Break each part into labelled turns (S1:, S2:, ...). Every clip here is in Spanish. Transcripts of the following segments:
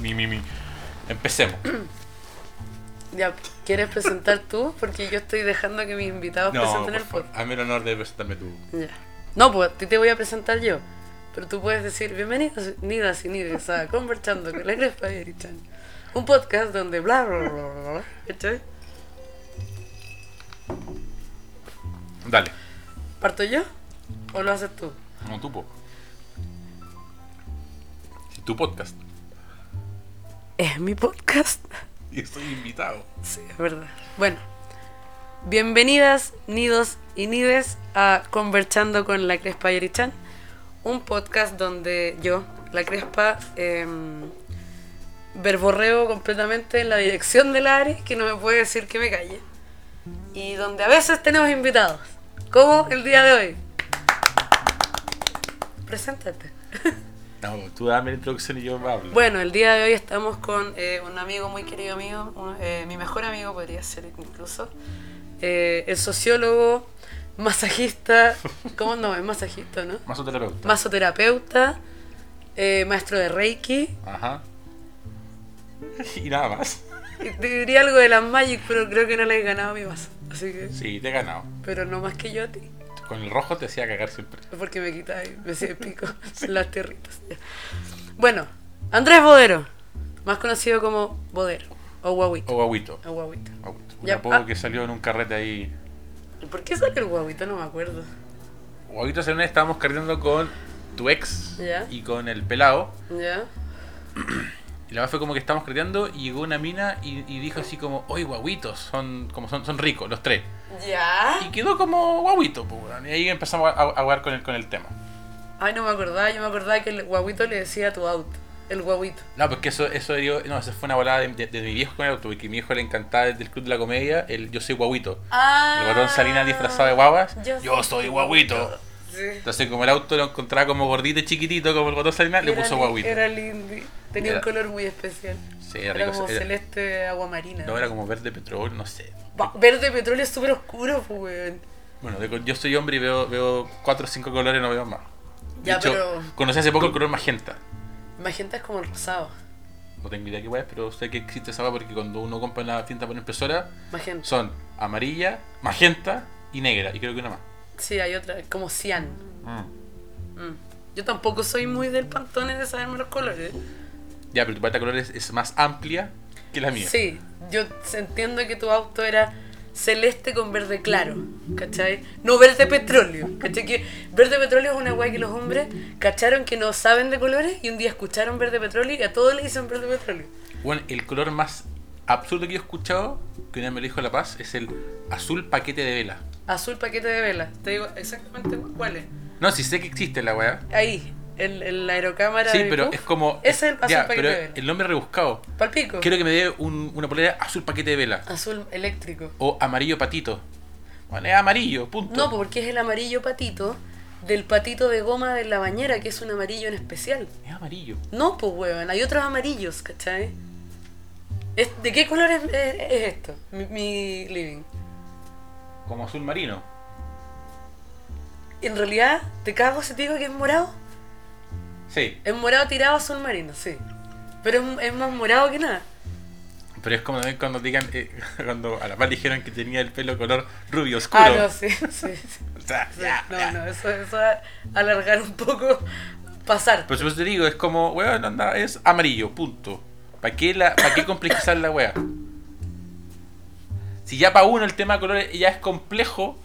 S1: Mi, mi, mi. Empecemos.
S2: Ya, ¿quieres presentar tú? Porque yo estoy dejando que mis invitados presenten
S1: por
S2: el
S1: favor,
S2: podcast.
S1: hazme el honor de presentarme tú.
S2: Ya. No, pues a ti te voy a presentar yo. Pero tú puedes decir, bienvenidos, nidas y nides, a Conversando con la Crespa y Erichan. Un podcast donde bla, bla, bla, bla, bla, ¿cachai?
S1: Dale.
S2: ¿Parto yo? ¿O lo haces tú?
S1: No tú, po. Y tu podcast.
S2: Es mi podcast.
S1: Y estoy invitado.
S2: Sí, es verdad. Bueno, bienvenidas, nidos y nides, a Conversando con la Crespa Yerichan, un podcast donde yo, la Crespa, em, verborreo completamente en la dirección del Ari, que no me puede decir que me calle, y donde a veces tenemos invitados, como el día de hoy. Preséntate.
S1: No, tú dame la introducción y yo hablo.
S2: Bueno, el día de hoy estamos con eh, un amigo muy querido mío, un- eh, mi mejor amigo podría ser incluso, eh, el sociólogo, masajista, ¿cómo no? Es masajista, ¿no?
S1: Más terapeuta.
S2: Masoterapeuta, eh, maestro de Reiki,
S1: Ajá. Y nada más.
S2: y te diría algo de las Magic, pero creo que no le he ganado a mi mazo, así que,
S1: Sí, te he ganado.
S2: pero no más que yo a ti,
S1: Con el rojo te hacía cagar siempre.
S2: porque me quita ahí, me sigue pico las tierritas. ya. Bueno, Andrés Bodero, más conocido como Bodero, o Guaguito,
S1: O guaguito.
S2: o Guaguito.
S1: Guaguito. Un
S2: Ya,
S1: apodo
S2: ah.
S1: que salió en un carrete ahí.
S2: ¿Y ¿Por qué sale el guaguito? No me acuerdo.
S1: Guaguito Serena estábamos carreteando con tu ex
S2: Ya.
S1: y con el pelado.
S2: ¿Ya?
S1: Y la verdad fue como que estábamos carreteando y llegó una mina y, y dijo así como, oye, guaguitos, son, como son, son ricos los tres.
S2: ¿Ya?
S1: Y quedó como guaguito, pues, weón. y ahí empezamos a, a- a jugar con el, con el tema.
S2: Ay, no me acordaba. Yo me acordaba que el guaguito le decía a tu auto. El guaguito.
S1: No, pues que eso, eso dio- no, eso fue una volada de, de- de mi viejo con el auto, porque mi viejo le encantaba desde el Club de la Comedia, el Yo soy guaguito.
S2: Ah.
S1: El guatón Salinas disfrazado de guaguas, yo, soy guaguito.
S2: Sí.
S1: Entonces como el auto lo encontraba como gordito y chiquitito, como el guatón Salinas, le
S2: Era
S1: puso
S2: lin-
S1: guaguito.
S2: Era lindo. Tenía un
S1: Era-
S2: color muy especial.
S1: Sí, era
S2: Era
S1: rico.
S2: como
S1: era-
S2: celeste aguamarina.
S1: no, era como verde petróleo, no sé.
S2: Va- Verde petróleo es súper oscuro, pues, weón.
S1: Bueno, de- yo soy hombre y veo, veo cuatro o cinco colores, no veo más. De
S2: Ya,
S1: hecho,
S2: pero-
S1: conocí hace poco el color magenta.
S2: Magenta es como el rosado.
S1: No tengo idea qué weá es, pero sé que existe esa weá porque cuando uno compra la tinta por impresora,
S2: Magenta.
S1: son amarilla, magenta y negra. Y creo que una más.
S2: Sí, hay otra. Como cian. Mm. Yo tampoco soy muy del pantone de saberme los colores.
S1: Ya, pero tu paleta de colores es más amplia que la mía.
S2: Sí, yo entiendo que tu auto era celeste con verde claro, ¿cachai? No verde petróleo, ¿cachai? Que verde petróleo es una weá que los hombres cacharon que no saben de colores y un día escucharon verde petróleo y a todos le dicen verde petróleo.
S1: Bueno, el color más absurdo que yo he escuchado, que una vez me lo dijo La Paz, es el azul paquete de vela.
S2: Azul paquete de velas, te digo exactamente cuál es.
S1: No, sí sé que existe la weá.
S2: Ahí, en, en la aerocámara
S1: Sí,
S2: de
S1: pero
S2: Puff,
S1: es como.
S2: Ese es el azul
S1: ya,
S2: paquete
S1: pero
S2: de vela.
S1: el nombre es rebuscado.
S2: Palpico.
S1: Quiero que me dé un- una polera azul paquete de vela.
S2: Azul eléctrico.
S1: O amarillo patito. Bueno, es amarillo, punto.
S2: No, porque es el amarillo patito del patito de goma de la bañera, que es un amarillo en especial.
S1: Es amarillo.
S2: No, pues weón, hay otros amarillos, ¿cachai? Es- ¿De qué color es, es- es esto? Mi, mi living.
S1: Como azul marino.
S2: En realidad, te cago si te digo que es morado.
S1: Sí.
S2: Es morado tirado a azul marino, sí. Pero es, es más morado que nada.
S1: Pero es como también cuando digan, eh, cuando a la paz dijeron que tenía el pelo color rubio oscuro.
S2: Ah, no, sí, sí. sí.
S1: O sea, ya, ya.
S2: No, no, eso, eso va a alargar un poco, pasar.
S1: Pero si te digo, es como, weón, anda, es amarillo, punto. ¿Para qué, la, pa' qué complejizar la wea? Si ya para uno el tema de colores ya es complejo,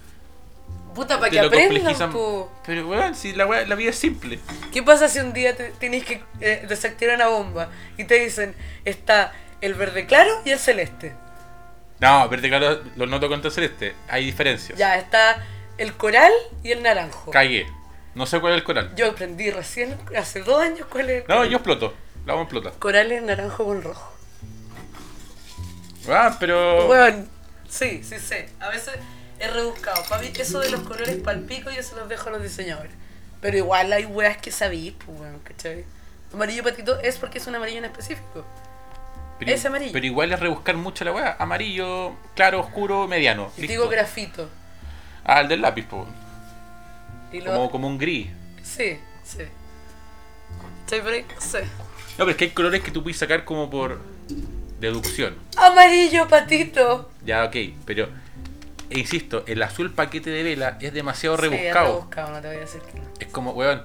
S2: Puta, para
S1: te
S2: que
S1: lo
S2: aprendan,
S1: complejizan.
S2: po.
S1: Pero weón, si la, wea- la vida es simple.
S2: ¿Qué pasa si un día te, tenés que eh, desactivar una bomba y te dicen, está el verde claro y el celeste?
S1: No, verde claro, lo noto con tercer este. Hay diferencias.
S2: Ya, está el coral y el naranjo.
S1: Cagué. No sé cuál es el coral.
S2: Yo aprendí recién, hace dos años, cuál es el
S1: No,
S2: coral.
S1: yo exploto. La vamos a explotar.
S2: Coral es naranjo con rojo.
S1: Ah, pero.
S2: Bueno, sí, sí sé. A veces he rebuscado. Para mí, eso de los colores palpico yo se los dejo a los diseñadores. Pero igual hay weas que sabéis, pues, weón, ¿cachai? Amarillo patito es porque es un amarillo en específico.
S1: pero,
S2: es amarillo.
S1: Pero igual es rebuscar mucho la weá. Amarillo, claro, oscuro, mediano.
S2: Y
S1: Listo.
S2: digo grafito.
S1: Ah, el del lápiz, po.
S2: Y lo...
S1: Como, como un gris.
S2: Sí, sí. ¿Cachai? Pero ahí, no sé.
S1: pero es que hay colores que tú puedes sacar como por deducción.
S2: Amarillo, patito.
S1: Ya, ok, pero e insisto, el azul paquete de vela es demasiado
S2: Sí, ya te he
S1: rebuscado.
S2: buscado, no te voy a decir que no.
S1: es como, weón,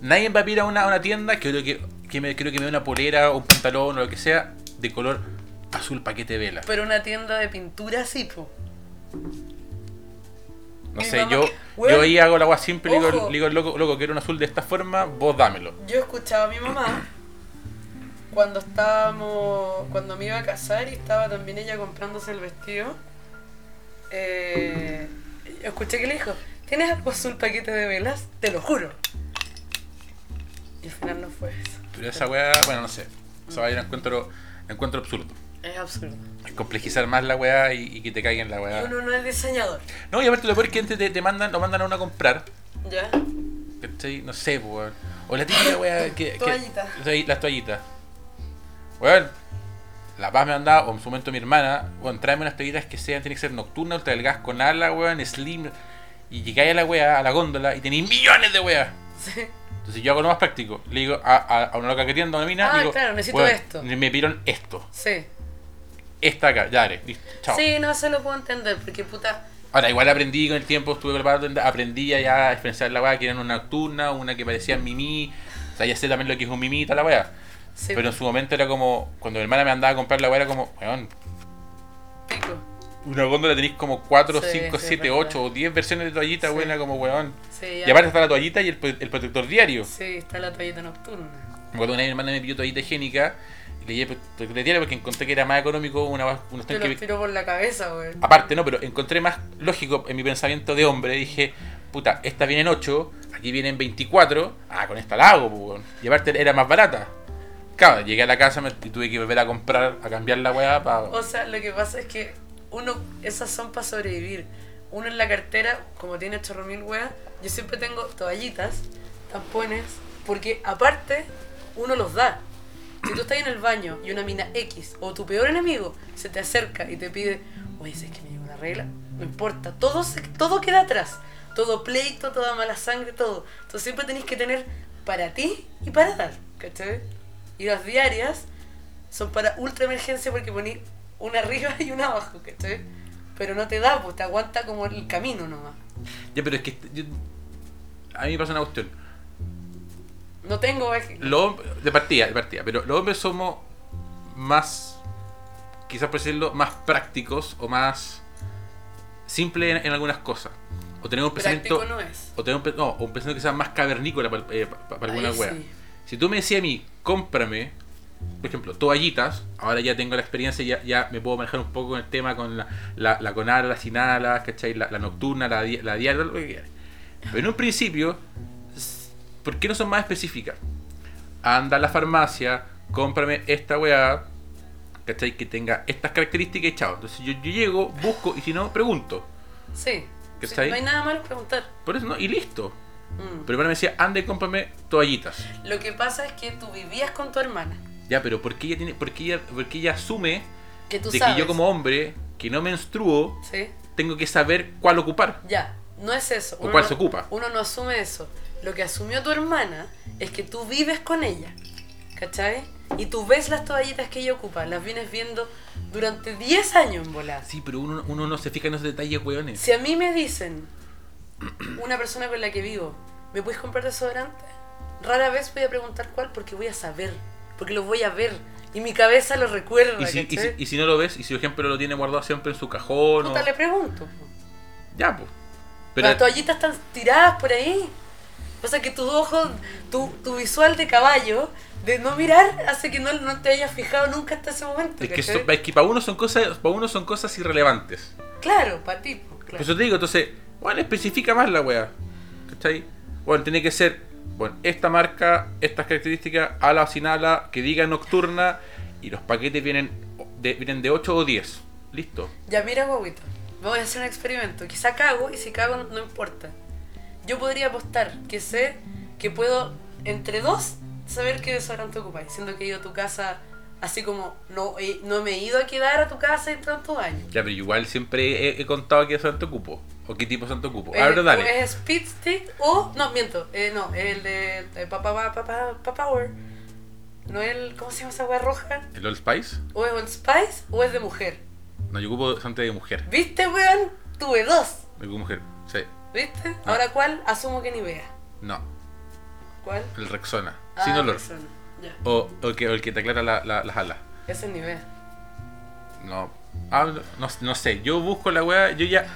S1: nadie va a ir a una, a una tienda que creo que, que me, creo que me dé una polera o un pantalón o lo que sea de color azul paquete de vela.
S2: Pero una tienda de pintura sí, po.
S1: No
S2: mi
S1: sé,
S2: mamá-
S1: yo,
S2: weón,
S1: yo ahí hago la agua simple y digo,
S2: ojo.
S1: le digo, loco, loco, quiero un azul de esta forma, vos dámelo.
S2: Yo escuchaba a mi mamá cuando estábamos. cuando me iba a casar y estaba también ella comprándose el vestido. eh, escuché que le dijo: ¿Tienes algo azul paquete de velas? Te lo juro. Y al final no fue eso.
S1: Pero esa weá, bueno, no sé. Esa weá yo la encuentro, la encuentro absurdo.
S2: Es absurdo.
S1: Es complejizar más la weá y, y que te caigan la
S2: Y
S1: weá.
S2: uno no es diseñador.
S1: No, y aparte lo peor es que antes te, te mandan, lo mandan a uno a comprar.
S2: ¿Ya?
S1: ¿Cachai? No sé, po, weón. O la típica weá que. que-
S2: Toallita.
S1: toall- las toallitas. Weón. La paz me andaba, o en su momento mi hermana, weón, tráeme unas toallitas que sean, tiene que ser nocturna, ultra delgadas con ala, weón, slim. Y llegáis a la weá, a la góndola, y tenéis millones de weá.
S2: Sí.
S1: Entonces yo hago lo más práctico. Le digo a, a, a una loca que tienda, a una mina,
S2: Ah,
S1: digo,
S2: claro, necesito
S1: "Weón,
S2: esto".
S1: Me pidieron esto.
S2: Sí.
S1: Esta acá, ya haré. Listo, chao.
S2: Sí, no se lo puedo entender porque puta.
S1: Ahora, igual aprendí con el tiempo, estuve con la bartender, aprendí a ya a diferenciar la weá, que eran una nocturna, una que parecía mimí. O sea, ya sé también lo que es un mimí y tal la weá.
S2: Sí,
S1: Pero en su momento era como, cuando mi hermana me andaba a comprar la weá, era como, weón,
S2: pico.
S1: una góndola tenéis como 4,
S2: Sí,
S1: 5,
S2: sí,
S1: 7,
S2: verdad.
S1: 8 o 10 versiones de toallita,
S2: Sí.
S1: buena como weón.
S2: Sí, ya.
S1: Y aparte está la toallita y el, pro- el protector diario.
S2: Sí, está la toallita nocturna.
S1: Me acuerdo una vez mi hermana me pidió toallita higiénica y le llevé protector diario porque encontré que era más económico una, weá- unos
S2: Te
S1: tanques
S2: lo tiro por la cabeza, güey.
S1: Aparte, no, pero encontré más lógico en mi pensamiento de hombre. Dije, puta, estas vienen 8, aquí vienen 24. Ah, con esta la hago, pues, weón. Y aparte era más barata. Claro, llegué a la casa me- y tuve que volver a comprar, a cambiar la weá para.
S2: O sea, lo que pasa es que uno, esas son para sobrevivir. Uno en la cartera, como tiene 8000 weas, yo siempre tengo toallitas, tampones, porque aparte uno los da. Si tú estás en el baño y una mina X o tu peor enemigo se te acerca y te pide, oye, si es que me llegó una regla, no importa, todo, se- todo queda atrás. Todo pleito, toda mala sangre, todo. Entonces siempre tenés que tener para ti y para dar, ¿cachai? Y las diarias son para ultra emergencia porque poní una arriba y una abajo, ¿cachai? Pero no te da, pues te aguanta como el camino nomás.
S1: Ya, pero es que. yo- a mí me pasa una cuestión.
S2: No tengo eje.
S1: Los hom- de partida, de partida. Pero los hombres somos más. Quizás por decirlo, más prácticos o más. simples en, en algunas cosas. O tenemos un pensamiento.
S2: práctico no es.
S1: O tenemos un pe- no, un pensamiento que sea más cavernícola para, eh, pa- para alguna
S2: Ahí
S1: wea.
S2: sí.
S1: Si tú me decías a mí, cómprame, por ejemplo, toallitas, ahora ya tengo la experiencia, ya, ya me puedo manejar un poco con el tema con la, la, la con alas, sin alas, ¿cachai? La, la nocturna, la, di- la diaria, lo que quieras. Pero en un principio, s- ¿por qué no son más específicas? Anda a la farmacia, cómprame esta weá, ¿cachai? Que tenga estas características y chao. Entonces yo, yo llego, busco y si no, pregunto.
S2: Sí.
S1: ¿Qué
S2: Sí,
S1: está ahí?
S2: No hay nada malo que preguntar.
S1: Por eso no, y listo.
S2: Mm.
S1: Pero mi hermana me decía, anda y cómprame toallitas.
S2: Lo que pasa es que tú vivías con tu hermana.
S1: Ya, pero ¿por qué ella, tiene, por qué ella, por qué ella asume
S2: Que tú
S1: de
S2: sabes.
S1: que yo como hombre, que no menstruo,
S2: Sí.
S1: tengo que saber cuál ocupar?
S2: Ya, no es eso.
S1: ¿O cuál
S2: no-
S1: se ocupa?
S2: Uno no asume eso. Lo que asumió tu hermana es que tú vives con ella. ¿Cachai? Y tú ves las toallitas que ella ocupa. Las vienes viendo durante 10 años en bolas.
S1: Sí, pero uno, uno no se fija en esos detalles, weones.
S2: Si a mí me dicen, una persona con la que vivo, ¿me puedes comprar desodorante? Rara vez voy a preguntar cuál porque voy a saber, porque lo voy a ver y mi cabeza lo recuerda.
S1: Y si, y, si,
S2: ¿cachai?
S1: y si no lo ves, y si por ejemplo lo tiene guardado siempre en su cajón, o...
S2: Puta, le pregunto.
S1: ya, pues.
S2: Las
S1: Pero,
S2: toallitas están tiradas por ahí. Pasa que tus ojos, tu, tu visual de caballo, de no mirar, hace que no, no te hayas fijado nunca hasta ese momento.
S1: es que,
S2: ¿cachai?
S1: son- es que para uno son cosas, para uno son cosas irrelevantes.
S2: Claro, para ti. pues,
S1: Por
S2: claro.
S1: eso te digo, entonces, bueno, especifica más la weá. ¿Cachai? Bueno, tiene que ser, bueno, esta marca, estas características, ala o sin ala, que diga nocturna, y los paquetes vienen de, vienen de 8 o 10. Listo.
S2: Ya mira, guaguito, voy a hacer un experimento. Quizá cago y si cago no, no importa. Yo podría apostar que sé que puedo entre dos saber qué desodorante ocupáis, siendo que he ido a tu casa así como no, he- no me he ido a quedar a tu casa en tantos años.
S1: Ya, pero igual siempre he, he contado que es Santo Cupo. O qué tipo de Santo Cupo.
S2: Eh,
S1: Ahora
S2: o
S1: dale.
S2: Es Speed eh, Stick o. No, miento. eh, no, el de. Papá Power. ¿No es el. ¿Cómo se llama esa weá roja?
S1: ¿El Old Spice?
S2: ¿O es Old Spice o es de mujer?
S1: No, yo ocupo desodorante de mujer.
S2: ¿Viste, weón? Tuve dos.
S1: Yo ocupo mujer, sí.
S2: ¿Viste?
S1: Ah.
S2: Ahora, ¿cuál? Asumo que ni vea.
S1: No,
S2: ¿Cuál?
S1: el Rexona.
S2: Ah,
S1: sin olor.
S2: persona. Ya.
S1: O, o el que, o el que te aclara la- la- las alas.
S2: Ese es nivel.
S1: No. Ah, no, no- no sé, yo busco la weá, yo ya...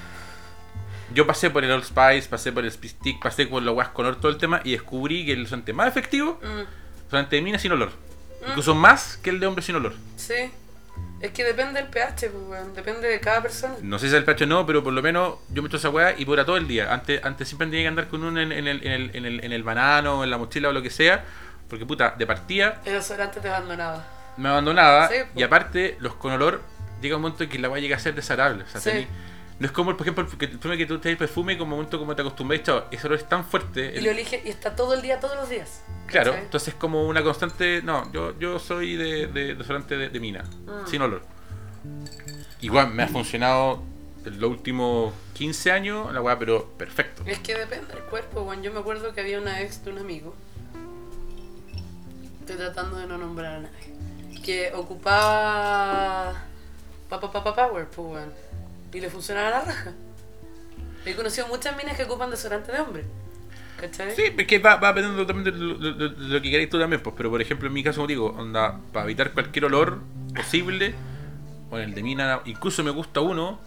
S1: Yo pasé por el Old Spice, pasé por el Spice Stick, pasé por los weas con olor, todo el tema, y descubrí que el desodorante más efectivo
S2: Mm,
S1: Solamente de mina sin olor. Incluso más que el de hombre sin olor.
S2: sí. Es que depende del pH, pues, weón. Depende de cada persona.
S1: No sé si es el pacho o no, pero por lo menos yo me echo esa weá y dura todo el día. Antes, antes siempre tenía que andar con uno en, en el, en, el, en, el, en el banano, o en la mochila o lo que sea. Porque puta, de partida
S2: El desodorante te abandonaba.
S1: me abandonaba.
S2: Sí, po.
S1: y aparte, los con olor, llega un momento en que la weá llega a ser desagradable. O sea,
S2: Sí.
S1: tení- no es como, por ejemplo, el que- el perfume que tú te das perfume y como un momento como te acostumbráis, chao, ese olor es tan fuerte.
S2: Y
S1: el-
S2: lo elige y está todo el día, todos los días.
S1: claro,
S2: ¿cachai?
S1: entonces es como una constante. No, yo, yo soy de, de desodorante de, de mina,
S2: Mm.
S1: sin olor. Igual me ha funcionado en los últimos 15 años la weá, pero perfecto.
S2: Es que depende del cuerpo, weón. Yo me acuerdo que había una ex de un amigo. Estoy tratando de no nombrar a nadie. Que ocupaba. Papá, papá, power, pues, weón. Y le funcionaba la raja. He conocido muchas minas que ocupan desodorante de hombre. ¿Cachai?
S1: Sí, porque va, va dependiendo también de lo, de- de lo que queráis tú también, pues, pero por ejemplo en mi caso, como digo, onda, para evitar cualquier olor posible, o en el de mina, incluso me gusta uno,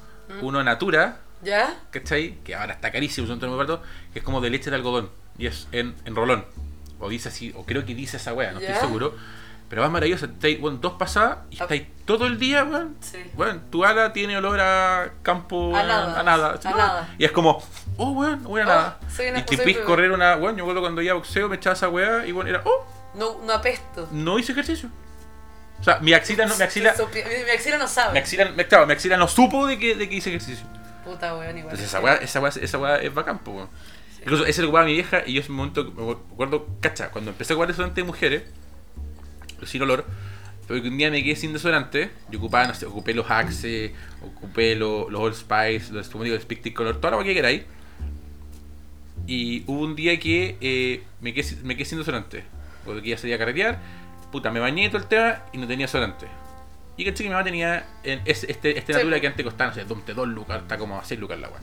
S1: uno natura,
S2: ¿Ya?
S1: ¿cachai? Que ahora está carísimo, son muy barato, que es como de leche de algodón. Y es en, en rolón. O dice así, o creo que dice esa weá, no
S2: Ya.
S1: estoy seguro. Pero va maravilloso, estáis bueno, dos pasadas y
S2: Ah.
S1: estáis todo el día, weón.
S2: Sí.
S1: Bueno, tu ala tiene olor a campo,
S2: A
S1: weón,
S2: nada,
S1: a nada.
S2: a nada.
S1: Y es como, oh, weón, no voy a
S2: Oh,
S1: nada.
S2: soy una
S1: y
S2: José
S1: te pis
S2: Pepe.
S1: correr una, weón, yo me acuerdo cuando iba a boxeo, me echaba esa weá y bueno, era, oh,
S2: No, no apesto.
S1: no hice ejercicio. O sea, mi axila, no, mi axila,
S2: Sopi- mi- mi axila no sabe.
S1: mi axila, me- claro, mi axila no supo de que, de que hice ejercicio.
S2: Puta weón, igual.
S1: Entonces esa weá, esa weá, esa weá es bacán, po, weón. Incluso ese lo ocupaba mi vieja y yo en un momento, me acuerdo, cacha, cuando empecé a ocupar desodorante de mujeres, sin olor, pero que un día me quedé sin desodorante, yo ocupaba, no sé, ocupé los Axe, ocupé lo- los Old Spice, los, como digo, los Pick Color, toda la weá que queráis. Y hubo un día que eh, me, quedé, sin- me quedé sin desodorante, porque ya salía a carretear, puta, me bañé y todo el tema y no tenía desodorante. Y caché que mi mamá tenía en es- este, este
S2: Sí.
S1: natura que antes costaba, no sé, 2 lucas, está como a 6 lucas la weá.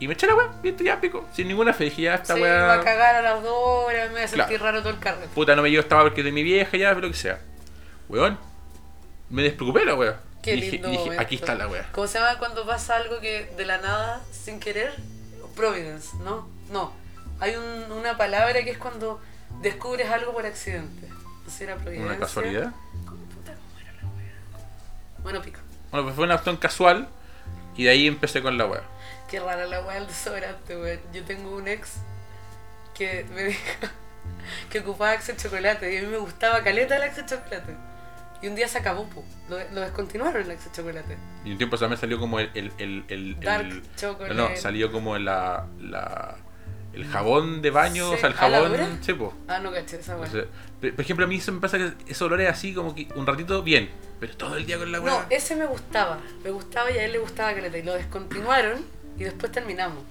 S1: Y me eché la weá, y esto ya pico, sin ninguna fe, dije ya esta
S2: Sí,
S1: weá-
S2: va a cagar a las dos horas, me va a
S1: Claro.
S2: sentir raro todo el carrete.
S1: puta, no me llegó esta weá porque de mi vieja, ya, lo que sea. Weón, me despreocupé la weá.
S2: Qué
S1: y dije,
S2: lindo
S1: y dije,
S2: momento.
S1: aquí está la weá.
S2: ¿Cómo se llama cuando pasa algo que de la nada, sin querer? Providence, ¿no? No. Hay un- una palabra que es cuando descubres algo por accidente. No sé si era providencia.
S1: Una casualidad.
S2: ¿Cómo puta, cómo era la wea? Bueno, pico.
S1: Bueno, pues fue una acción casual y de ahí empecé con la weá.
S2: Qué rara la weá del desodorante, weón. Yo tengo un ex que me dijo que ocupaba Axe Chocolate y a mí me gustaba caleta el Axe Chocolate. Y un día se acabó, po. Lo, lo descontinuaron el Axe Chocolate.
S1: Y un tiempo también salió como el. el, el, el-
S2: Dark
S1: el-
S2: chocolate.
S1: No, no, salió como la. la el jabón de baño,
S2: Sí.
S1: o sea, el
S2: ¿A la
S1: jabón.
S2: dura?
S1: Sí, po.
S2: Ah, no caché esa weá.
S1: Entonces, pe- por ejemplo, a mí eso me pasa que esos olores así, como que un ratito bien, pero todo el día con la
S2: No,
S1: weá.
S2: ese me gustaba. Me gustaba y a él le gustaba Caleta. Y lo descontinuaron y después terminamos.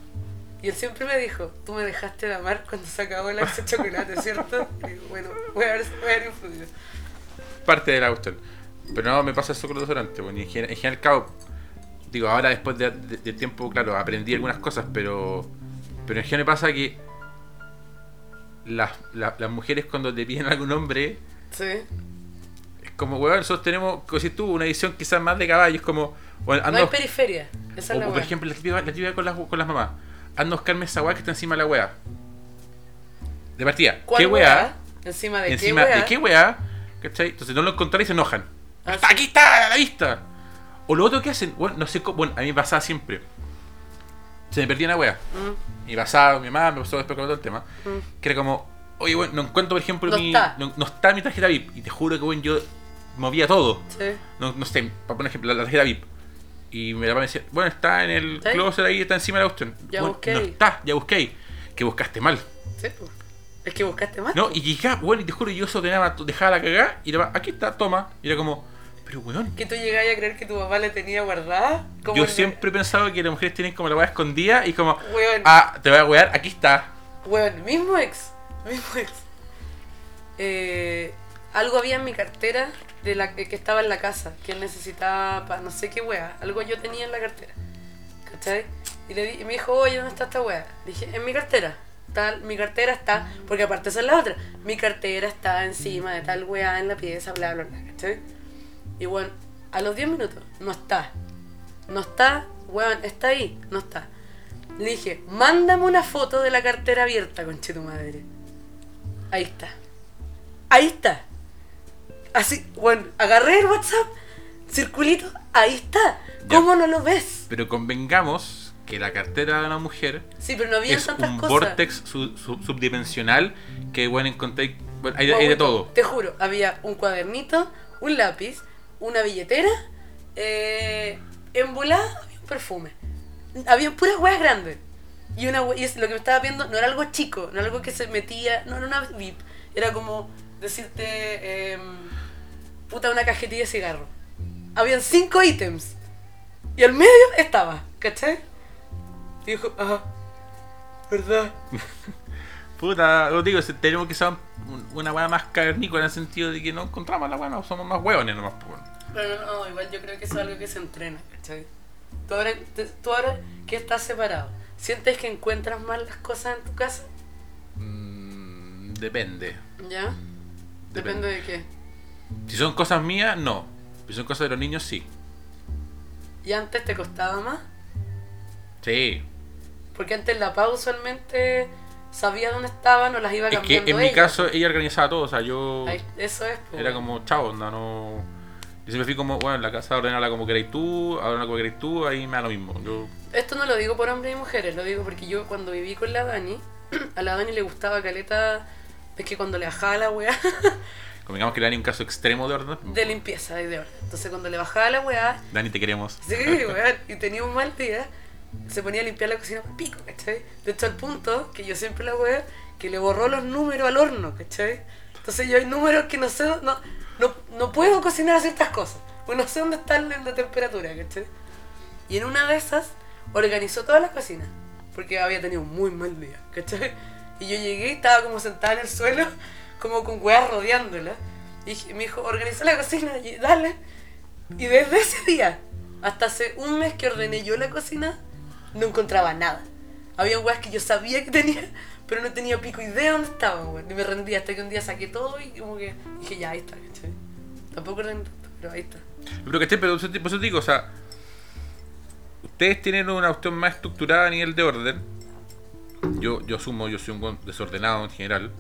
S2: Y él siempre me dijo, tú me dejaste de amar cuando se acabó el Axe Chocolate, ¿cierto? Y digo, bueno, voy a ver si voy a haber influido.
S1: parte de la cuestión. Pero no me pasa eso con los desodorantes, bueno, y en, gen- en general, cabo, digo, ahora después de, de- del tiempo, claro, aprendí algunas cosas, pero pero en general me pasa que las, la- las mujeres cuando te piden algún hombre,
S2: Sí.
S1: es como, weón, nosotros tenemos, como si tú, una edición quizás más de caballos, como, bueno,
S2: No hay
S1: ando,
S2: periferia. Esa es
S1: Ah, o,
S2: la
S1: o, por
S2: weá.
S1: ejemplo, la típica, la típica con, las, con las mamás, anda a buscarme esa weá que está encima de la weá. De partida,
S2: ¿Cuál
S1: ¿qué weá?
S2: Encima de
S1: encima
S2: qué weá.
S1: de qué weá, ¿cachai? Entonces no lo encontrarán y se enojan.
S2: Ah,
S1: ¡Está,
S2: sí.
S1: aquí está, a la vista. O lo otro que hacen, bueno, no sé cómo, bueno, a mí me pasaba siempre. Se me perdía una weá.
S2: Mm,
S1: Y pasaba, mi mamá me pasó después con todo el tema. Que era como, oye, bueno, no encuentro, por ejemplo,
S2: No
S1: mi.
S2: está.
S1: No, no está mi tarjeta VIP. Y te juro que, bueno, yo movía todo.
S2: sí.
S1: No, no sé, para poner ejemplo, la, la tarjeta VIP. Y mi papá me decía, bueno, está en el
S2: ¿Está ahí?
S1: closet ahí, está encima de la cuestión.
S2: Ya
S1: Bueno,
S2: busqué
S1: No
S2: ahí.
S1: está, ya busqué ahí. Que buscaste mal.
S2: Sí, pues. Es que buscaste más.
S1: No, y llegaba, bueno, y te juro, yo eso dejaba, dejaba la cagada y era, aquí está, toma. Y era como, pero weón,
S2: Que tú llegabas a creer que tu papá la tenía guardada. Como
S1: yo
S2: el-
S1: siempre he pensado que las mujeres tienen como la weá escondida y como,
S2: Weón.
S1: ah, te voy a wear, aquí está.
S2: Bueno, mismo ex. Mismo ex. Eh, Algo había en mi cartera de la eh, que que estaba en la casa, que necesitaba para no sé qué wea. Algo yo tenía en la cartera. ¿Cachai? Y, le di- y me dijo, oye, ¿dónde está esta wea? Dije, en mi cartera. Tal, mi cartera está, porque aparte son las otras. Mi cartera está encima de tal wea en la pieza, bla, bla, bla. ¿Cachai? Y bueno, a los 10 minutos, no está. No está, weón, está ahí, no está. Le dije, mándame una foto de la cartera abierta, conche tu madre. Ahí está. Ahí está. Así, bueno, agarré el WhatsApp, circulito, ahí está.
S1: Ya.
S2: ¿Cómo no lo ves?
S1: Pero convengamos que la cartera de una mujer
S2: Sí, pero no había
S1: es
S2: tantas
S1: un
S2: cosas.
S1: vortex su- su- subdimensional que, bueno, encontré. bueno, hay, de- hay
S2: Bueno,
S1: de todo.
S2: Te juro, había un cuadernito, un lápiz, una billetera, eh, en volada había un perfume. Había puras weas grandes. Y, una, we- y es- lo que me estaba viendo no era algo chico, no era algo que se metía, no era una VIP. Era como decirte, em, puta, una cajetilla de cigarro. Habían cinco ítems. Y al medio estaba, ¿cachai? Y dijo, ah, ¿verdad?
S1: Puta, lo digo, si tenemos quizás una weá más cavernícola en el sentido de que no encontramos la weá, no, somos más hueones nomás. pues, bueno.
S2: Pero no, no, igual yo creo que eso es algo que se entrena, ¿cachai? Tú ahora, te- tú ahora que estás separado, ¿sientes que encuentras mal las cosas en tu casa?
S1: Mm, depende.
S2: ¿Ya?
S1: Depende.
S2: Depende, de qué.
S1: Si son cosas mías, no. Si son cosas de los niños, sí.
S2: ¿Y antes te costaba más?
S1: Sí.
S2: Porque antes la pausa usualmente sabía dónde estaban o las iba
S1: Es que
S2: cambiando
S1: en mi
S2: ella.
S1: caso ella organizaba todo, o sea, yo
S2: Ahí- eso es, po.
S1: era como, chao, no, no. Yo siempre fui como, bueno, en la casa ordenala como queréis tú, ordenala como queréis tú, ahí me da lo mismo. Yo,
S2: Esto no lo digo por hombres y mujeres, lo digo porque yo cuando viví con la Dani, a la Dani le gustaba caleta. Es que cuando le bajaba la weá
S1: como digamos que le dan un caso extremo de orden.
S2: de limpieza y de orden. Entonces cuando le bajaba la weá,
S1: Dani, te queremos.
S2: Sí, weón. Y tenía un mal día. Se ponía a limpiar la cocina para pico, ¿cachai? De hecho, al punto que yo siempre la weón, que le borró los números al horno, ¿cachai? Entonces yo hay números que no sé, no, no, no puedo cocinar ciertas cosas. Pues no sé dónde está la, la temperatura, ¿cachai? Y en una de esas, organizó toda la cocina. Porque había tenido un muy mal día, ¿cachai? Y yo llegué y estaba como sentada en el suelo, como con weas rodeándola. Y dije- me dijo, organiza la cocina, y dale. Y desde ese día, hasta hace un mes que ordené yo la cocina, no encontraba nada. Había weas que yo sabía que tenía, pero no tenía pico idea dónde estaban, weón. Y me rendía hasta que un día saqué todo y como que dije, ya, ahí está, ¿cachai? Tampoco ordené tanto, pero ahí está.
S1: Pero que pero por eso te digo, o sea, ustedes tienen una cuestión más estructurada a nivel de orden. Yo, yo asumo, yo soy un weón desordenado en general.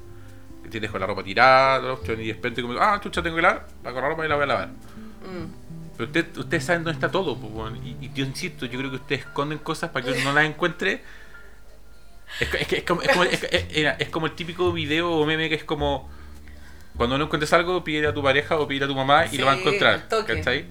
S1: Que te dejo la ropa tirada, toda la cuestión, y de repente como, ah, chucha, tengo que lavar, la la ropa y la voy a lavar.
S2: Mm.
S1: Pero usted- ustedes saben dónde está todo, pues, weón. y, y yo insisto, yo creo que ustedes esconden cosas para que uno no las encuentre. Es, co- es que- es como, es como- es- es- era- es como el típico video o meme que es como cuando no encuentres algo, pídele a tu pareja o pídele a tu mamá y lo va a
S2: Sí,
S1: encontrar.
S2: al toque.
S1: ¿Cachai?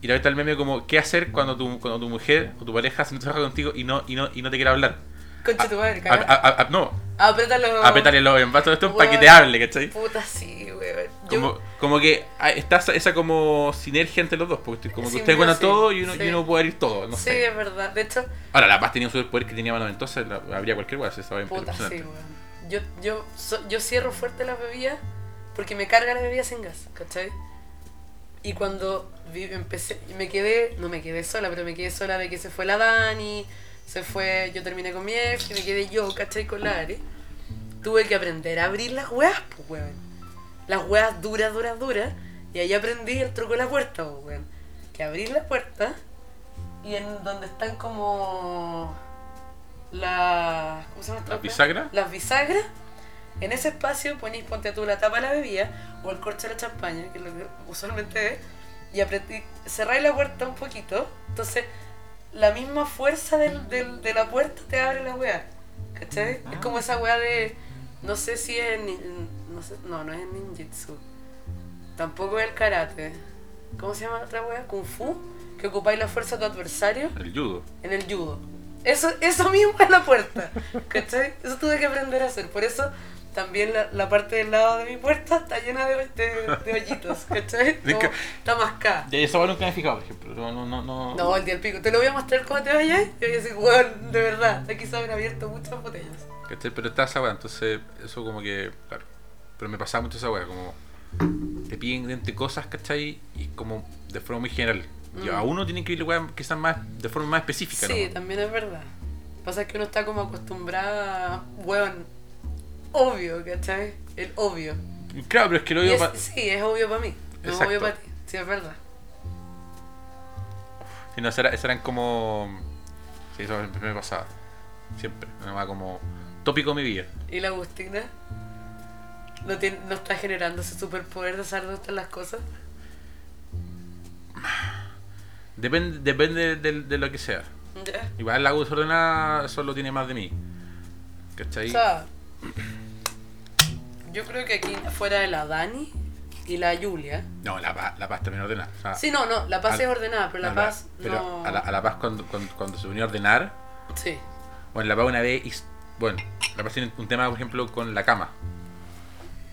S1: Y la está el meme como, ¿qué hacer cuando tu, cuando tu mujer o tu pareja se enoja contigo y no, y no, y no te quiere hablar?
S2: Concha tu madre,
S1: A-
S2: cagá.
S1: a- a- no,
S2: Apriétalo.
S1: apretarle los envasos de esto para que te
S2: Weón.
S1: hable, ¿cachai?
S2: Puta, sí, weón. Yo-
S1: Como, como que ah, está esa, esa como sinergia entre los dos, porque como que
S2: Simbiosis,
S1: usted cuenta todo y uno,
S2: sí.
S1: y uno puede abrir todo, no
S2: sí,
S1: sé.
S2: es verdad. De hecho,
S1: Ahora, la paz tenía un superpoder que tenía mano entonces habría cualquier cosa, estaba
S2: Puta, sí,
S1: impresionante.
S2: weón. Yo, yo, so- yo cierro fuerte las bebidas porque me carga la bebida sin gas, ¿cachai? Y cuando vi- empecé, me quedé, no me quedé sola, pero me quedé sola de que se fue la Dani, se fue, yo terminé con mi ex, y me quedé yo, ¿cachai? Con la Ari. Tuve que aprender a abrir las weas, pues, weón. Las weas duras, duras, duras. Y ahí aprendí el truco de la puerta, pues, weón. Que abrir la puerta y en donde están como las... ¿Cómo se llama
S1: ¿Las
S2: esta wea?
S1: bisagras?
S2: Las bisagras. En ese espacio ponís, ponte tú la tapa de la bebida o el corcho de la champaña, que es lo que usualmente es, y apretí, cerráis la puerta un poquito, entonces la misma fuerza del, del- de la puerta te abre la weá. ¿Cachai? Es
S1: Ah.
S2: como esa weá de. No sé si es. nin- No, sé, no, no es ninjutsu. Tampoco es el karate. ¿Cómo se llama la otra weá? Kung Fu. Que ocupáis la fuerza de tu adversario
S1: El judo.
S2: en el judo. Eso, eso mismo es la puerta. ¿Cachai? Eso tuve que aprender a hacer. Por eso también la, la parte del lado de mi puerta está llena de, de, de hoyitos. ¿Cachai?
S1: De
S2: Como
S1: ca-
S2: está mascada.
S1: Ya eso nunca me he fijado, por ejemplo. No, no, no. no.
S2: No, el día del pico. Te lo voy a mostrar cómo te vayas. Y voy a decir, weón, de verdad, aquí se han abierto muchas botellas.
S1: ¿Cachai? Pero está esa weá, entonces eso como que. Claro. Pero me pasaba mucho esa weá, como. te piden entre cosas, ¿cachai? Y como de forma muy general. Y a uno tienen que ir lugar quizás más, de forma más específica.
S2: Mm. Sí,
S1: nomás.
S2: también es verdad. Pasa que uno está como acostumbrada, weón, obvio, ¿cachai? El obvio.
S1: Claro, pero es que lo
S2: Y
S1: digo
S2: es-
S1: pa-
S2: Sí, es obvio para mí. No es
S1: Exacto.
S2: obvio para ti. Sí, es verdad.
S1: Si no, esas eran- esas eran como. Sí, eso me pasaba. Siempre. Nomás como tópico de mi vida.
S2: ¿Y la Agustina? ¿No, tiene, ¿No está generando ese superpoder de saber dónde están las cosas?
S1: Depende, depende de, de lo que sea.
S2: Ya.
S1: Igual la desordenada solo tiene más de mí. ¿Cachai?
S2: O sea, yo creo que aquí fuera de la Dani y la Julia.
S1: no, la, paz- la paz también ordenada. O sea,
S2: Sí, no, no, la paz
S1: Ah, Al-
S2: es ordenada, pero la
S1: no,
S2: paz
S1: pero
S2: no.
S1: a, la, a La paz cuando, cuando, cuando se unió a ordenar.
S2: Sí.
S1: Bueno, la paz una vez. hizo- Bueno, la paz tiene un tema, por ejemplo, con la cama.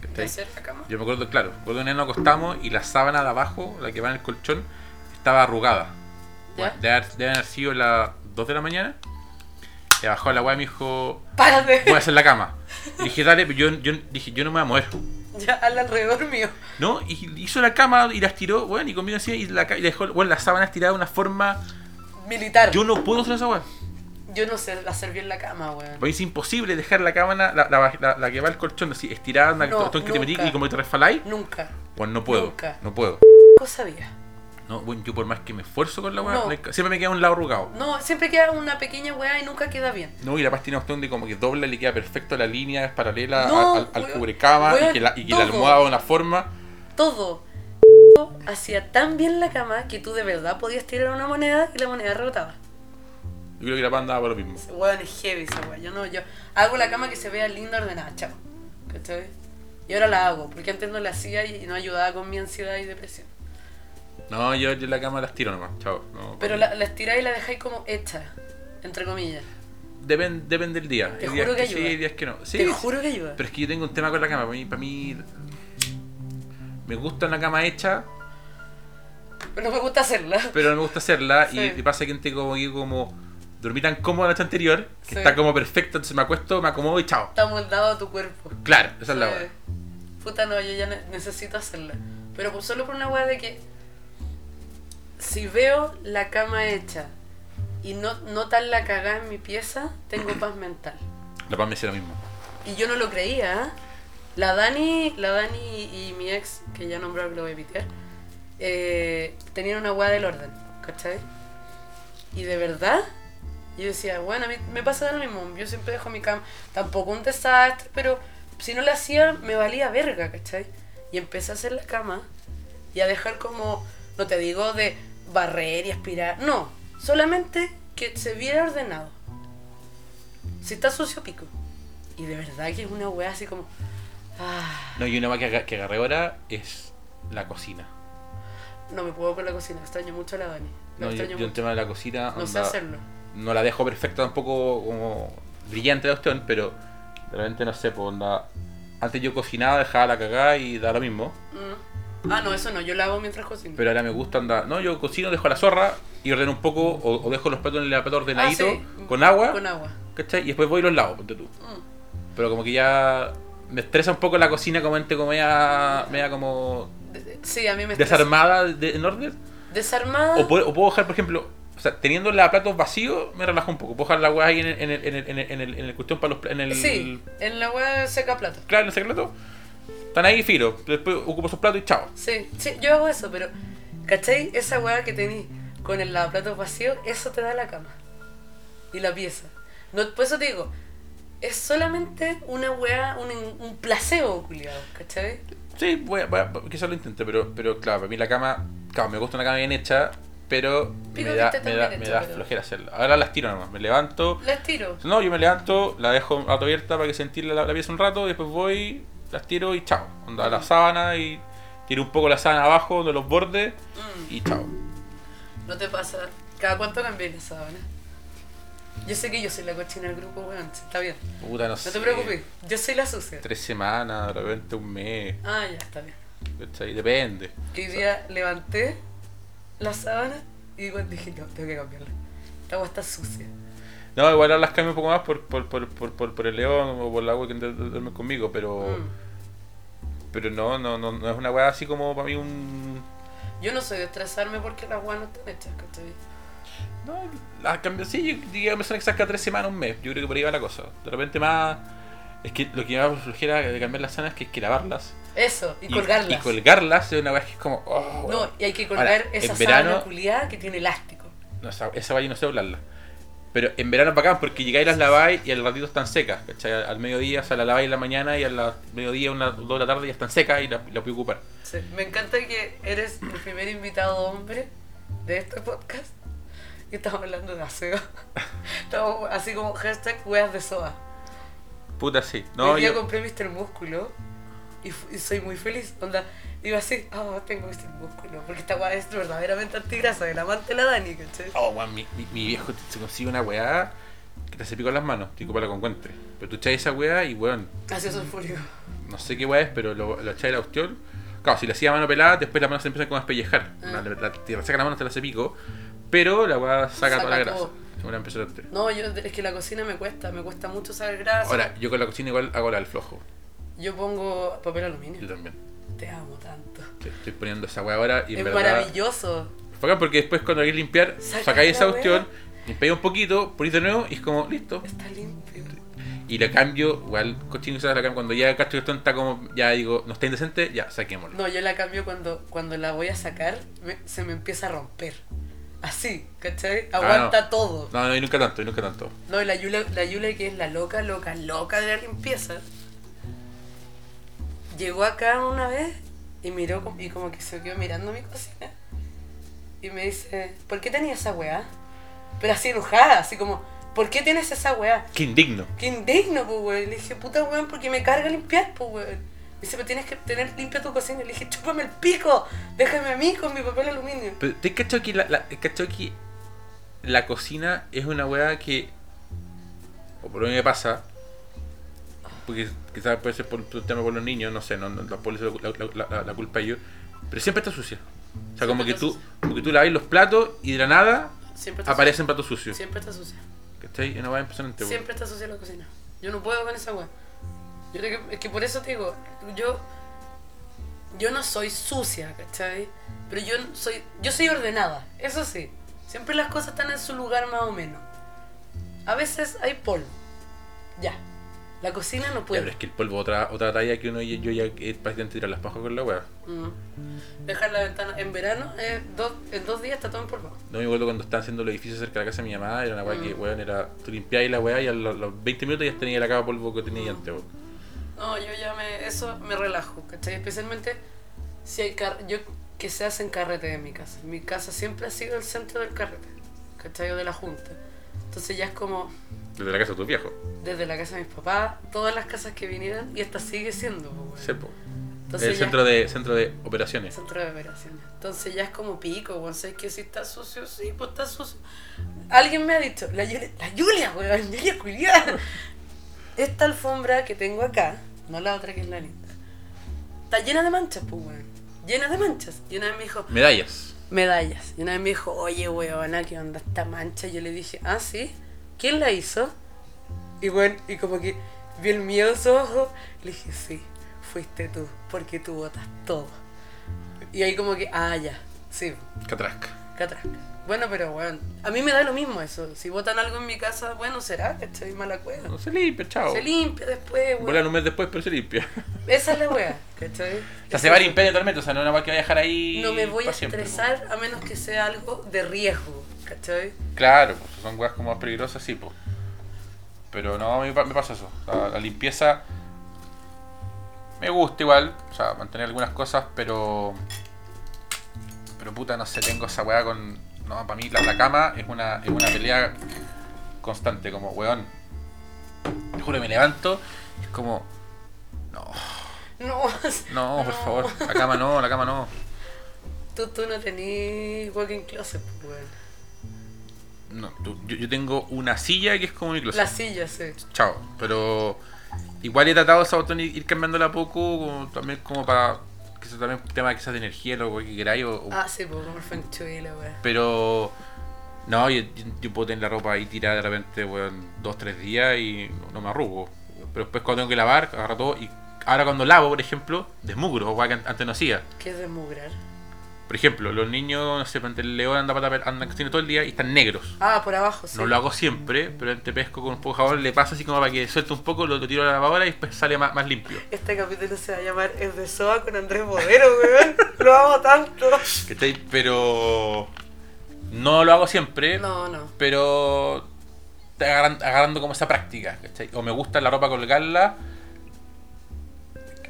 S2: ¿De
S1: ¿Cachai?
S2: hacer la cama?
S1: Yo me acuerdo, claro, me acuerdo que una vez nos acostamos y la sábana de abajo, la que va en el colchón, estaba arrugada.
S2: ¿Ya?
S1: Bueno, debe, haber, debe haber sido las 2 de la mañana. Le bajó la weá y me dijo,
S2: ¡Párate!
S1: voy a hacer la cama. Y dije, dale, pero yo, yo dije, yo no me voy a mover.
S2: Ya, al alrededor mío.
S1: ¿No? Y hizo la cama y las tiró, bueno, y conmigo así, y la, ca- y dejó bueno, las sábanas tiradas de una forma.
S2: Militar.
S1: Yo
S2: Yo,
S1: no puedo hacer esa weá.
S2: no sé hacer bien la cama, weón.
S1: Para mí es imposible dejar la cámara, la, la- la- la que va al colchón, así, estirada, una
S2: No,
S1: colchón que te metí
S2: nunca.
S1: y como que te resfaláis.
S2: Nunca.
S1: Bueno, no puedo.
S2: Nunca.
S1: No puedo.
S2: Cosa vieja.
S1: No, bueno, yo por más que me esfuerzo con la weá,
S2: No.
S1: nunca- siempre me queda un lado arrugado.
S2: No, siempre queda una pequeña weá y nunca queda bien.
S1: No, y la paz tiene una cuestión de como que dobla y le queda perfecto la línea, es paralela
S2: No,
S1: al, al, al
S2: weón,
S1: cubrecama
S2: weón,
S1: y que la, y que la
S2: todo.
S1: almohada de una forma.
S2: Todo. Hacía tan bien la cama que tú de verdad podías tirar una moneda y la moneda rebotaba.
S1: Yo creo que la paz andaba por lo mismo.
S2: Weón, es heavy esa weá. Yo no, yo hago la cama que se vea linda, ordenada, chao. ¿Cachai? Y ahora la hago, porque antes no la hacía y no ayudaba con mi ansiedad y depresión.
S1: No, yo, yo la cama las tiro nomás, chao. No,
S2: Pero la, la estiráis y la dejáis como hecha, entre comillas.
S1: Depende, depende del día.
S2: Te
S1: Hay días
S2: juro que
S1: sí,
S2: ayuda.
S1: hay días que no. Sí,
S2: Te
S1: sí.
S2: juro que ayuda.
S1: Pero es que yo tengo un tema con la cama. Para mí, para mí me gusta una cama hecha,
S2: Pero no me gusta hacerla.
S1: pero no me gusta hacerla.
S2: Sí.
S1: Y, y pasa que entre como que como dormí tan cómodo la noche anterior, que
S2: Sí.
S1: está como perfecto, entonces me acuesto, me acomodo y chao.
S2: Está moldado a tu cuerpo.
S1: Claro, esa es la
S2: Sí.
S1: hora.
S2: Puta, no, yo ya ne- necesito hacerla. Pero por- solo por una weá de que. Si veo la cama hecha y no, no tan la cagada en mi pieza, tengo paz mental.
S1: La paz me dice lo mismo.
S2: Y yo no lo creía. ¿eh? La Dani, la Dani y mi ex, que ya nombró, que lo voy a pitear, eh, tenían una weá del orden, ¿cachai? Y de verdad, yo decía, bueno, a mí me pasa lo mismo, yo siempre dejo mi cama, tampoco un desastre, pero si no la hacía me valía verga, ¿cachai? Y empecé a hacer la cama y a dejar como, no te digo de barrer y aspirar, no, solamente que se viera ordenado. Si está sucio, pico. Y de verdad que es una weá así como. Ah,
S1: No, y una más que, aga- que agarré ahora es la cocina.
S2: no me puedo con la cocina, extraño mucho a la Dani. La
S1: No, yo,
S2: extraño
S1: yo el
S2: mucho.
S1: tema de la cocina
S2: No sé
S1: onda,
S2: hacerlo.
S1: no la dejo perfecta tampoco como brillante la cuestión, pero de repente no sé, pues onda. Antes yo cocinaba, dejaba la cagada y da lo mismo.
S2: Mm. Ah, no, eso no, yo la hago mientras cocino. Ah,
S1: Pero ahora me gusta andar. No, yo cocino, dejo la zorra y ordeno un poco, o, o dejo los platos en el plato ordenadito,
S2: Ah, sí.
S1: con agua,
S2: Con agua.
S1: ¿cachai? Y después voy y los lavo, ponte tú.
S2: Mm.
S1: Pero como que ya me estresa un poco la cocina como ente como media, media como
S2: De- de- Sí, a mí me estresa.
S1: desarmada de- en orden.
S2: Desarmada.
S1: O puedo, o puedo dejar, por ejemplo, o sea, teniendo la platos vacíos, me relajo un poco. Puedo dejar la weá ahí en el, en el, en el, en el, en el- en el cuestión para los pla- en el,
S2: Sí, en la weá seca plato.
S1: Claro, en el secreto. Están ahí, filo. Después ocupo sus platos y chao.
S2: Sí, sí, yo hago eso, pero. ¿Cachai? Esa weá que tenés con el lavaplatos vacío, eso te da la cama. Y la pieza. No, por eso te digo, es solamente una weá, un, un placebo, culiado, ¿cachai?
S1: Sí, voy a- voy a- quizás lo intente, pero, pero claro, para mí la cama, claro, me gusta una cama bien hecha, pero
S2: Pero
S1: me
S2: que
S1: da,
S2: esté tan
S1: me da,
S2: este bien
S1: me
S2: hecha,
S1: da
S2: pero-
S1: flojera hacerla. Ahora las tiro nomás, me levanto.
S2: Las tiro.
S1: No, yo me levanto, la dejo abierta para que sentir la, la pieza un rato, y después voy, las tiro y chao. Onda la sábana y tiro un poco la sábana abajo, de los bordes
S2: Mm,
S1: y chao.
S2: no te pasa. ¿Cada cuánto cambié la sábana? Yo sé que yo soy la cochina del grupo, weón. sí, Está bien.
S1: Puta, no,
S2: No te preocupes. Yo soy la sucia.
S1: Tres semanas, de repente un mes,
S2: Ah, ya, está bien.
S1: ¿cachai? Depende.
S2: Que hoy día levanté la sábana y digo- dije, no, tengo que cambiarla. Esta agua está sucia.
S1: No, igual ahora las cambio un poco Oh. más por, por, por, por, por, por el león o por el agua que duerme conmigo, pero
S2: Mm.
S1: Pero no, no, no, no es una weá así como para mí un.
S2: Yo no soy de estresarme porque las weas no están hechas, ¿cachai?
S1: No, a cambio, sí, yo digamos son exactas tres semanas, un mes. Yo creo que por ahí va la cosa. De repente más. Es que lo que me da flojera de cambiar las sanas es que hay que lavarlas.
S2: Eso, y, colgarlas.
S1: Y colgarlas es una weá que es como. Oh,
S2: no,
S1: weón.
S2: y hay que
S1: Ahora,
S2: colgar
S1: en
S2: esa
S1: verano-
S2: sábana culiada que tiene elástico.
S1: No, esa, esa weá yo no sé hablarla. Pero en verano es bacán porque llegáis y las laváis y al ratito están secas. ¿cachai? Al al mediodía, o sea, la laváis en la mañana y al la- mediodía, una dos de la tarde ya están secas y las la puedes ocupar.
S2: Sí, me encanta que eres el primer invitado hombre de este podcast. Y estamos hablando de aseo. Estamos así como hashtag weas de soda.
S1: Puta, sí.
S2: No,
S1: No,
S2: Hoy día
S1: yo-
S2: compré Mr. Músculo y, fu- y soy muy feliz. Onda, iba así, ah, tengo Mr. Músculo. Porque esta wea es verdaderamente antigrasa, del amante de la Dani, ¿cachai?
S1: Oh, weón, mi, mi- mi viejo se consigue una weá que te hace pico en las manos, tipo para que encuentre. Pero tú echáis esa weá y weón,
S2: Así es fúrico.
S1: no sé qué weá es, pero lo, lo echáis a la cuestión. Claro, si le hacía a mano pelada, después las manos se empiezan como a despellejar. La,
S2: Ah.
S1: la- te saca la mano, te la hace pico, pero la weá saca,
S2: Saca
S1: toda la grasa.
S2: todo.
S1: Una empieza a tener.
S2: No, yo, es que la cocina me cuesta, me cuesta mucho sacar grasa.
S1: Ahora, yo con la cocina igual hago la del flojo.
S2: Yo pongo papel
S1: Yo
S2: aluminio.
S1: también.
S2: Te amo tanto.
S1: Te estoy poniendo esa weá ahora y en
S2: es
S1: verdad.
S2: maravilloso.
S1: Bacán, porque después cuando queréis limpiar,
S2: Sacáis
S1: sacáis esa
S2: la
S1: cuestión, limpiáis un poquito, ponís de nuevo y es como, listo,
S2: Está limpio.
S1: Y la cambio, igual cochino quizás la cambio. Cuando ya cacho que esto está como, ya digo, no está indecente, ya saquémoslo.
S2: No, yo la cambio cuando, cuando la voy a sacar, me- se me empieza a romper. Así, ¿cachai? Aguanta
S1: no.
S2: todo.
S1: No, no, y nunca tanto, y nunca tanto.
S2: No, y la Yule, la Yule, que es la loca, loca, loca de la limpieza, llegó acá una vez y miró com- y como que se quedó mirando mi cocina. Y me dice, ¿por qué tenía esa weá? Pero así enojada, así como, ¿por qué tienes esa weá?
S1: Qué indigno.
S2: Qué indigno, pues, weón. Le dije, puta, weón, porque me carga limpiar, pues, weón. Me dice, pero tienes que tener limpia tu cocina. Le dije, chúpame el pico, déjame a mí con mi papel aluminio.
S1: Pero te cacho que la, la, cacho que la cocina es una weá que, o por lo menos me pasa, porque quizás puede ser por un tema por los niños, no sé, no, no tampoco les doy la, la- la- la culpa a ellos, pero siempre está sucia. O sea, como
S2: Siempre
S1: que,
S2: está
S1: tú,
S2: sucia.
S1: como que tú lavas los platos y de la nada
S2: Siempre está
S1: aparecen platos sucios.
S2: sucia. Siempre está sucia.
S1: ¿Cachai? Es una weá impresionante. weón.
S2: Siempre está sucia la cocina. Yo no puedo con esa weá. Yo creo que, es que por eso te digo, yo. Yo no soy sucia, ¿cachai? Pero yo n- soy. Yo soy ordenada, eso sí. Siempre las cosas están en su lugar más o menos. A veces hay polvo. Ya. La cocina no
S1: Ya,
S2: puede.
S1: pero es que el polvo, otra, otra talla que uno ya- yo ya es prácticamente tirar las pajas con la weá.
S2: Mm. Dejar la ventana. En verano, eh, dos- en dos días está todo empolvado.
S1: No me acuerdo cuando estaban haciendo los edificios cerca de la casa de mi mamá, era una weá
S2: Mm.
S1: que, weón, era. Tú limpiabas la weá y a los, los 20 minutos ya tenía la capa de polvo que tenía
S2: Mm.
S1: antes, weón.
S2: No, yo ya me. Eso me relajo, ¿cachai? Especialmente si hay car Yo que se hacen carrete en mi casa. Mi casa siempre ha sido el centro del carrete, ¿cachai? O de la junta. Entonces ya es como
S1: Desde la casa de tus viejos.
S2: desde la casa de mis papás, todas las casas que vinieron, y esta sigue siendo, po, weón.
S1: Sepo.
S2: Entonces
S1: el
S2: ya-
S1: centro de, centro de operaciones.
S2: Centro de operaciones. Entonces ya es como pico, weón. ¿Sabes que si está sucio? Sí, pues está sucio. Alguien me ha dicho, la Julia, la Julia, weón, Julia culiada. Esta alfombra que tengo acá, no la otra que es la linda, está llena de manchas, pues, weón. Llena de manchas. Y una vez me dijo,
S1: Medallas.
S2: medallas. Y una vez me dijo, oye, weona, ¿qué onda esta mancha? Yo le dije, ah, sí, ¿quién la hizo? Y bueno, y como que vi el miedo en su ojo, le dije, sí, fuiste tú, porque tú botas todo. Y ahí como que, ah, ya, sí,
S1: Catrasca.
S2: catrasca. Bueno, pero bueno, a mí me da lo mismo eso. Si botan algo en mi casa, bueno, será que estoy mala cueva.
S1: No se limpia, chao.
S2: Se limpia después,
S1: Vuelan
S2: weón.
S1: un mes después, pero se limpia.
S2: Esa es la wea, ¿cachai?
S1: o sea, se va a limpiar totalmente, o sea, no es una weá que va a dejar ahí.
S2: No me voy a
S1: pa' siempre,
S2: estresar a menos que sea algo de riesgo, ¿cachai?
S1: po. Claro, pues son weas como más peligrosas, sí, pues. Pero no, a mí pa- me pasa eso. La, la limpieza me gusta igual, o sea, mantener algunas cosas, pero. Pero puta, no sé, tengo esa weá con. No, para mí la, la cama es una, es una pelea constante, como weón. Te juro, me levanto y es como. No,
S2: No,
S1: no, por favor, la cama no, la cama no.
S2: Tú, tú no tenés walking closet, pues, weón.
S1: No, tú- yo, yo tengo una silla que es como mi closet.
S2: La silla, sí.
S1: chao. Pero igual he tratado esa botón ir cambiándola poco, como- también como para que sea también un tema quizás de energía, lo que queráis. o- o-
S2: Ah, sí, pues, como el feng shui, la weón.
S1: Pero no, yo, yo- yo puedo tener la ropa ahí tirada de repente, weón, dos, tres días y no me arrugo. Pero después cuando tengo que lavar, agarro todo y ahora cuando lavo, por ejemplo, desmugro, o que an- antes no hacía.
S2: ¿Qué es desmugrar?
S1: Por ejemplo, los niños, no sé, ponte el león anda para tapar- anda en cocina todo el día y están negros.
S2: Ah, por abajo, sí.
S1: No lo hago siempre, pero en te pesco con un poco de jabón, le paso así como para que suelte un poco, lo, lo tiro a la lavadora y después sale más, más limpio.
S2: Este capítulo se va a llamar El de Soa con Andrés Bodero, weón. lo amo tanto.
S1: ¿Cachai? Pero no lo hago siempre,
S2: No, no.
S1: pero te agarran- agarrando como esa práctica, ¿cachai? O me gusta la ropa colgarla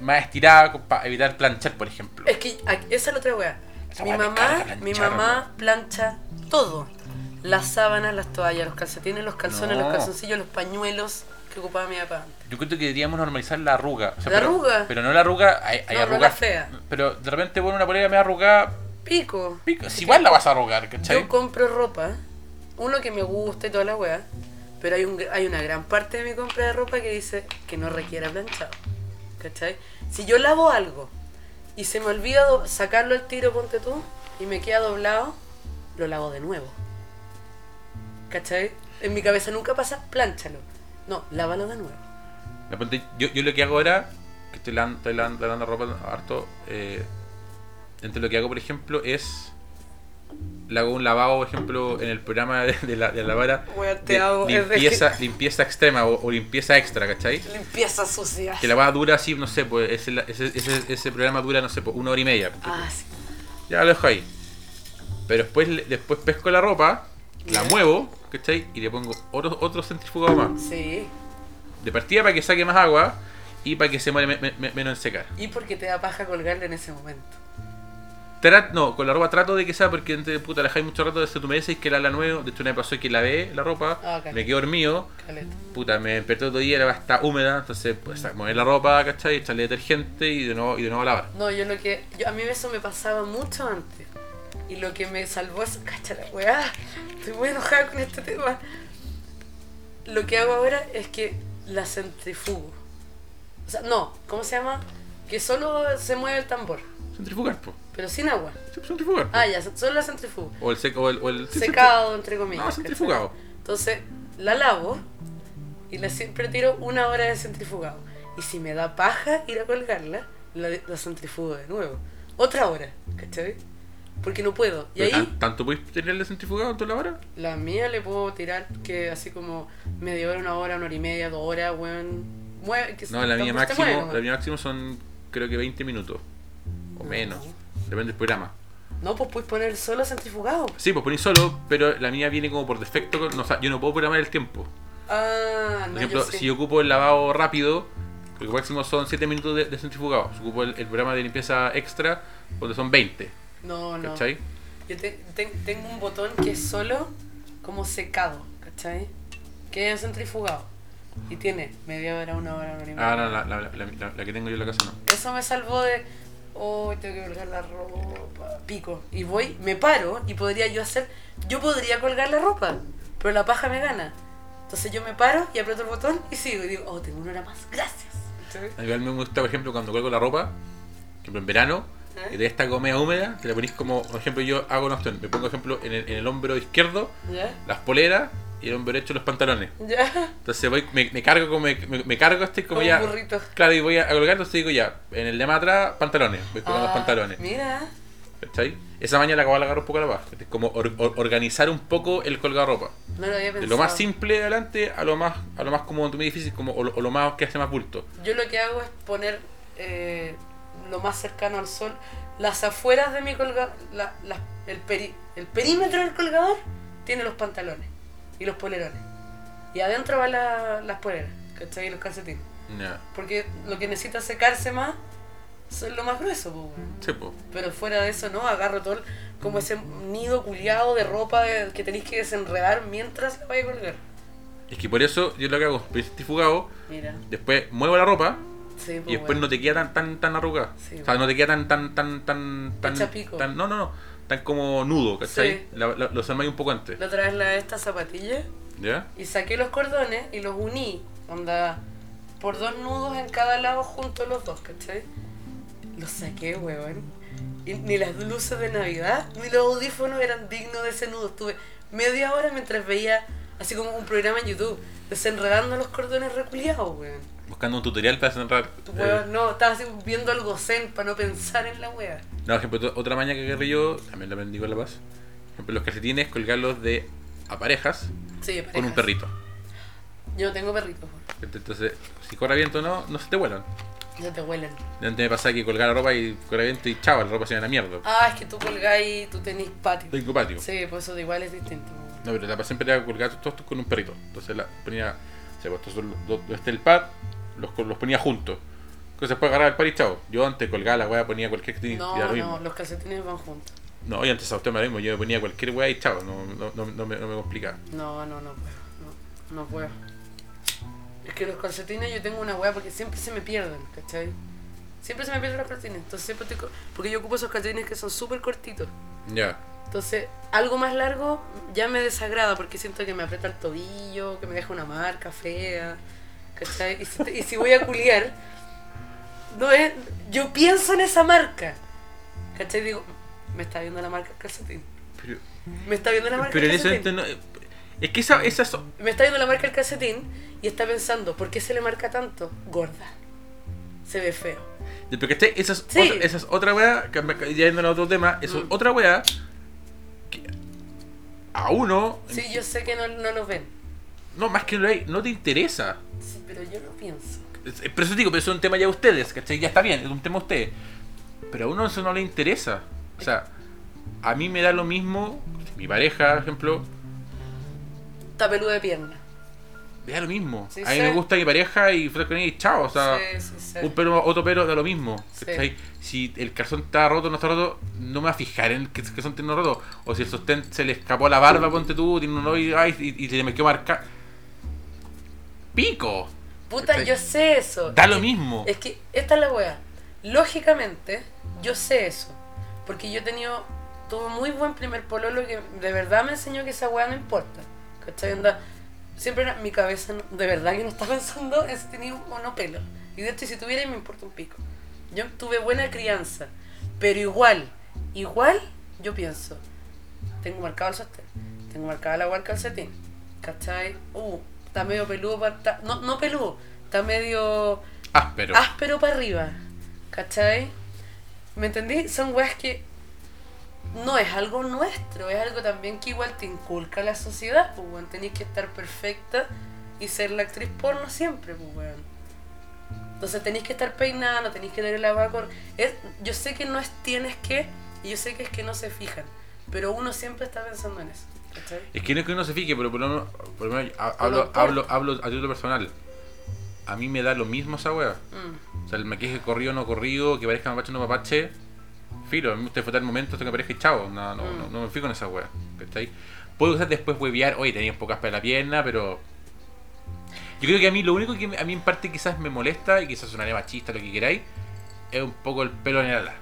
S1: más estirada para evitar planchar, por ejemplo.
S2: Es que a- esa es la otra weá.
S1: Esa
S2: Mi
S1: weá me
S2: mamá,
S1: carga
S2: mi
S1: planchar,
S2: mamá plancha todo. Las sábanas, las toallas, los calcetines, los calzones,
S1: No.
S2: los calzoncillos, los pañuelos que ocupaba mi papá.
S1: Yo creo que deberíamos normalizar la arruga. O sea,
S2: ¿La
S1: pero,
S2: arruga?
S1: Pero no la arruga, hay, hay
S2: No, no
S1: arrugas-
S2: la fea.
S1: Pero de repente pone una polera medio arrugada,
S2: Pico.
S1: pico, si igual la vas a arrugar, ¿cachai?
S2: Yo compro ropa, uno que me gusta y toda la weá, pero hay, un, gr- hay una gran parte de mi compra de ropa que dice que no requiera planchado. ¿Cachai? Si yo lavo algo y se me olvida do- sacarlo al tiro, ponte tú, y me queda doblado, lo lavo de nuevo. ¿Cachai? En mi cabeza nunca pasa, plánchalo. No, lávalo de nuevo.
S1: De repente, yo, yo lo que hago ahora, que estoy lavando, estoy lavando- lavando ropa harto, eh, entre lo que hago, por ejemplo, es. Le hago un lavado, por ejemplo, en el programa de, de la, de la vara.
S2: Weón, te
S1: de
S2: amo, es de
S1: limpieza, limpieza extrema o, o limpieza extra, ¿cachai?
S2: Limpieza sucia.
S1: Que la vara dura así, no sé, pues ese, ese, ese- ese programa dura, no sé, pues, una hora y media.
S2: Ah, sí.
S1: Ya lo dejo ahí. Pero después, le- después pesco la ropa, la muevo, ¿cachai? Y le pongo otro, otro centrifugado más.
S2: Sí.
S1: De partida para que saque más agua y para que se muere me- me- me- menos en secar.
S2: Y porque te da paja colgarlo en ese momento.
S1: Trat- no, con la ropa trato de que sea porque antes de puta la dejáis mucho rato desde tu meses y que la la nuevo. De hecho, una vez pasó que lavé la ropa,
S2: Ah, ok.
S1: me quedé dormido,
S2: Caleta.
S1: puta, me desperté otro día, la ropa está húmeda, entonces pues a mover la ropa, ¿cachai? Echarle detergente y de nuevo, y de nuevo lavar.
S2: No, yo lo que. Yo, a mí eso me pasaba mucho antes. Y lo que me salvó es. ¡Cacha la weá! Estoy muy enojada con este tema. Lo que hago ahora es que la centrifugo. O sea, no, ¿cómo se llama? Que solo se mueve el tambor,
S1: Centrifugar, po.
S2: pero sin agua.
S1: Sí, pues, Centrifugar. po.
S2: Ah, ya, solo la centrifugo.
S1: O el seco, o el. o el- sí,
S2: Secado, entre
S1: centri-
S2: comillas.
S1: No,
S2: ¿cachai?
S1: centrifugado.
S2: Entonces, la lavo y la siempre tiro una hora de centrifugado. Y si me da paja ir a colgarla, la, la centrifugo de nuevo. Otra hora, ¿cachai? Porque no puedo. Y
S1: Pero
S2: ahí,
S1: tan- ¿Tanto podéis tenerle centrifugado en toda la hora?
S2: la mía le puedo tirar que así como media hora, una hora, una hora y media, dos horas, weón. Mueve, que
S1: No, la mía,
S2: tampoco se mueve,
S1: máximo,
S2: nomás.
S1: la mía máximo son creo que 20 minutos. O
S2: No.
S1: menos. Depende del programa.
S2: No, pues puedes poner solo centrifugado.
S1: Sí, pues ponéis solo, pero la mía viene como por defecto. con- no, o sea, yo no puedo programar el tiempo.
S2: Ah, no,
S1: Por ejemplo,
S2: yo sé.
S1: si yo ocupo el lavado rápido, lo máximo son 7 minutos de, de centrifugado. Si ocupo el, el programa de limpieza extra, donde son 20.
S2: No, no.
S1: ¿Cachai?
S2: Yo te- te- tengo un botón que es solo como secado, ¿cachai? Que es centrifugado. Y tiene media hora, una hora, una hora y media.
S1: Ah, no, la, la, la- la- la que tengo yo en la casa no.
S2: Eso me salvó de. Oh, tengo que colgar la ropa. Pico. Y voy, me paro y podría yo hacer. Yo podría colgar la ropa, pero la paja me gana. Entonces yo me paro y aprieto el botón y sigo. Y digo, oh, tengo una hora más. Gracias. ¿Cachai?
S1: A mí igual me gusta, por ejemplo, cuando cuelgo la ropa, por ejemplo, en verano,
S2: ¿Eh?
S1: y de esta comida húmeda, que la ponéis como, por ejemplo, yo hago una opción. Me pongo, por ejemplo, en el, en el hombro izquierdo
S2: ¿Ya?
S1: las poleras y el hombro derecho los pantalones.
S2: ¿Ya?
S1: Entonces voy, me, me cargo como me, me- me cargo este como,
S2: Como
S1: ya.
S2: un burrito.
S1: Claro, y voy a colgar, entonces digo ya, en el de más atrás, pantalones. Voy colgando
S2: Ah,
S1: los pantalones.
S2: Mira.
S1: ¿Cachai? Esa mañana acabo de agarrar un poco la paja. Es como or- or- organizar un poco el colgar ropa.
S2: No lo había pensado.
S1: De lo más simple de adelante a lo más, a lo más como tú me difícil como, o, lo, o lo más que hace más bulto.
S2: Yo lo que hago es poner eh, lo más cercano al sol, las afueras de mi colgador, el, peri- el perímetro del colgador tiene los pantalones y los polerones. Y adentro van la- las poleras, ¿cachai? Y los calcetines.
S1: Ya.
S2: Porque lo que necesita secarse más son lo más grueso, po, weón.
S1: Sí, po.
S2: Pero fuera de eso, ¿no? Agarro todo el- como ese nido culiado de ropa de- que tenéis que desenredar mientras la vais a colgar.
S1: Es que por eso yo lo que hago es estoy centrifugado,
S2: Mira.
S1: después muevo la ropa
S2: Sí, po,
S1: y después
S2: weón.
S1: no te queda tan tan tan arrugada.
S2: Sí,
S1: o sea,
S2: bueno.
S1: no te queda tan tan tan tan tan,
S2: Hecha pico.
S1: tan- no, no, no, tan como nudo, ¿cachai?
S2: Sí.
S1: La- la- los armáis un poco antes.
S2: La otra vez la de estas zapatillas.
S1: ¿Ya?
S2: Y saqué los cordones y los uní, onda, por dos nudos en cada lado juntos los dos, ¿cachai? Los saqué, weón. Y ni las luces de Navidad, ni los audífonos eran dignos de ese nudo. Estuve media hora mientras veía Así como un programa en YouTube, desenredando los cordones reculiados, weón.
S1: Buscando un tutorial para cerrar.
S2: Weón, no, estaba así viendo algo zen para no pensar en la wea.
S1: No, por ejemplo, to- otra maña que agarré yo, también la aprendí con La Paz. Por ejemplo, los calcetines, colgarlos de a parejas
S2: Sí,
S1: con un
S2: parejas.
S1: perrito.
S2: Yo no tengo perritos,
S1: Entonces, si corre viento o no, no se te vuelan.
S2: no te huelen.
S1: Antes me pasaba que colgar la ropa y corre viento y chava, la ropa se va a la mierda.
S2: Ah, es que tú colgáis, tú tenés patio.
S1: Tengo patio.
S2: Sí, por eso de igual es distinto.
S1: No, pero la paz siempre era colgar todos estos con un perrito. Entonces la ponía, se puesto donde está el pad, los, col- los ponía juntos. Entonces después agarraba el par y chao. Yo antes colgaba la weá, ponía cualquier calcetín y era
S2: No,
S1: lo
S2: no,
S1: mismo.
S2: los calcetines van juntos.
S1: No, y antes a usted me lo mismo, yo ponía cualquier weá y chao, no, no, no, no me, no me complicaba.
S2: No, no, no puedo. No, no puedo. Es que los calcetines yo tengo una weá porque siempre se me pierden, ¿cachai? Siempre se me pierden los calcetines. Entonces siempre estoy co- Porque yo ocupo esos calcetines que son súper cortitos.
S1: Ya.
S2: Entonces, algo más largo ya me desagrada porque siento que me aprieta el tobillo, que me deja una marca fea. ¿Cachai? Y si, te- y si voy a culiar, no es, yo pienso en esa marca. ¿Cachai? Digo, "Mm, me está viendo la marca del calcetín.
S1: Pero,
S2: Me está viendo la marca
S1: pero en
S2: del
S1: ese momento
S2: calcetín.
S1: no. Es que esa, esas son-
S2: Me está viendo la marca del calcetín y está pensando, ¿por qué se le marca tanto? Gorda. Se ve feo.
S1: Pero ¿cachai? Esa es,
S2: Sí.
S1: otra, esa es otra weá, que me- ya yendo a otro tema, eso es
S2: Mm.
S1: otra weá que a uno,
S2: Sí, yo sé que no, no los ven,
S1: no más que no, le- no te interesa.
S2: Sí, pero yo no pienso.
S1: Es- es- Por eso digo, pero eso es un tema ya de ustedes, ¿cachai? Ya está bien, es un tema de ustedes. Pero a uno eso no le interesa. O sea, a mí me da lo mismo, si mi pareja, por ejemplo,
S2: Está peludo de pierna.
S1: me da lo mismo.
S2: Sí,
S1: a mí
S2: sí.
S1: me gusta mi pareja y fue con ella y chao, o sea,
S2: Sí, sí, sí.
S1: un pelo, otro pelo da lo mismo.
S2: Sí.
S1: ¿cachai? Si el calzón está roto o no está roto, no me va a fijar en que el calzón tiene roto. O si el sostén se le escapó la barba, ponte tú, tiene un hoyo ay, y, y se me quedó marca. ¡Pico!
S2: Puta,
S1: ¿Cachai?
S2: yo sé eso.
S1: Da lo mismo.
S2: Es que esta es la wea. Lógicamente, yo sé eso. Porque yo he tenido. Tuve muy buen primer pololo que de verdad me enseñó que esa wea no importa. ¿Cachai? Onda, siempre era mi cabeza, no- de verdad que no está pensando en si tenía o no pelo. Y de hecho, si tuviera, me importa un pico. Yo tuve buena crianza. Pero igual, igual, yo pienso. Tengo marcado el sostén. Tengo marcada la hueá calcetín. ¿Cachai? Uh, está medio peludo. pa- está- no, no peludo. Está medio
S1: Áspero.
S2: áspero para arriba. ¿Cachai? ¿Me entendí? Son weas que no es algo nuestro, es algo también que igual te inculca la sociedad, pues weón. Tenés que estar perfecta y ser la actriz porno siempre, pues weón. Entonces tenéis que estar peinada, no tenéis que tener la vaca. cor- Es, yo sé que no es tienes que, y yo sé que es que no se fijan, pero uno siempre está pensando en eso, ¿cachai?
S1: Es que no es que uno se fique, pero por lo menos, por lo menos ha-
S2: Por
S1: hablo,
S2: lo- por-
S1: hablo, hablo a título personal. A mí me da lo mismo esa wea.
S2: Mm.
S1: O sea, el maquillaje corrido o no corrido, que parezca mapache o no mapache. Filo, a mí me gusta disfrutar el momento hasta que aparezca y chao. No, no,
S2: Mm.
S1: no, no me fijo en esa wea. ¿Cachai? Puedo usar después huevear, oye, tenías pocas para la pierna, pero. Yo creo que a mí lo único que me- a mí en parte quizás me molesta, y quizás sonaré machista, lo que queráis, es un poco el pelo en el ala.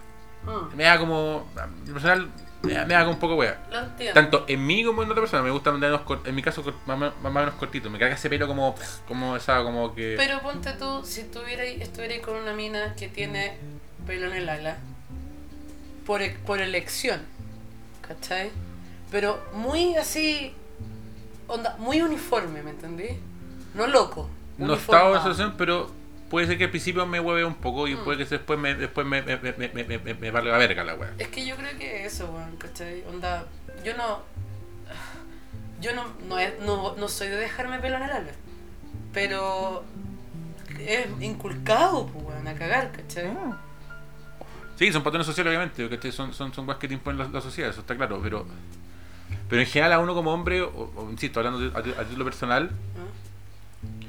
S2: Mm.
S1: Me da como. a mí Personal, me da, me da como un poco wea.
S2: Lo entiendo.
S1: Tanto en mí como en otra persona, me gusta mandarnos cor- en mi caso cor- más, más- más o menos cortito, me carga ese pelo como como esa como que
S2: Pero ponte tú, si tuviera, estuviera con una mina que tiene pelo en el ala, por, e- por elección, ¿cachai? Pero muy así, onda, muy uniforme, ¿me entendí? No loco.
S1: no estaba en esa
S2: uniformado.
S1: situación, pero puede ser que al principio me hueve un poco y
S2: Mm.
S1: puede que después me después me me, me, me, me- me- me valga verga la wea.
S2: Es que yo creo que eso, weón, ¿cachai? Onda, yo no. Yo no, no, es- no, no soy de dejarme pelo en el ala. Pero. Es inculcado, pues, weón, a cagar, ¿cachai?
S1: Ah. Sí, son patrones sociales obviamente, ¿cachai? son son son weas que te imponen la, la sociedad, eso está claro, pero pero en general a uno como hombre, o, o, insisto, hablando de- a, ti- a título personal,
S2: ¿no? Ah.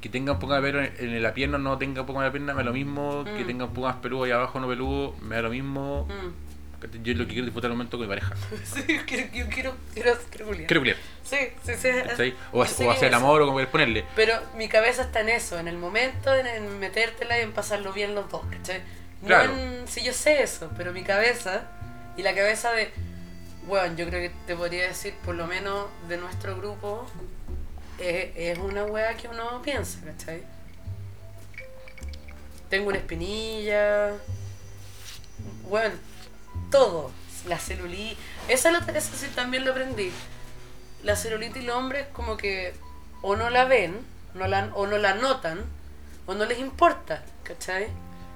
S1: que tenga un poco de pelo en, en la pierna o no tenga un poco de pierna, me da lo mismo, que
S2: Mm.
S1: tenga un poco más peludo ahí abajo o no peludo, me da lo mismo.
S2: Mm.
S1: Yo lo que quiero es disfrutar el momento con mi pareja.
S2: Sí, yo quiero, yo quiero, quiero, quiero culiar.
S1: Quiero culiar,
S2: Sí, sí, sí.
S1: ¿cachai? O,
S2: Yo sé
S1: hacer- o
S2: que
S1: hacer el
S2: eso.
S1: amor o como quieras ponerle.
S2: Pero mi cabeza está en eso, en el momento, en, en metértela y en pasarlo bien los dos, ¿cachai? No
S1: Claro.
S2: en- sí, yo sé eso, pero mi cabeza y la cabeza de. Bueno, yo creo que te podría decir, por lo menos de nuestro grupo, es, es una wea que uno piensa, ¿cachai? Tengo una espinilla. Bueno, todo. La celulitis. Eso, lo- eso sí también lo aprendí. la celulitis los hombres como que o no la ven, no la, o no la notan, o no les importa, ¿cachai?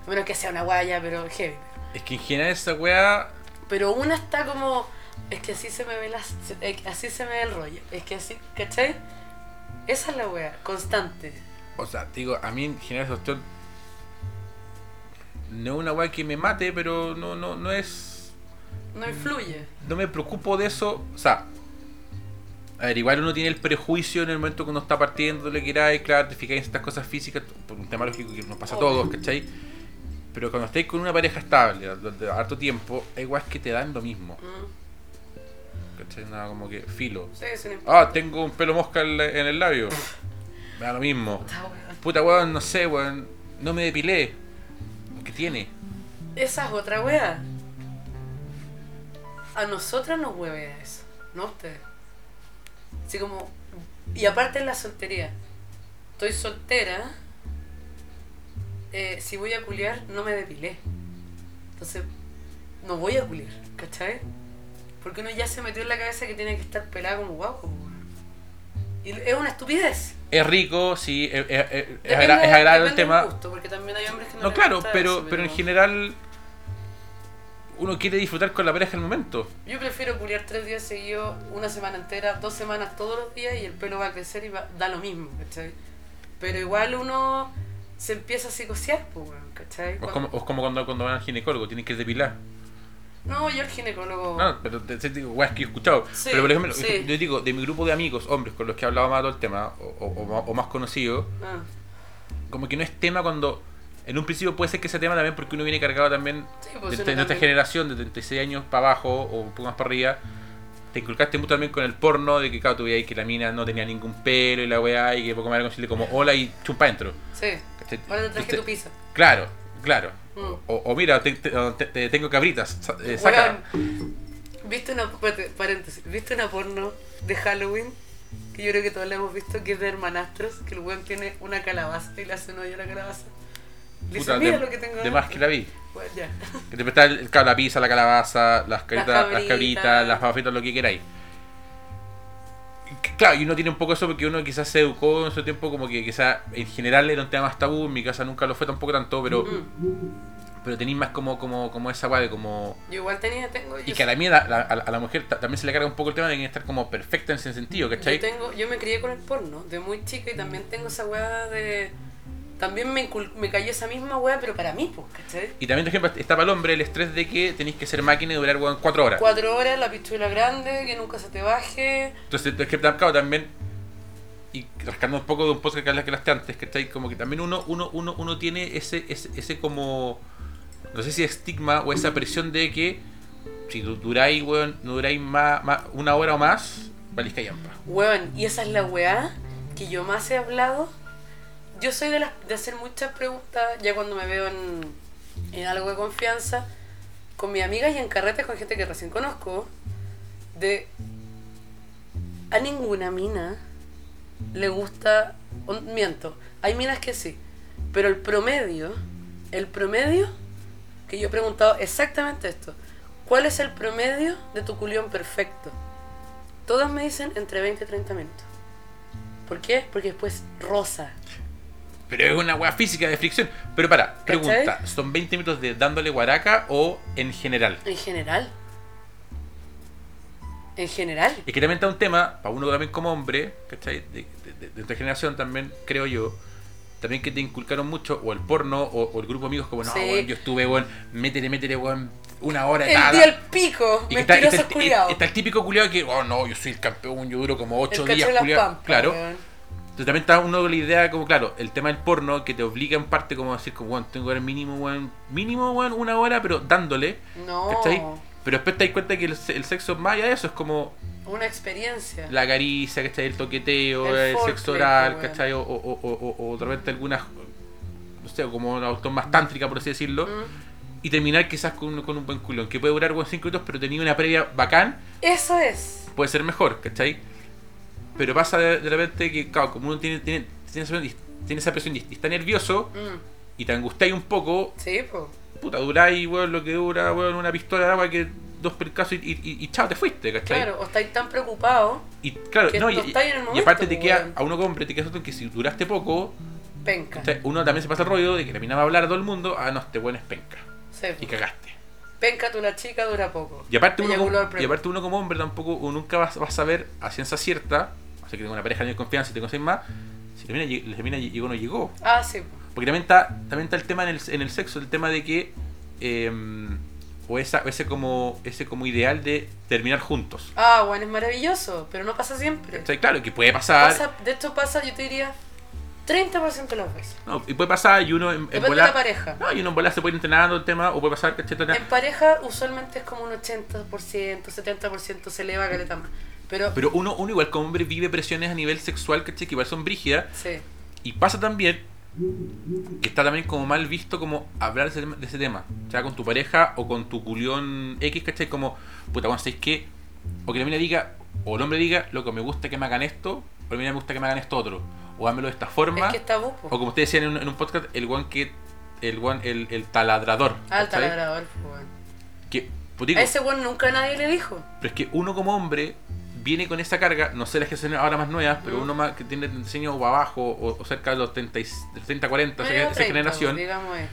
S2: A menos que sea una guaya, pero heavy.
S1: Es que en general esa weá.
S2: Pero una está como, es que así se me ve, la, es que así se me ve el rollo, es que así, ¿cachai? Esa es la weá, constante.
S1: O sea, digo, a mí en general esa cuestión. No es una weá que me mate, pero no, no, no es.
S2: No influye.
S1: No me preocupo de eso. O sea, a ver, igual uno tiene el prejuicio en el momento que uno está partiendo, le queráis, claro, te fijáis en estas cosas físicas, por un tema lógico que nos pasa a todos, ¿cachai? Pero cuando estáis con una pareja estable, de harto tiempo, igual es que te dan lo mismo. ¿cachai? Nada como que filo.
S2: Sí, sí, no importa.
S1: Ah, tengo un pelo mosca en la- en el labio. Me da lo mismo.
S2: Esta weá.
S1: Puta weón, no sé, weón, no me depilé. ¿Qué tiene?
S2: Esa es otra wea. A nosotras nos huevea eso, no a ustedes. Así como. Y aparte en la soltería. Estoy soltera. eh, si voy a culiar, no me depilé. Entonces, no voy a culiar, ¿cachai? Porque uno ya se metió en la cabeza que tiene que estar pelada como guapo. weón. Y es una estupidez.
S1: Es rico, sí, es, es- es- es
S2: Depende-
S1: agra- es agradable el
S2: depende del
S1: tema.
S2: gusto, porque también hay hombres que no
S1: No,
S2: les
S1: claro,
S2: gusta
S1: pero,
S2: eso,
S1: pero en general uno quiere disfrutar con la pareja el momento.
S2: Yo prefiero culiar tres días seguidos, una semana entera, dos semanas todos los días y el pelo va a crecer y va- da lo mismo, ¿cachai? Pero igual uno se empieza a psicosear, pues, weón, ¿cachai?
S1: O es como, o es como cuando, cuando van al ginecólogo, tienen que depilar.
S2: No, yo el ginecólogo.
S1: No, pero te, te digo, weas que yo he escuchado.
S2: Oh. Sí,
S1: pero por ejemplo,
S2: sí.
S1: yo digo, de mi grupo de amigos, hombres con los que he hablado más todo el tema, o, o- o más- o más conocidos,
S2: Ah,
S1: como que no es tema cuando. En un principio puede ser que sea tema también porque uno viene cargado también
S2: Sí,
S1: de,
S2: pues
S1: de
S2: uno
S1: nuestra
S2: también-
S1: generación, de 36 años para abajo o un poco más para arriba. Te inculcaste mucho también con el porno, de que claro, tú veías que la mina no tenía ningún pelo y la weá, y que poco más le como hola y chupa adentro.
S2: sí.
S1: ¿Cachai?
S2: Ahora te traje
S1: Entonces,
S2: tu pizza.
S1: Claro, claro.
S2: Mm.
S1: O, o mira, te, te- te- te tengo cabritas, sa- eh, saca.
S2: Weón, ¿Viste una, espérate, paréntesis, ¿viste una porno de Halloween? Que yo creo que todos la hemos visto, que es de hermanastros, que el weón tiene una calabaza y le hace un hoyo a la calabaza. Le dice,
S1: Puta,
S2: mira
S1: de,
S2: lo que tengo.
S1: de más que la vi.
S2: Bueno, ya.
S1: Que te prestaba el, claro, la pizza, la calabaza, las, caritas, las
S2: cabritas.
S1: cabritas, las papas fritas, lo que queráis. Y c- Claro, y uno tiene un poco eso porque uno quizás se educó en su tiempo como que quizás en general era un tema más tabú, en mi casa nunca lo fue tampoco tanto, pero,
S2: Mm.
S1: pero tenéis más como, como, como esa guay de como...
S2: Yo igual tenía, tengo.
S1: Y
S2: yo
S1: que a la mía, la- a, la- a la mujer ta- también se le carga un poco el tema de que estar como perfecta en ese sentido,
S2: Yo,
S1: ¿cachai? Mm.
S2: tengo, yo me crié con el porno de muy chica y también tengo esa weá de. También me, incul- me cayó esa misma weá, pero para mí, pues, ¿cachai?
S1: Y también, por ejemplo, está para el hombre el estrés de que tenéis que ser máquina y durar weón, cuatro horas.
S2: Cuatro horas, la pistola grande, que nunca se te baje.
S1: Entonces, es que claro, también, y rascando un poco de un podcast que hablaste antes, ¿cachai? Como que también uno, uno, uno, uno tiene ese, ese, ese como, no sé si estigma o esa presión de que si du- duráis, weón, no duráis más, más- una hora o más, valís callampa.
S2: Weón, y esa es la weá que yo más he hablado. Yo soy de, las, de hacer muchas preguntas ya cuando me veo en, en algo de confianza, con mis amigas y en carretes con gente que recién conozco, de a ninguna mina le gusta, on- miento, hay minas que sí, pero el promedio, el promedio, que yo he preguntado exactamente esto, ¿cuál es el promedio de tu culión perfecto? Todas me dicen entre 20 y 30 minutos. ¿Por qué? Porque después rosa.
S1: Pero es una weá física de fricción. Pero para, pregunta, ¿son 20 minutos de dándole guaraca o en general?
S2: En general. En general.
S1: Es que también está un tema, para uno también como hombre, ¿cachai? De, de- de- de nuestra generación también, creo yo, también que te inculcaron mucho, o el porno, o, o el grupo de amigos, como no,
S2: Sí.
S1: weón, yo estuve, weón, métele, métele, weón, una hora,
S2: El
S1: tal.
S2: día al pico.
S1: y que está,
S2: mentiroso
S1: está-
S2: culiao.
S1: está el típico culiado que, oh no, yo soy el campeón, yo duro como
S2: El
S1: ocho
S2: cacho
S1: días,
S2: de las
S1: culiao".
S2: pampas,
S1: Claro.
S2: weón.
S1: Entonces también está uno con la idea, como claro, el tema del porno, que te obliga en parte como a decir, como, weón, tengo que ver mínimo, weón, mínimo, weón, una hora, pero dándole.
S2: No.
S1: ¿Cachai? Pero después te das cuenta que el, se- el sexo, más allá de eso, es como
S2: Una experiencia.
S1: la caricia, ¿cachai? El toqueteo,
S2: El
S1: el,
S2: foreplay,
S1: sexo oral,
S2: pues, weón.
S1: ¿cachai? O, o, o, o, o, o de repente algunas, no sé, como la opción más tántrica, por así decirlo.
S2: Mm.
S1: Y terminar quizás con, un- con un buen culón, que puede durar unos 5 minutos, pero tenía una previa bacán,
S2: Eso es.
S1: puede ser mejor, ¿cachai? Pero pasa de, de repente que, claro, como uno tiene, tiene, tiene, esa, presión y- tiene esa presión y y está nervioso
S2: Mm.
S1: y te angustiáis un poco,
S2: Sí, po.
S1: puta, duráis, weón, lo que dura, weón, una pistola de agua que dos percasos y, y, y- y chao, te fuiste, ¿cachai?
S2: Claro, o estáis tan preocupados,
S1: Y claro,
S2: Que
S1: no, y,
S2: no estáis en el
S1: y
S2: momento,
S1: aparte te
S2: pues,
S1: queda
S2: weón.
S1: a uno como hombre, te queda suelto en que si duraste poco,
S2: penca.
S1: ¿cachai? uno también se pasa el rollo de que la mina va a hablar a todo el mundo, ah, no, este bueno es penca.
S2: Sí,
S1: Y cagaste.
S2: penca tú la chica dura poco.
S1: Y aparte, uno
S2: Eyacular
S1: como,
S2: precoz.
S1: y aparte uno como hombre tampoco o nunca vas, vas a saber a ciencia cierta, o sea que tengo una pareja de confianza y te conocen más, si la mina, lleg- la mina llegó o no llegó.
S2: Ah, sí.
S1: Porque también está, también está el tema en el, en el sexo, el tema de que... eh, o esa, ese, como, ese como ideal de terminar juntos.
S2: Ah, bueno, es maravilloso, pero no pasa siempre.
S1: ¿Cachai? Claro, que puede pasar.
S2: Pasa, de hecho pasa, yo te diría, 30% de las veces.
S1: No, y puede pasar y uno en, en
S2: Depende de la
S1: volar.
S2: pareja.
S1: No, y uno en volar se puede ir entrenando el tema, o puede pasar, ¿cachai?
S2: En pareja usualmente es como un 80%, 70% se eleva caleta más. Pero,
S1: Pero uno, uno igual como hombre vive presiones a nivel sexual, ¿cachai? Que igual son brígidas.
S2: sí,
S1: Y pasa también que está también como mal visto como hablar de ese, tema- de ese tema. O sea, con tu pareja o con tu culión X, ¿cachai? Como, puta, bueno, ¿sabes qué? O que la mina diga, o el hombre diga, loco, me gusta que me hagan esto, o la mina me gusta que me hagan esto otro. O hámelo de esta forma.
S2: es que está
S1: O
S2: bupo.
S1: como ustedes decían en un, en un podcast, el one que. El one, el, el taladrador.
S2: Al
S1: ¿cachai?
S2: taladrador, pues, weón.
S1: Que, pues, digo,
S2: A ese weón nunca nadie le dijo.
S1: Pero es que uno como hombre viene con esa carga, no sé las generaciones ahora más nuevas, pero
S2: Mm.
S1: uno más que tiene el diseño o abajo o, o cerca de los 30, y- de 30 40, esa,
S2: Medio
S1: esa
S2: 30,
S1: generación,
S2: Digamos, eh.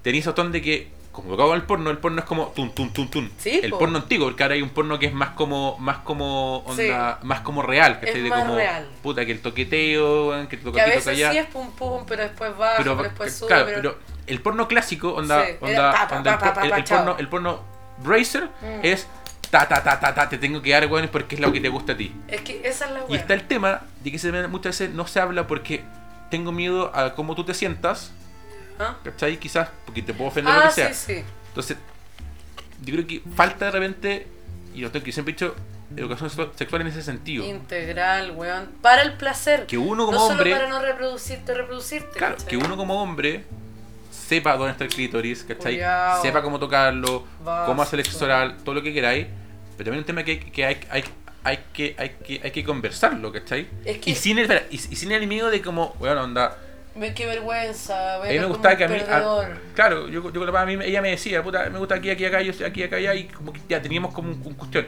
S1: tenía ese ton de que, como lo que hago con el porno, el porno es como tun, tun, tun, tun.
S2: Sí,
S1: el
S2: po.
S1: porno antiguo, porque ahora hay un porno que es más como, más como onda, más como real, que
S2: Es
S1: de
S2: más
S1: como
S2: real.
S1: puta que el toqueteo, weón, que te
S2: Que
S1: toca
S2: a
S1: aquí, toca
S2: veces
S1: allá.
S2: sí es pum pum, pero después baja,
S1: pero,
S2: pero, después sube.
S1: claro,
S2: pero...
S1: pero el porno clásico, onda,
S2: Sí, era
S1: onda,
S2: pa, pa,
S1: onda el
S2: pa, pa,
S1: por- el,
S2: pa,
S1: el
S2: chao.
S1: porno, el porno racer
S2: Mm.
S1: es ta ta ta ta ta, te tengo que dar weones porque es lo que te gusta a ti.
S2: Es que esa es la
S1: Y
S2: weá.
S1: está el tema de que se ve- muchas veces no se habla porque tengo miedo a cómo tú te sientas,
S2: ¿Ah?
S1: ¿cachai? Quizás porque te puedo ofender o lo
S2: Ah,
S1: que sea.
S2: sí, sí.
S1: Entonces, yo creo que falta de repente, y lo tengo que siempre he dicho, educación sexual- sexual en ese sentido.
S2: Integral, weón. Para el placer.
S1: Que uno como
S2: no
S1: hombre,
S2: solo para no reproducirte, reproducirte.
S1: claro,
S2: ¿cachai?
S1: que uno como hombre sepa dónde está el clítoris, ¿cachai?
S2: Culeao.
S1: Sepa cómo tocarlo, cómo hacer el
S2: Básico.
S1: sexo oral, todo lo que queráis. Pero también un tema que hay que, hay, hay- hay que, hay que, hay que conversarlo, ¿cachai?
S2: Es que-
S1: y, sin el, espera, y, y sin el miedo de como, bueno, onda,
S2: Ve qué vergüenza,
S1: A
S2: ve
S1: mí me
S2: como
S1: gustaba
S2: un
S1: que a mí. a-
S2: perdedor.
S1: claro, yo, yo con la Pam, a mí, me- ella me decía, puta, me gusta aquí, aquí, acá, yo estoy aquí, acá, allá, y como que ya teníamos como un, un cuestión.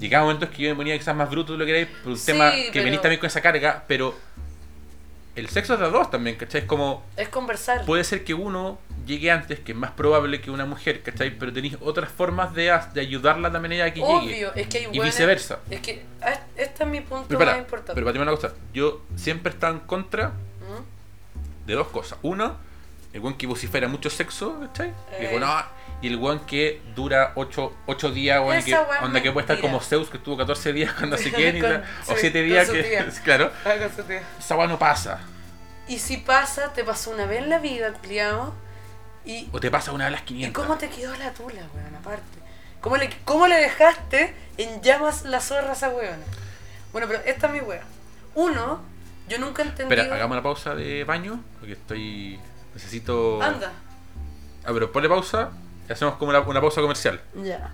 S1: Llegaba momentos que yo me ponía quizás más bruto de lo que queráis, por un
S2: Sí,
S1: tema que
S2: pero-
S1: venís también con esa carga, pero el sexo es de a dos también, ¿cachai? Es como,
S2: Es conversar.
S1: puede ser que uno llegue antes, que es más probable que una mujer, ¿cachai? Pero tenéis otras formas de, as- de ayudarla también a ella a que llegue.
S2: Obvio, es que hay
S1: Y
S2: weones-
S1: viceversa.
S2: Es que ah, este es mi punto
S1: Pero
S2: más
S1: para, pero
S2: importante.
S1: para ti una cosa, yo siempre he estado en contra
S2: ¿Mm?
S1: de dos cosas. Uno, el weón que vocifera mucho sexo, ¿cachai? Y,
S2: Eh.
S1: digo, "No", y el weón que dura 8, días, weón, y
S2: Esa
S1: que,
S2: weá es
S1: onda que puede estar
S2: mentira.
S1: como Zeus, que estuvo 14 días cuando se quieren, y
S2: Con-
S1: la- o
S2: sí,
S1: 7
S2: con
S1: días
S2: su
S1: que.
S2: tía.
S1: Claro,
S2: Ah, con su tía.
S1: esa weá no pasa.
S2: Y si pasa, te pasó una vez en la vida, culiao. Y,
S1: O te pasa una de las 500.
S2: ¿y cómo te quedó la tula, weón, aparte? ¿Cómo le, ¿Cómo le dejaste en llamas la zorra a esa weona? Bueno, pero esta es mi weón. Uno, yo nunca entendí.
S1: Espera, hagamos una pausa de baño, porque estoy. Necesito.
S2: Anda.
S1: Ah, pero ponle pausa y hacemos como una, una pausa comercial.
S2: Ya.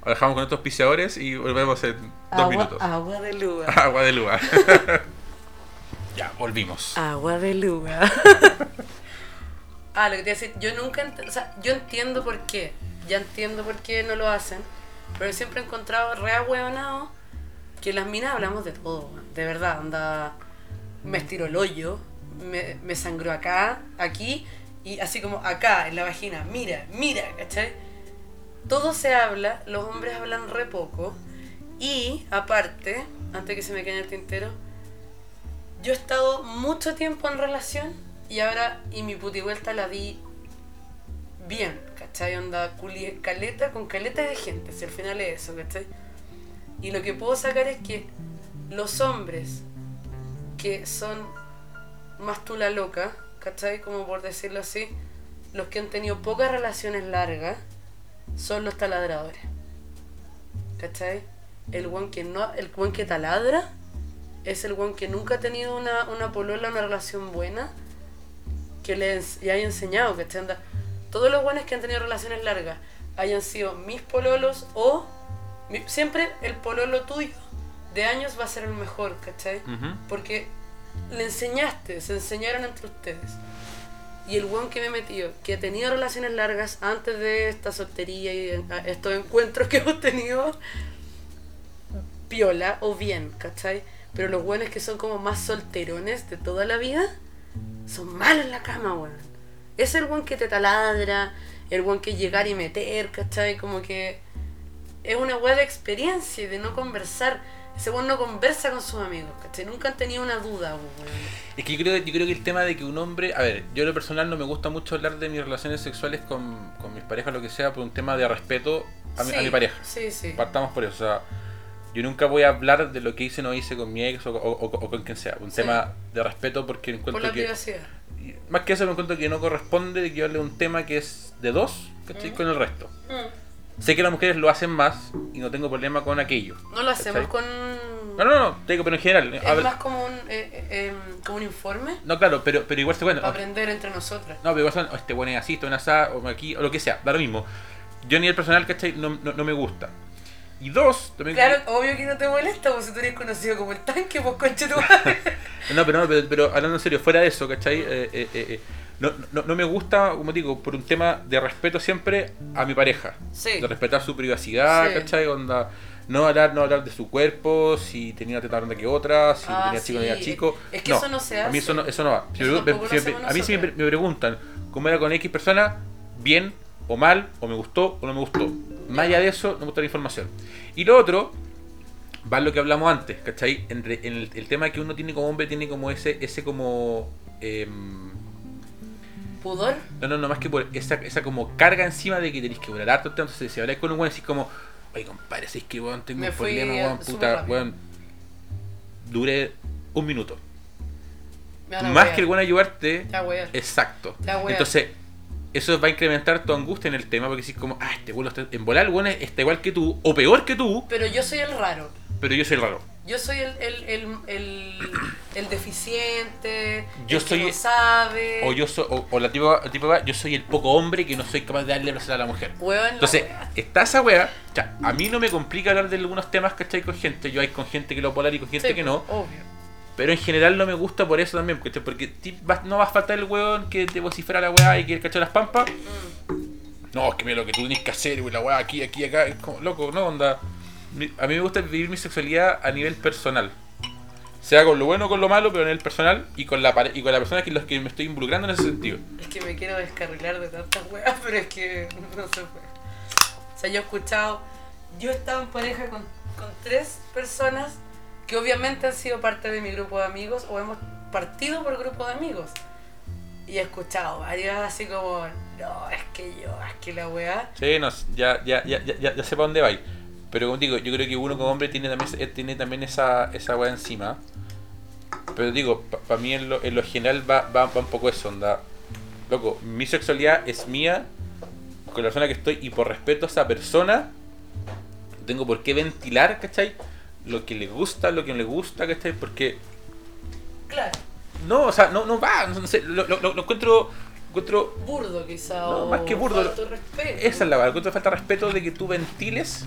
S1: Ahora dejamos con estos piseadores y volvemos en dos
S2: Agua, ah.
S1: minutos.
S2: agua de lugar.
S1: Agua de lugar. ya, volvimos.
S2: Agua de luga. ah, lo que te iba a decir, yo nunca, ent- o sea, yo entiendo por qué, ya entiendo por qué no lo hacen, pero siempre he encontrado re ahueonado que las minas hablamos de todo, weón, de verdad, anda, me estiró el hoyo, me, me sangró acá, aquí, y así como acá, en la vagina, mira, mira, ¿cachai? Todo se habla, los hombres hablan re poco, y aparte, antes que se me quede en el tintero, yo he estado mucho tiempo en relación y ahora, y mi puti vuelta la di bien, ¿cachai? Onda culi- caleta con caleta de gente, si al final es eso, ¿cachai? Y lo que puedo sacar es que los hombres que son más tula loca, ¿cachai? Como por decirlo así, los que han tenido pocas relaciones largas son los taladradores, ¿cachai? El guan que, no, el guan que taladra es el weón que nunca ha tenido una, una polola, una relación buena, que le, ens- le haya enseñado, que anda. Todos los weones que han tenido relaciones largas hayan sido mis pololos o mi- siempre el pololo tuyo de años va a ser el mejor, ¿cachai?
S1: Ujú.
S2: Porque le enseñaste, se enseñaron entre ustedes. Y el weón que me metió, que ha tenido relaciones largas antes de esta soltería y en- a- estos encuentros que hemos tenido, piola o bien, ¿cachai? Pero los weones que son como más solterones de toda la vida, son malos en la cama, weón. Es el weón que te taladra, el weón que llegar y meter, ¿cachai? Como que es una weá de experiencia y de no conversar. Ese weón no conversa con sus amigos, ¿cachai? Nunca han tenido una duda, weón.
S1: Es que yo creo, yo creo que el tema de que un hombre, a ver, yo en lo personal no me gusta mucho hablar de mis relaciones sexuales con, con mis parejas, lo que sea, por un tema de respeto a mi, a
S2: Sí,
S1: mi pareja.
S2: Sí, sí.
S1: Partamos por eso, o sea, yo nunca voy a hablar de lo que hice o no hice con mi ex o, o- o- o con quien sea. Un
S2: Sí.
S1: tema de respeto porque encuentro
S2: Por la
S1: que...
S2: privacidad.
S1: y Más que eso me encuentro que no corresponde de que yo hable de un tema que es de dos, ¿cachai?
S2: Ujú.
S1: Con el resto.
S2: Mm.
S1: Sé que las mujeres lo hacen más y no tengo problema con aquello.
S2: No lo hacemos
S1: ¿Cachai?
S2: con.
S1: No, no, no, te digo, pero en general.
S2: es
S1: habla-
S2: más como un, eh, eh, em, como un informe
S1: No, claro, pero, pero igual se bueno.
S2: para aprender entre nosotras.
S1: No, pero igual son, o este bueno es así, este bueno es asá, o aquí, o lo que sea, da lo mismo. Yo a nivel personal, ¿cachai? No, no, no me gusta. Y dos, también.
S2: Claro, obvio que no te molesta, vos si tú eres conocido como el tanque, pues, vos conche tu
S1: No, pero, no, pero, pero hablando en serio, fuera de eso, ¿cachai? Eh, eh, eh, eh, no, no, no me gusta, como digo, por un tema de respeto siempre a mi pareja.
S2: Sí.
S1: De respetar su privacidad,
S2: Sí.
S1: ¿cachai? Onda, no hablar, no hablar de su cuerpo, si tenía una teta grande que otra, si
S2: Ah,
S1: tenía chico o no era
S2: sí.
S1: chico.
S2: Es que eso no se
S1: A mí
S2: hace.
S1: eso no, eso no va. Si
S2: Eso
S1: me-
S2: tampoco
S1: si
S2: lo
S1: me-
S2: hacemos
S1: a mí si me,
S2: nosotros.
S1: me preguntan cómo era con X persona, bien o mal, o me gustó o no me gustó. Más allá de eso, no me gusta la información. Y lo otro, va lo que hablamos antes, ¿cachai? Entre- en el, el tema que uno tiene como hombre tiene como ese, ese como. em,
S2: ¿Pudor?
S1: no, no, no, más que por esa, esa como carga encima de que tenés que volar harto. Entonces, si habláis con un weón, decís como, oye, compadre, si es que weón, tengo
S2: Me
S1: un
S2: fui
S1: problema, weón,
S2: súper
S1: puta,
S2: rápido.
S1: weón. Dure un minuto.
S2: Me van a
S1: más
S2: huear.
S1: que el weón ayudarte,
S2: Te va a huear.
S1: Exacto.
S2: Te va a huear.
S1: Entonces, eso va a incrementar tu angustia en el tema, porque decís como, ah, este weón lo está- en volar el weón está igual que tú, o peor que tú,
S2: Pero yo soy el raro.
S1: pero yo soy el raro.
S2: Yo soy el, el, el, el, el deficiente,
S1: Yo
S2: el que
S1: soy-
S2: no sabe.
S1: O yo soy, o, o la tipa, el tipo, yo soy el poco hombre que no soy capaz de darle placer a la mujer.
S2: Hueón, la
S1: Entonces,
S2: hueá.
S1: está esa wea. O sea, a mí no me complica hablar de algunos temas, ¿cachai? Con gente. Yo hay con gente que lo puedo hablar y con gente
S2: Sí,
S1: que no.
S2: Obvio.
S1: Pero en general no me gusta por eso también, ¿cachai? Porque ti- va- no va a faltar el weón que te vocifera la wea y que el cacho las pampas. No, es que mira lo que tú tenés que hacer, güey, la weá aquí, aquí, acá. Es como, loco, no, onda. Mi- A mí me gusta vivir mi sexualidad a nivel personal. Sea con lo bueno o con lo malo, pero en el personal y con la pare- y con la persona que los que me estoy involucrando en ese sentido.
S2: Es que me quiero descarrilar de tantas weas, pero es que no se puede. O sea, yo he escuchado. Yo he estado en pareja con, con tres personas que obviamente han sido parte de mi grupo de amigos o hemos partido por grupo de amigos. Y he escuchado varias así como, no, es que yo, es que la wea.
S1: Sí, no, ya, ya, ya, ya, ya, ya sé para dónde vais. Pero como digo, yo creo que uno como hombre tiene también, eh, tiene también esa, esa weá encima. Pero digo, para mí en lo, en lo general va, va, va un poco eso, onda. Loco, mi sexualidad es mía con la persona que estoy y por respeto a esa persona, no tengo por qué ventilar, ¿cachai? Lo que le gusta, lo que no le gusta, ¿cachai? Porque
S2: Claro,
S1: no, o sea, no, no va, no sé, lo, lo, lo- lo encuentro, encuentro
S2: burdo quizá.
S1: No,
S2: o
S1: más que burdo,
S2: falto de respeto.
S1: esa es la verdad, encuentro falta de respeto de que tú ventiles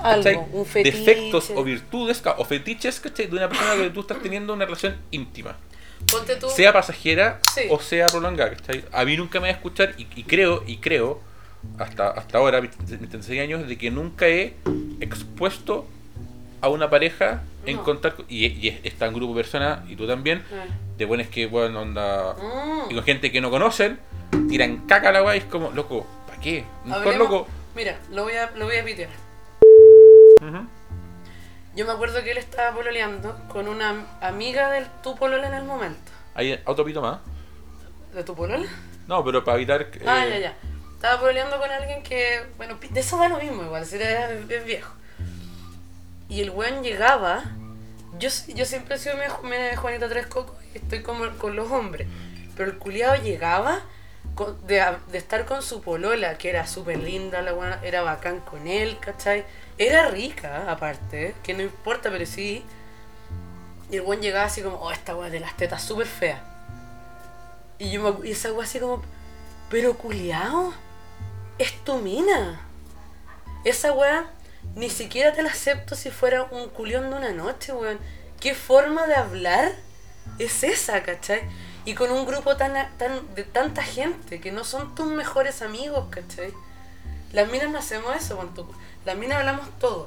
S1: ¿cachai?
S2: Algo, un fetiche.
S1: defectos o virtudes ca- o fetiches ¿cachai? de una persona que tú estás teniendo una relación íntima,
S2: Ponte tú.
S1: sea pasajera
S2: Sí.
S1: o sea prolongada. ¿cachai? A mí nunca me va a escuchar y, y creo, y creo, hasta, hasta ahora, mis 36 años, de que nunca he expuesto a una pareja en
S2: No.
S1: contar, y, y está en grupo de personas, y tú también,
S2: Eh.
S1: de buenas que, bueno, onda,
S2: Mm.
S1: y con gente que no conocen, tiran caca a la weá y es como, loco, ¿para qué? Mejor
S2: Hablemos-
S1: loco.
S2: Mira, lo voy a, lo voy a pitear.
S1: Ujú.
S2: Yo me acuerdo que él estaba pololeando con una am- amiga de tu polola en el momento.
S1: Hay otro pito más.
S2: ¿De tu polola?
S1: No, pero para evitar. que- eh,
S2: Ah, ya, ya. Estaba pololeando con alguien que, bueno, pi- de eso da lo mismo igual, si era- es, es viejo. Y el weón llegaba, yo, s- yo siempre he sido media, ju- media Juanita Tres Cocos y estoy como con los hombres, pero el culiado llegaba con- de, a- de estar con su polola, que era súper linda, la buena, era bacán con él, ¿cachai? Era rica, aparte, que no importa, pero sí. Y el weón llegaba así como, oh, esta weá de las tetas súper fea. Y yo me acu- y esa weá así como, pero culiao, es tu mina. Esa weá ni siquiera te la acepto si fuera un culión de una noche, weón. ¿Qué forma de hablar es esa, cachai? y con un grupo tan, a- tan de tanta gente que no son tus mejores amigos, ¿cachai? Las minas no hacemos eso, ponte tú. las minas hablamos todo.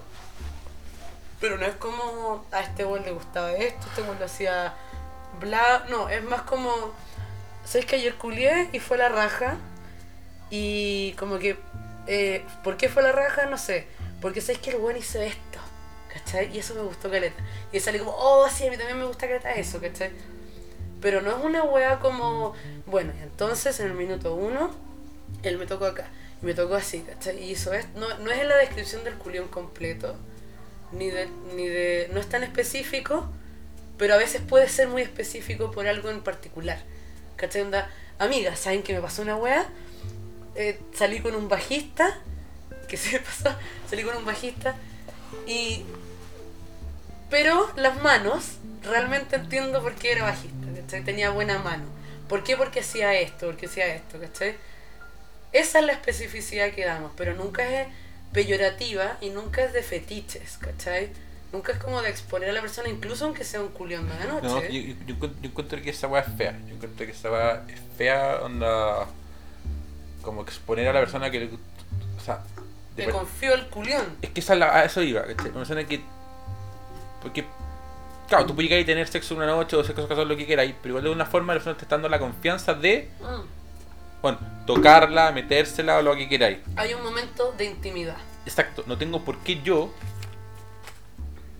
S2: Pero no es como a este güey le gustaba esto, este güey lo hacía bla. No, es más como. ¿Sabes que ayer culié y fue la raja? Y como que. eh, ¿Por qué fue la raja? No sé. Porque sabes que el weón hizo esto. ¿Cachai? Y eso me gustó caleta. Y sale como, oh, sí, a mí también me gusta caleta eso, ¿cachai? Pero no es una weá como. Bueno, y entonces en el minuto uno, él me tocó acá. Y me tocó así, ¿cachai? Y hizo esto. No, no es en la descripción del culión completo. Ni de, ni de. No es tan específico. Pero a veces puede ser muy específico por algo en particular. ¿Cachai? Onda, amiga, ¿saben que me pasó una weá? eh, salí con un bajista, que se me pasó, salí con un bajista y... Pero las manos, realmente entiendo por qué era bajista, ¿cachai? Tenía buena mano. ¿Por qué? Porque hacía esto, porque hacía esto, ¿cachai? Esa es la especificidad que damos, pero nunca es peyorativa y nunca es de fetiches, ¿cachai? Nunca es como de exponer a la persona, incluso aunque sea un culión de la noche.
S1: No, yo, yo- yo encont- yo encuentro que esa weá es fea. Yo encuentro que esa weá es fea, onda. Como exponer a la persona que le gust- O sea, de
S2: Te
S1: per-
S2: confío el culión.
S1: es que esa es la- a eso iba, ¿cachai? Una persona que. Porque. Claro, tú puedes llegar y tener sexo una noche o sexo casual, lo que quieras, pero igual de una forma la persona te está dando la confianza de.
S2: Mm.
S1: Bueno, tocarla, metérsela o lo que queráis.
S2: Hay un momento de intimidad.
S1: Exacto, no tengo por qué yo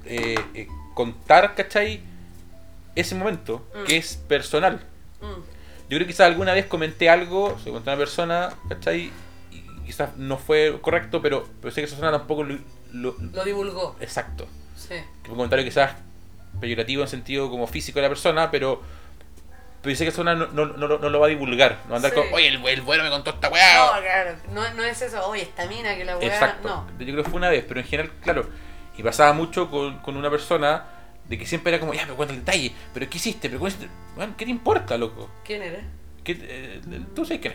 S1: eh, eh, contar, ¿cachai? Ese momento,
S2: Mm.
S1: que es personal.
S2: Mm.
S1: Yo creo que quizás alguna vez comenté algo, se conté a una persona, ¿cachai? Y quizás no fue correcto, pero, pero sé que esa persona tampoco lo, lo-
S2: Lo divulgó.
S1: Exacto.
S2: Sí.
S1: Que fue un comentario quizás peyorativo en sentido como físico de la persona, pero... Pero yo sé que esa persona no, no, no, lo- no lo va a divulgar. No va a andar
S2: Sí.
S1: con, oye, el, el bueno me contó esta
S2: No,
S1: weá.
S2: claro, no, no es eso, oye, esta mina que la weá.
S1: Exacto.
S2: No,
S1: Yo creo que fue una vez, pero en general, claro. Y pasaba mucho con, con una persona de que siempre era como, ya, pero cuenta el detalle. Pero ¿qué hiciste? Pero, ¿cómo hiciste?". Bueno, ¿qué te importa, loco?
S2: ¿quién era?
S1: ¿Qué, eh, ¿Tú sabes quién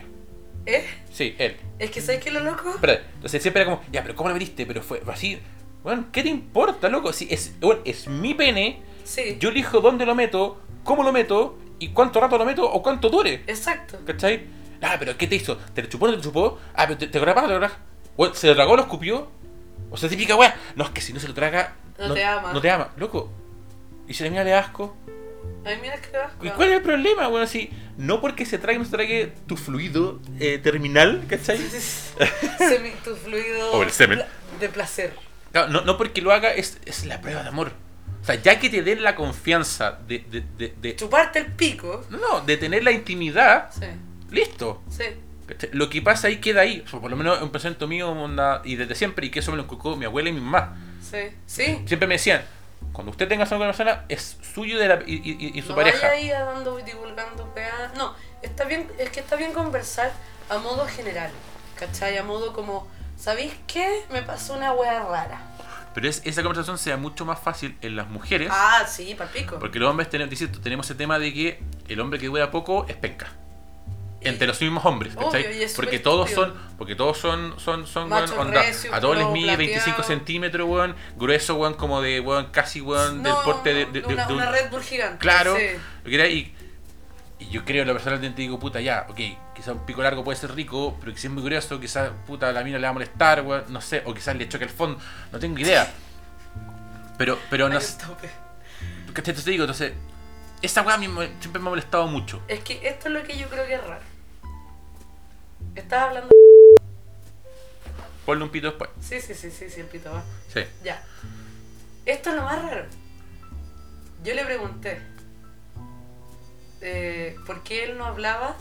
S1: es?
S2: ¿Eh?
S1: Sí, él.
S2: Es que ¿sabes qué es lo loco?
S1: Espérate, entonces siempre era como, ya, pero ¿cómo lo viniste? Pero fue así. Bueno, ¿qué te importa, loco? Si es, bueno, es mi pene,
S2: Sí.
S1: yo elijo dónde lo meto, cómo lo meto, y cuánto rato lo meto o cuánto dure.
S2: Exacto.
S1: ¿Cachai? Ah, pero ¿qué te hizo? ¿Te lo chupó no te lo chupó? Ah, pero te, te grabas, te grabas. Bueno, ¿Se lo tragó lo escupió? O sea, típica weá. No, es que si no se lo traga.
S2: No te ama.
S1: No te ama, loco. Y si la mina le da asco.
S2: Ay, mira que asco.
S1: ¿Y cuál es el problema? Bueno, si no porque se trague no se trague tu fluido eh, terminal, ¿cachai?
S2: Semi- tu fluido.
S1: O el semen.
S2: pla- De placer.
S1: Claro, no, no porque lo haga es, es la prueba de amor. O sea, ya que te den la confianza de. de, de, de-
S2: Chuparte el pico.
S1: no, no, de tener la intimidad,
S2: Sí,
S1: listo.
S2: sí.
S1: ¿Cachai? Lo que pasa ahí queda ahí. O sea, por lo menos un presento mío onda, y desde siempre, y que eso me lo inculcó mi abuela y mi mamá.
S2: Sí, sí.
S1: Siempre me decían, cuando usted tenga sexo con una persona, es suyo de la- y, y- y- y su
S2: no
S1: pareja.
S2: vaya ahí dando, divulgando weá. No, está bien, es que está bien conversar a modo general. ¿Cachai? A modo como, ¿sabéis qué? Me pasó una weá rara.
S1: Pero es, esa conversación sea mucho más fácil en las mujeres.
S2: Ah, sí, para pico.
S1: Porque los hombres tenemos, te insisto, tenemos ese tema de que el hombre que dura poco es penca. Entre los mismos hombres,
S2: Obvio,
S1: ¿cachai?
S2: y es súper
S1: porque todos son,
S2: estúpido.
S1: porque todos son, son, son, weón,
S2: Machos
S1: onda,
S2: recios,
S1: a todos les
S2: plomo,
S1: mide 25
S2: plateado.
S1: centímetros, weón, grueso, weón, como de, weón, casi, weón, del
S2: No,
S1: porte de, de- de-
S2: una,
S1: de un-
S2: una Red Bull gigante.
S1: Claro,
S2: sí.
S1: lo que era, y, y yo creo, en lo personal, te digo, puta, ya, ok, quizá un pico largo puede ser rico, pero que si es muy grueso, quizás, puta, la mina le va a molestar, weón, no sé, o quizás le choque el fondo, no tengo idea. Pero, pero no
S2: Ay,
S1: sé.
S2: tope.
S1: ¿Cachai? Entonces te digo, entonces, esa weá a mí me- siempre me ha molestado mucho.
S2: Es que esto es lo que yo creo que es raro. Estás hablando.
S1: Ponle un pito después.
S2: Sí, sí, sí, sí, sí, el pito va.
S1: Sí.
S2: Ya. Esto es lo más raro. Yo le pregunté eh, por qué él no hablaba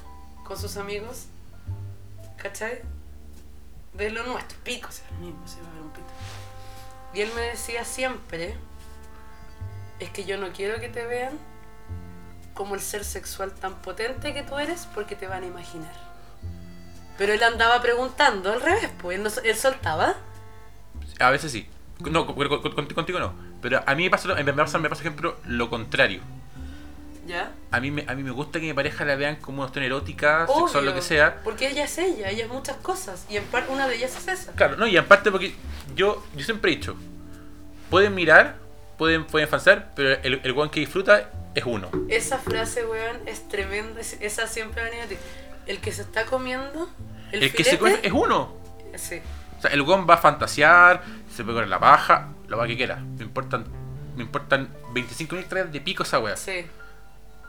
S2: con sus amigos, ¿cachai? De lo nuestro, pico, o sea, lo mismo, se va a ver un pito. Y él me decía siempre, es que yo no quiero que te vean como el ser sexual tan potente que tú eres porque te van a imaginar. Pero él andaba preguntando al revés, pues él, no, él soltaba.
S1: A veces sí. No, con- con- con- contigo no. Pero a mí me pasa, lo- me pasa, me pasa, por ejemplo, lo contrario.
S2: ¿Ya?
S1: A mí, me, a mí me gusta que mi pareja la vean como una cuestión erótica,
S2: Obvio,
S1: sexual, lo que sea.
S2: Porque ella es ella, ella es muchas cosas. Y en parte una de ellas es esa.
S1: Claro, no, y en parte porque yo, yo siempre he dicho, pueden mirar, pueden, pueden fansear, pero el, el weón que disfruta es uno.
S2: Esa frase, weón, es tremenda. es- Esa siempre ha venido a ti. El que se está comiendo. El,
S1: El, que se come
S2: filete-
S1: es uno.
S2: Sí.
S1: O sea, el weón va a fantasear, se puede poner la paja, lo va que quiera. Me importan, me importan 25 mil de pico esa wea.
S2: Sí.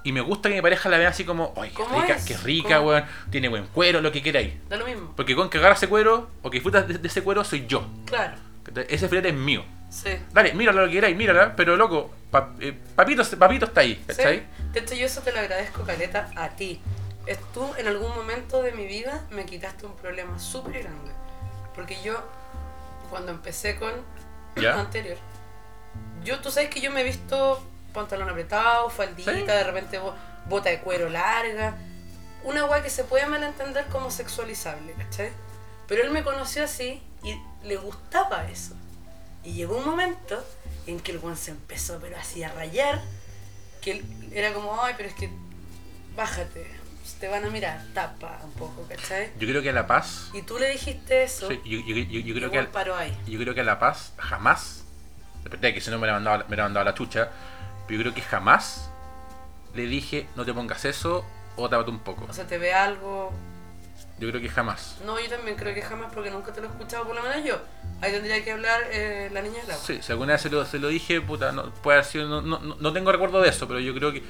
S1: Y me gusta que mi pareja la vea así como, oye, qué
S2: ¿Cómo
S1: rica,
S2: es?
S1: qué rica,
S2: ¿Cómo?
S1: weón. Tiene buen cuero, lo que queráis.
S2: Da lo mismo.
S1: Porque con que agarra ese cuero o que disfrutas de, de ese cuero soy yo.
S2: Claro.
S1: ¿Cachai? Ese filete es mío.
S2: Sí.
S1: Dale, mírala lo que queráis, mírala, pero loco, pa- eh, papito, papito está ahí,
S2: Sí.
S1: ¿cachai?
S2: De hecho, yo eso te lo agradezco, Caleta, a ti. Es- Tú en algún momento de mi vida me quitaste un problema súper grande. Porque yo, cuando empecé con
S1: ¿Ya?
S2: anterior, yo, tú sabes que yo me he visto pantalón apretado, faldita,
S1: Sí.
S2: de repente bo- bota de cuero larga. Una weá que se puede malentender como sexualizable, ¿cachai? Pero él me conoció así y le gustaba eso. Y llegó un momento en que el weón se empezó, pero así a rayar, que él era como, ay, pero es que bájate, te van a mirar, tapa un poco, ¿cachai?
S1: Yo creo que a La Paz,
S2: Y tú le dijiste eso,
S1: sí, yo, yo- yo- yo
S2: y el
S1: creo que
S2: weón
S1: a-
S2: paró ahí.
S1: yo creo que a La Paz jamás, depende de que si no me la mandaba, me la mandaba la chucha, pero yo creo que jamás le dije no te pongas eso o tápate un poco.
S2: O sea, te ve algo,
S1: Yo creo que jamás.
S2: No, yo también creo que jamás, porque nunca te lo he escuchado, por lo menos yo. Ahí tendría que hablar eh, la niña del agua.
S1: Sí, si alguna vez se lo, se lo dije, puta, no, puede haber sido, no, no, no- no tengo recuerdo de eso, pero yo creo que,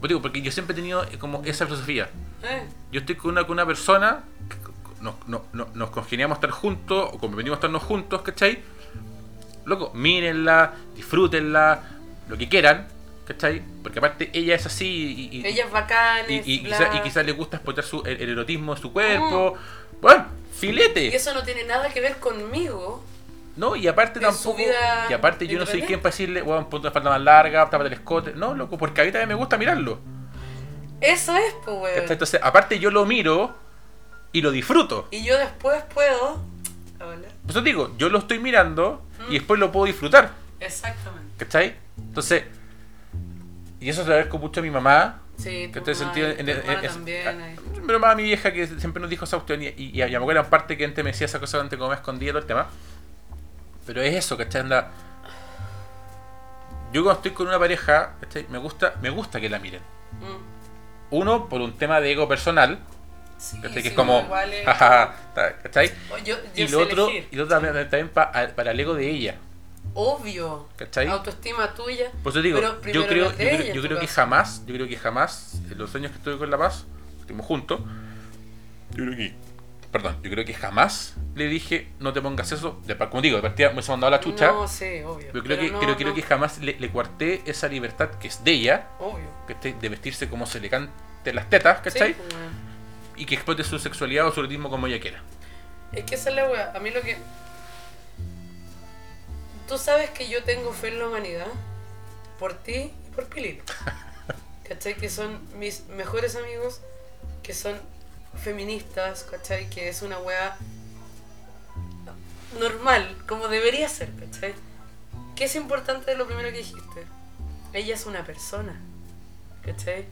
S1: pues digo, porque yo siempre he tenido eh, como esa filosofía.
S2: ¿Eh?
S1: yo estoy con una, con una persona, nos, nos, nos, nos congeniamos estar juntos, o convenimos estarnos juntos, ¿cachai? Loco, mírenla, disfrútenla, lo que quieran, ¿cachai? Porque aparte ella es así y, y,
S2: Ella es bacana,
S1: y,
S2: es Mm.
S1: y
S2: bla.
S1: quizás quizá le gusta explotar su, el, el erotismo de su cuerpo. Bueno, filete.
S2: Y eso no tiene nada que ver conmigo.
S1: No, y aparte
S2: de su
S1: tampoco.
S2: vida
S1: Y aparte yo no soy
S2: independiente.
S1: quien para decirle, weón, ponte una falda más larga, tápate el escote. No, loco, porque a mí también me gusta mirarlo.
S2: Eso es, pues,
S1: ¿cachai?
S2: weón.
S1: Entonces, aparte yo lo miro y lo disfruto.
S2: Y yo después puedo. Hola.
S1: Por eso te digo, yo lo estoy mirando
S2: Mm.
S1: y después lo puedo disfrutar,
S2: Exactamente.
S1: ¿cachai? Entonces, y eso se lo agradezco mucho a mi mamá,
S2: Sí,
S1: que en
S2: tu
S1: este
S2: mamá,
S1: sentido. en-
S2: tu
S1: en-
S2: hermana
S1: en-
S2: también.
S1: a-
S2: ahí.
S1: pero más a mi vieja que siempre nos dijo esa cuestión y, y, y a mi abuela en parte que antes me decía esa cosa antes como me escondía todo el tema. Pero es eso, ¿cachai? Anda. Yo cuando estoy con una pareja, ¿cachai? Me gusta, me gusta que la miren.
S2: Mm.
S1: Uno, por un tema de ego personal,
S2: Sí,
S1: ¿cachai?
S2: sí,
S1: que es como.
S2: no, igual es-
S1: jajaja, ¿cachai?
S2: O yo, yo
S1: Y
S2: sé
S1: lo, otro,
S2: elegir.
S1: y lo otro también, también pa- al- para el ego de ella.
S2: Obvio.
S1: ¿Cachai?
S2: Autoestima tuya.
S1: Por eso te digo,
S2: Pero
S1: yo
S2: primero
S1: creo,
S2: las
S1: yo
S2: de
S1: creo,
S2: ella,
S1: yo
S2: en
S1: creo
S2: tu
S1: que
S2: caso.
S1: jamás, yo creo que jamás, en los años que estuve con La Paz, estuvimos juntos, yo creo que, perdón, yo creo que jamás le dije, no te pongas eso, de, par- como digo, de partida me se mandado la chucha,
S2: No, sí, obvio.
S1: yo creo
S2: Pero
S1: que,
S2: no,
S1: creo, creo
S2: no,
S1: que jamás le, le cuarté esa libertad que es de ella,
S2: Obvio.
S1: que esté- de vestirse como se le cante las tetas, ¿cachai?
S2: Sí, pues, weón.
S1: Y que explote su sexualidad o su ritmo como ella quiera.
S2: Es que esa es la weá. A mí lo que. Tú sabes que yo tengo fe en la humanidad. Por ti y por Pilip. ¿Cachai? Que son mis mejores amigos. Que son feministas. ¿Cachai? Que es una weá. Normal. Como debería ser. ¿Cachai? ¿Qué es importante de lo primero que dijiste? Ella es una persona. ¿Cachai?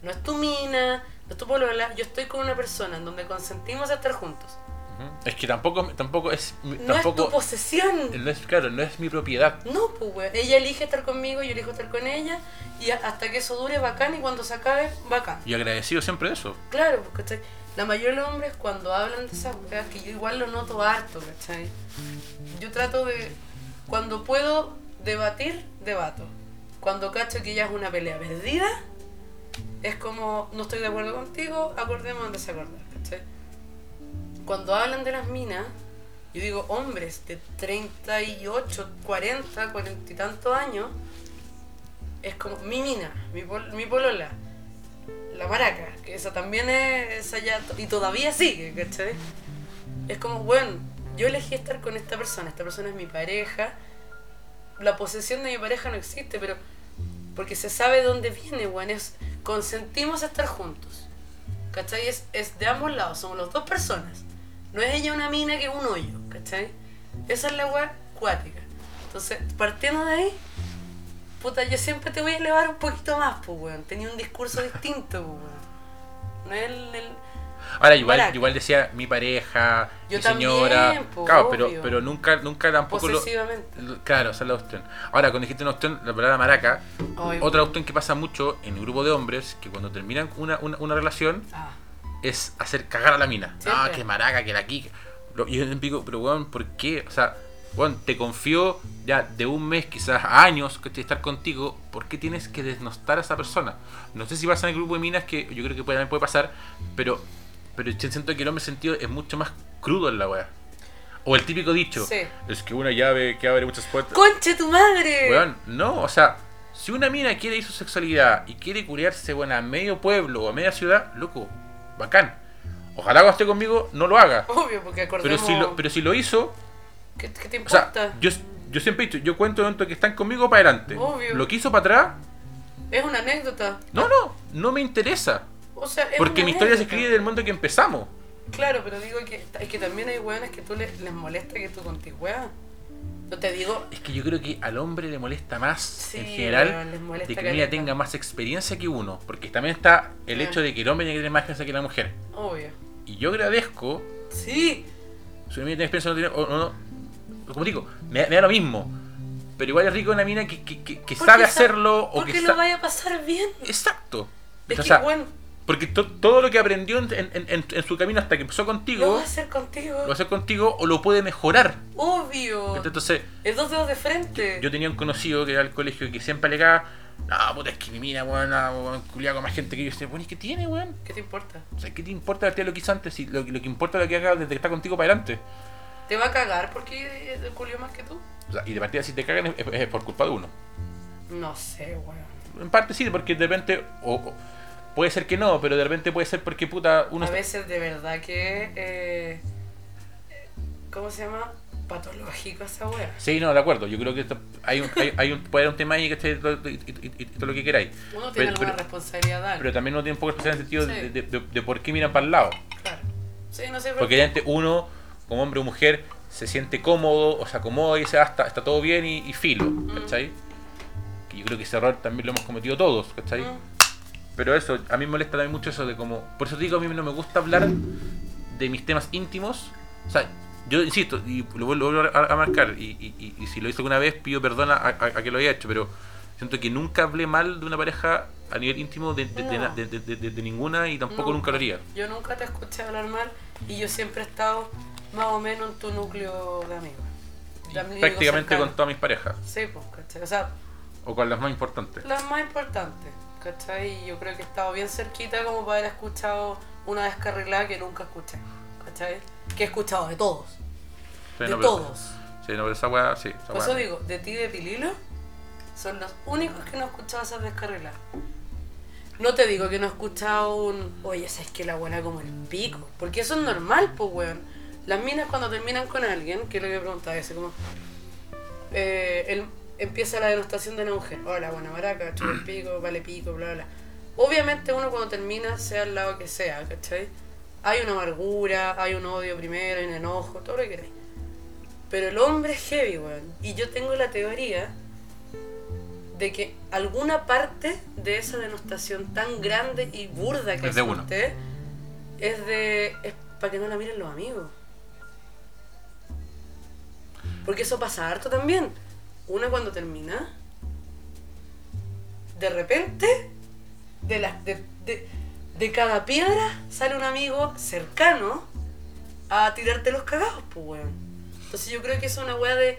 S2: No es tu mina. No es tu polola. Yo estoy con una persona en donde consentimos a estar juntos.
S1: Ujú. Es que tampoco, tampoco es,
S2: No es tu
S1: tampoco,
S2: posesión.
S1: no es, claro, no es mi propiedad.
S2: No, pues, weón. Ella elige estar conmigo, yo elijo estar con ella. Y a- hasta que eso dure, bacán. Y cuando se acabe, bacán.
S1: Y agradecido siempre de eso.
S2: Claro, pues, ¿cachai? La mayoría de los hombres, cuando hablan de esas weas, que yo igual lo noto harto, ¿cachai? Yo trato de. Cuando puedo debatir, debato. Cuando cacho que ya es una pelea perdida, es como, no estoy de acuerdo contigo, acordemos en desacordar, ¿cachai? Cuando hablan de las minas, yo digo, hombres de 38, 40, 40 y tantos años, es como, mi mina, mi, pol- mi polola, la maraca, que esa también es, esa ya, to- y todavía sigue, ¿cachai? Es como, bueno, yo elegí estar con esta persona, esta persona es mi pareja, la posesión de mi pareja no existe, pero porque se sabe dónde viene, weón, es consentimos estar juntos, ¿cachai? Es, es de ambos lados, somos las dos personas, no es ella una mina que es un hoyo, ¿cachai? Esa es la weá cuática. Entonces, partiendo de ahí, puta, yo siempre te voy a elevar un poquito más, pues, weón. Tenía un discurso distinto, pues, weón. No es el, el-
S1: Ahora, igual,
S2: Maraca.
S1: igual decía mi pareja,
S2: Yo
S1: mi señora.
S2: también, po,
S1: claro, pero,
S2: obvio.
S1: pero nunca, nunca tampoco lo.
S2: Posesivamente.
S1: lo- Claro, esa es la cuestión. Ahora, cuando dijiste una cuestión, la palabra maraca,
S2: Ay,
S1: otra cuestión que pasa mucho en grupo de hombres, que cuando terminan una, una, una relación,
S2: ah.
S1: es hacer cagar a la mina. Ah,
S2: Siempre.
S1: que maraca, que la quica. Lo- Y yo le digo, pero weón, ¿por qué? O sea, weón, te confío ya de un mes, quizás a años, que estar contigo, ¿por qué tienes que desnostar a esa persona? No sé si pasa en el grupo de minas, que yo creo que puede, también puede pasar, pero, pero yo siento que el hombre sentido es mucho más crudo en la weá. O el típico dicho,
S2: Sí.
S1: es que una llave que abre muchas puertas.
S2: ¡Conche tu madre!
S1: Weón, no, o sea, si una mina quiere ir su sexualidad y quiere curiarse, bueno, a medio pueblo o a media ciudad, loco, bacán. Ojalá cuando esté conmigo no lo haga.
S2: Obvio, porque
S1: Pero
S2: acordemos...
S1: si lo, pero si lo hizo,
S2: ¿Qué, qué te
S1: o sea,
S2: importa?
S1: yo, yo siempre he dicho, yo cuento tanto que están conmigo para adelante.
S2: Obvio.
S1: Lo que hizo para atrás,
S2: Es una anécdota.
S1: no, no, no me interesa.
S2: O sea, es
S1: Porque
S2: una
S1: mi historia se
S2: anécdota.
S1: escribe del mundo que empezamos.
S2: Claro, pero digo que es que también hay weones que tú les, les molesta que tú contigüeas. Yo te digo,
S1: Es que yo creo que al hombre le molesta más,
S2: Sí,
S1: en general,
S2: weón, les molesta
S1: de que
S2: caleta.
S1: ella tenga más experiencia que uno. Porque también está el
S2: Ah.
S1: hecho de que el hombre tiene que tener más experiencia que la mujer.
S2: obvio.
S1: Y yo agradezco
S2: Sí,
S1: Si una mina tiene experiencia o no tiene- o- o no- Pues como digo, me, me da lo mismo. Pero igual es rico una mina que, que- que- que
S2: Porque
S1: sabe
S2: sa-
S1: hacerlo o que
S2: porque
S1: sa-
S2: lo vaya a pasar bien.
S1: Exacto.
S2: Es
S1: O
S2: que
S1: sea,
S2: bueno,
S1: porque to- todo lo que aprendió en, en- en- en su camino hasta que empezó
S2: lo
S1: contigo,
S2: va a hacer contigo.
S1: lo va a hacer contigo o lo puede mejorar.
S2: Obvio.
S1: Entonces,
S2: Es dos dedos de frente.
S1: yo tenía un conocido que era al colegio que siempre alegaba, no, puta, es que mi mina, weón, ah, weón, culiao con más gente que yo. Y decía, bueno, ¿y qué tiene, weón?
S2: ¿Qué te importa?
S1: O sea, ¿qué te importa la tía lo que hizo antes? Si lo, lo que importa es lo que haga desde que está contigo para adelante.
S2: ¿Te va a cagar porque eh, culió más que tú?
S1: O sea, y de partida, si te cagan, es- es- es por culpa de uno.
S2: No sé, weón.
S1: En parte sí, porque de repente. O, o- puede ser que no, pero de repente puede ser porque puta. Uno
S2: A
S1: está-
S2: veces de verdad que... eh, ¿Cómo se llama? Patológico esa wea.
S1: Sí, no, de acuerdo. Yo creo que esto- hay, un, hay, hay un, puede haber un tema ahí que esté todo- y, y- y- y todo lo que queráis.
S2: Uno tiene
S1: Pero,
S2: alguna
S1: pero,
S2: responsabilidad. dale.
S1: pero también uno tiene un poco de sentido
S2: Sí.
S1: de, de- de- de por qué miran para el lado.
S2: Claro. Sí, no sé por
S1: Porque
S2: qué.
S1: realmente uno, como hombre o mujer, se siente cómodo o se acomoda y dice, ah, está, está todo bien y, y filo. ¿Cachai? Que yo creo que ese error también lo hemos cometido todos, ¿cachai?
S2: Mm.
S1: Pero eso, a mí me molesta también mucho eso de como. Por eso te digo, a mí no me gusta hablar de mis temas íntimos. O sea, yo insisto, y lo vuelvo lo vuelvo a, a marcar, y, y- y- y si lo hice alguna vez, pido perdón a, a- a que lo haya hecho, pero siento que nunca hablé mal de una pareja a nivel íntimo de, de- de
S2: No.
S1: na- de- de- de- de ninguna y tampoco nunca lo haría.
S2: Yo nunca te escuché hablar mal y yo siempre he estado más o menos en tu núcleo de amigos. De amigos
S1: Prácticamente
S2: cercanos.
S1: con todas mis parejas,
S2: Sí, pues, ¿cachai? O sea,
S1: o con las más importantes.
S2: las más importantes, ¿cachai? Y yo creo que he estado bien cerquita como para haber escuchado una descarrilada que nunca escuché, ¿cachai? Que he escuchado de todos,
S1: Sí,
S2: de
S1: no, pero-
S2: todos.
S1: Sí, no, pero esa weá, sí. esa
S2: Por
S1: weá.
S2: eso digo, de ti y de Pililo son los únicos que no he escuchado esas descarriladas. No te digo que no he escuchado un. Oye, esa es que la buena como el pico. Porque eso es normal, pues, weón. Las minas cuando terminan con alguien, que es lo que preguntaba ese, como. eh, él empieza la denostación de la mujer. Hola, buena maraca, chupa el pico, vale pico, bla, bla, bla. Obviamente uno cuando termina, sea al lado que sea, ¿cachai? Hay una amargura, hay un odio primero, hay un enojo, todo lo que queráis. Pero el hombre es heavy, weón. Y yo tengo la teoría de que alguna parte de esa denostación tan grande y burda que
S1: Es de
S2: hace
S1: uno.
S2: usted es de. es para que no la miren los amigos. Porque eso pasa harto también. Una cuando termina, de repente, de, las de, de- de cada piedra sale un amigo cercano a tirarte los cagados, pues, weón. Entonces yo creo que es una weá de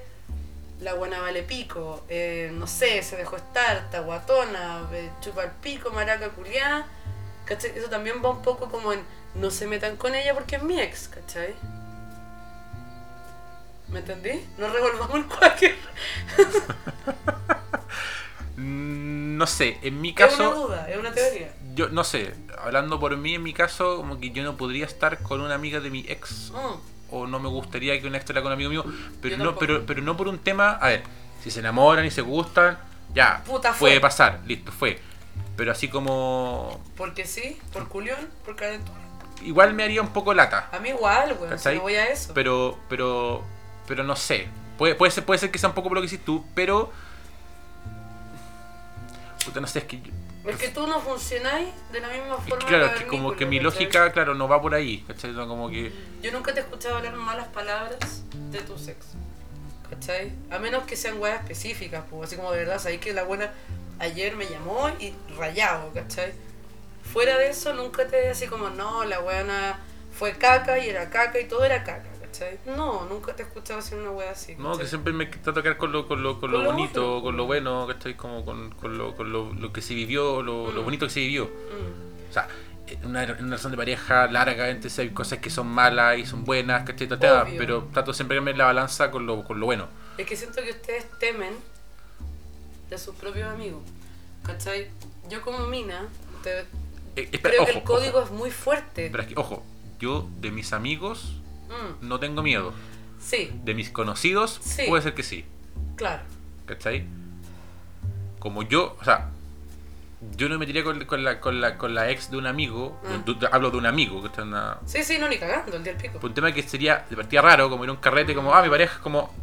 S2: la buena vale pico, eh, no sé, se dejó estar, ta guatona, eh, chupa el pico, maraca culiá. ¿Cachai? Eso también va un poco como en no se metan con ella porque es mi ex, ¿cachai? ¿Me entendí? No revolvamos el cualquier.
S1: Mm, No sé, en mi
S2: Es una
S1: caso.
S2: duda, es una teoría.
S1: Yo no sé, hablando por mí, en mi caso, como que yo no podría estar con una amiga de mi ex
S2: Mm.
S1: o no me gustaría que una ex estuviera con un amigo mío, pero
S2: Yo
S1: no,
S2: tampoco.
S1: pero, pero no por un tema, a ver, si se enamoran y se gustan, ya,
S2: Puta, fue.
S1: puede pasar, listo, fue. Pero así como
S2: Porque sí, por culión, por calentura.
S1: igual me haría un poco lata,
S2: A mí igual, weón, si
S1: ¿Cachai?
S2: no voy a eso.
S1: pero pero pero no sé. Puede, puede ser puede ser que sea un poco por lo que hiciste tú, pero puta, no sé, es que yo-
S2: Es Es que tú no funcionáis de la misma
S1: Y
S2: forma.
S1: claro, es que
S2: cavernícola,
S1: como que mi
S2: ¿cachai?
S1: lógica, claro, no va por ahí, ¿cachai? No, como que...
S2: Yo nunca te he escuchado hablar malas palabras de tu sexo. ¿Cachai? A menos que sean weas específicas, pues así como de verdad, sabéis que la buena ayer me llamó y rayado, ¿cachai? Fuera de eso, nunca te así como, no, la buena fue caca y era caca y todo era caca, ¿cachai? No, nunca te he escuchado hacer una wea así.
S1: No,
S2: ¿cachai?
S1: que siempre me está tocar con lo, con lo, con lo
S2: Con lo
S1: bonito,
S2: otro.
S1: con lo bueno, ¿cachai? Como con, con lo, con lo, lo que se vivió, lo, lo
S2: Mm.
S1: bonito que se vivió.
S2: Mm.
S1: O sea, en una, en una relación de pareja larga, entonces hay cosas que son malas y son buenas, ¿cachai? Ta, ta,
S2: Obvio.
S1: pero trato siempre de cambiar la balanza con lo, con lo bueno.
S2: Es que siento que ustedes temen de sus propios amigos, ¿cachai? Yo como mina, te-
S1: Eh, espera,
S2: creo
S1: ojo,
S2: que el código
S1: ojo.
S2: es muy fuerte.
S1: Pero es que, ojo, yo de mis amigos
S2: Mm,
S1: no tengo miedo.
S2: Sí,
S1: De mis conocidos
S2: Sí.
S1: puede ser que sí,
S2: claro.
S1: ¿cachai? Como yo, o sea, yo no me metería con, con la, con, la, con la ex de un amigo,
S2: Mm.
S1: du- du- hablo de un amigo, que está en una,
S2: Sí, sí, no, ni cagando, el día del pico.
S1: Por un tema que sería de partida raro, como ir a un carrete, como, ah, mi pareja es como.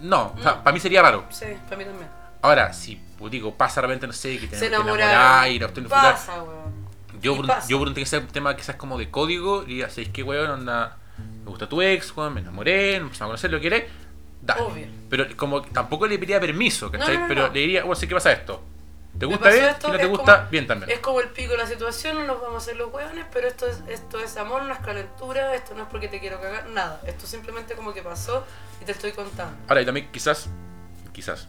S1: No, o sea,
S2: No.
S1: para mí sería raro.
S2: Sí, para mí también.
S1: Ahora, si pues, digo, pasa de repente, no sé, que te,
S2: Se
S1: te
S2: enamora.
S1: enamorás y la cuestión de fular,
S2: Pasa, weón.
S1: Yo,
S2: y
S1: por un-
S2: pasa.
S1: yo por un tema que sea un tema quizás como de código, diría, ¿sabes qué, weón? Onda, me gusta tu ex, weón, me enamoré, nos empezamos a conocer, lo que querés, dale.
S2: Obvio.
S1: Pero como que tampoco le pediría permiso, ¿cachai?
S2: no, no,
S1: Pero
S2: no.
S1: le diría, bueno, sé qué pasa esto. ¿Te
S2: Me
S1: gusta
S2: pasó
S1: bien?
S2: esto,
S1: si no te
S2: es
S1: gusta,
S2: como-
S1: bien también.
S2: Es como el pico de la situación, no nos vamos a hacer los weones, pero esto es, esto es amor, no es calentura, esto no es porque te quiero cagar, nada. Esto simplemente como que pasó y te estoy contando.
S1: Ahora, y también quizás, quizás,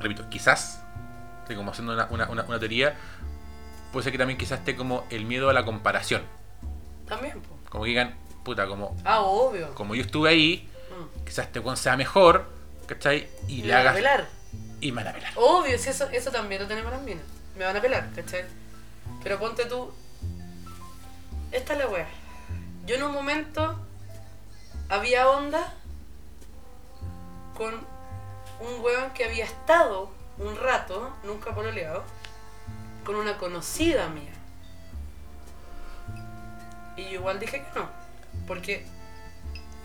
S1: repito, quizás, estoy como haciendo una, una, una, una teoría, puede ser que también quizás esté como el miedo a la comparación.
S2: También, po.
S1: Como que digan, puta, como,
S2: Ah, obvio.
S1: como yo estuve ahí,
S2: Mm.
S1: quizás este weón sea mejor, ¿cachai? Y le
S2: van
S1: hagas...
S2: a pelar.
S1: Y me van a pelar.
S2: Obvio, si eso, eso también lo tenemos las minas. Me van a pelar, ¿cachai? Pero ponte tú. Esta es la wea. Yo en un momento había onda con un weón que había estado un rato, nunca pololeado, con una conocida mía. Y yo igual dije que no. Porque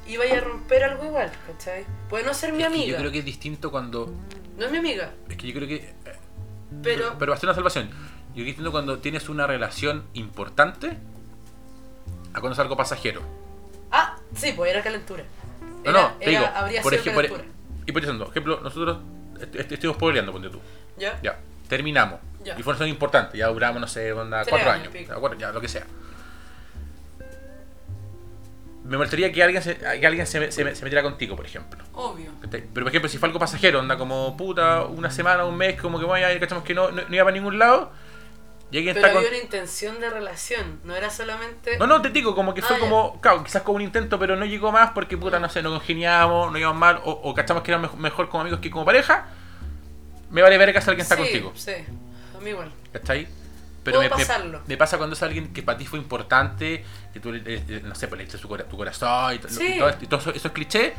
S2: iba a ir a romper algo igual, ¿cachai? Puede no ser mi
S1: Es que
S2: amiga.
S1: yo creo que es distinto cuando...
S2: No es mi amiga.
S1: Es que yo creo que...
S2: Pero
S1: Pero va a ser una salvación. Yo creo que es distinto cuando tienes una relación importante a cuando es algo pasajero.
S2: Ah, sí, pues era calentura.
S1: No,
S2: Era-
S1: no, te
S2: era-
S1: digo,
S2: habría
S1: por
S2: sido
S1: ejemplo, por, e-
S2: calentura.
S1: y por ejemplo, ejemplo, nosotros est- est- estuvimos pobreando, ponte tú.
S2: ¿Ya?
S1: Ya, terminamos.
S2: Ya.
S1: Y fue una relación importante, ya duramos, no sé, onda,
S2: Tres
S1: cuatro
S2: años,
S1: años,
S2: pico.
S1: ya, cuatro- ya, lo que sea. Me molestaría que alguien se, que alguien se, me- se me- se metiera contigo, por ejemplo.
S2: Obvio.
S1: ¿Cachai? Pero por ejemplo, si fue algo pasajero, onda como puta, una semana, un mes, como que vaya y cachamos que no, no, no iba para ningún lado, y alguien
S2: Pero
S1: está
S2: había
S1: con...
S2: una intención de relación, no era solamente.
S1: No, no, te digo, como que fue
S2: Ah, ya.
S1: como, claro, quizás como un intento, pero no llegó más porque, puta, no sé, no congeniamos, no íbamos mal, o, o cachamos que éramos mej- mejor como amigos que como pareja, me vale ver que alguien está
S2: Sí,
S1: contigo,
S2: Sí, a mí igual.
S1: ¿cachai? Pero me,
S2: Puedo
S1: me-
S2: pasarlo.
S1: me pasa cuando es alguien que para ti fue importante, que tú, le- le- le- no sé, pues le diste su cora- tu corazón y, to-
S2: Sí.
S1: y todo, y todos esos- esos clichés,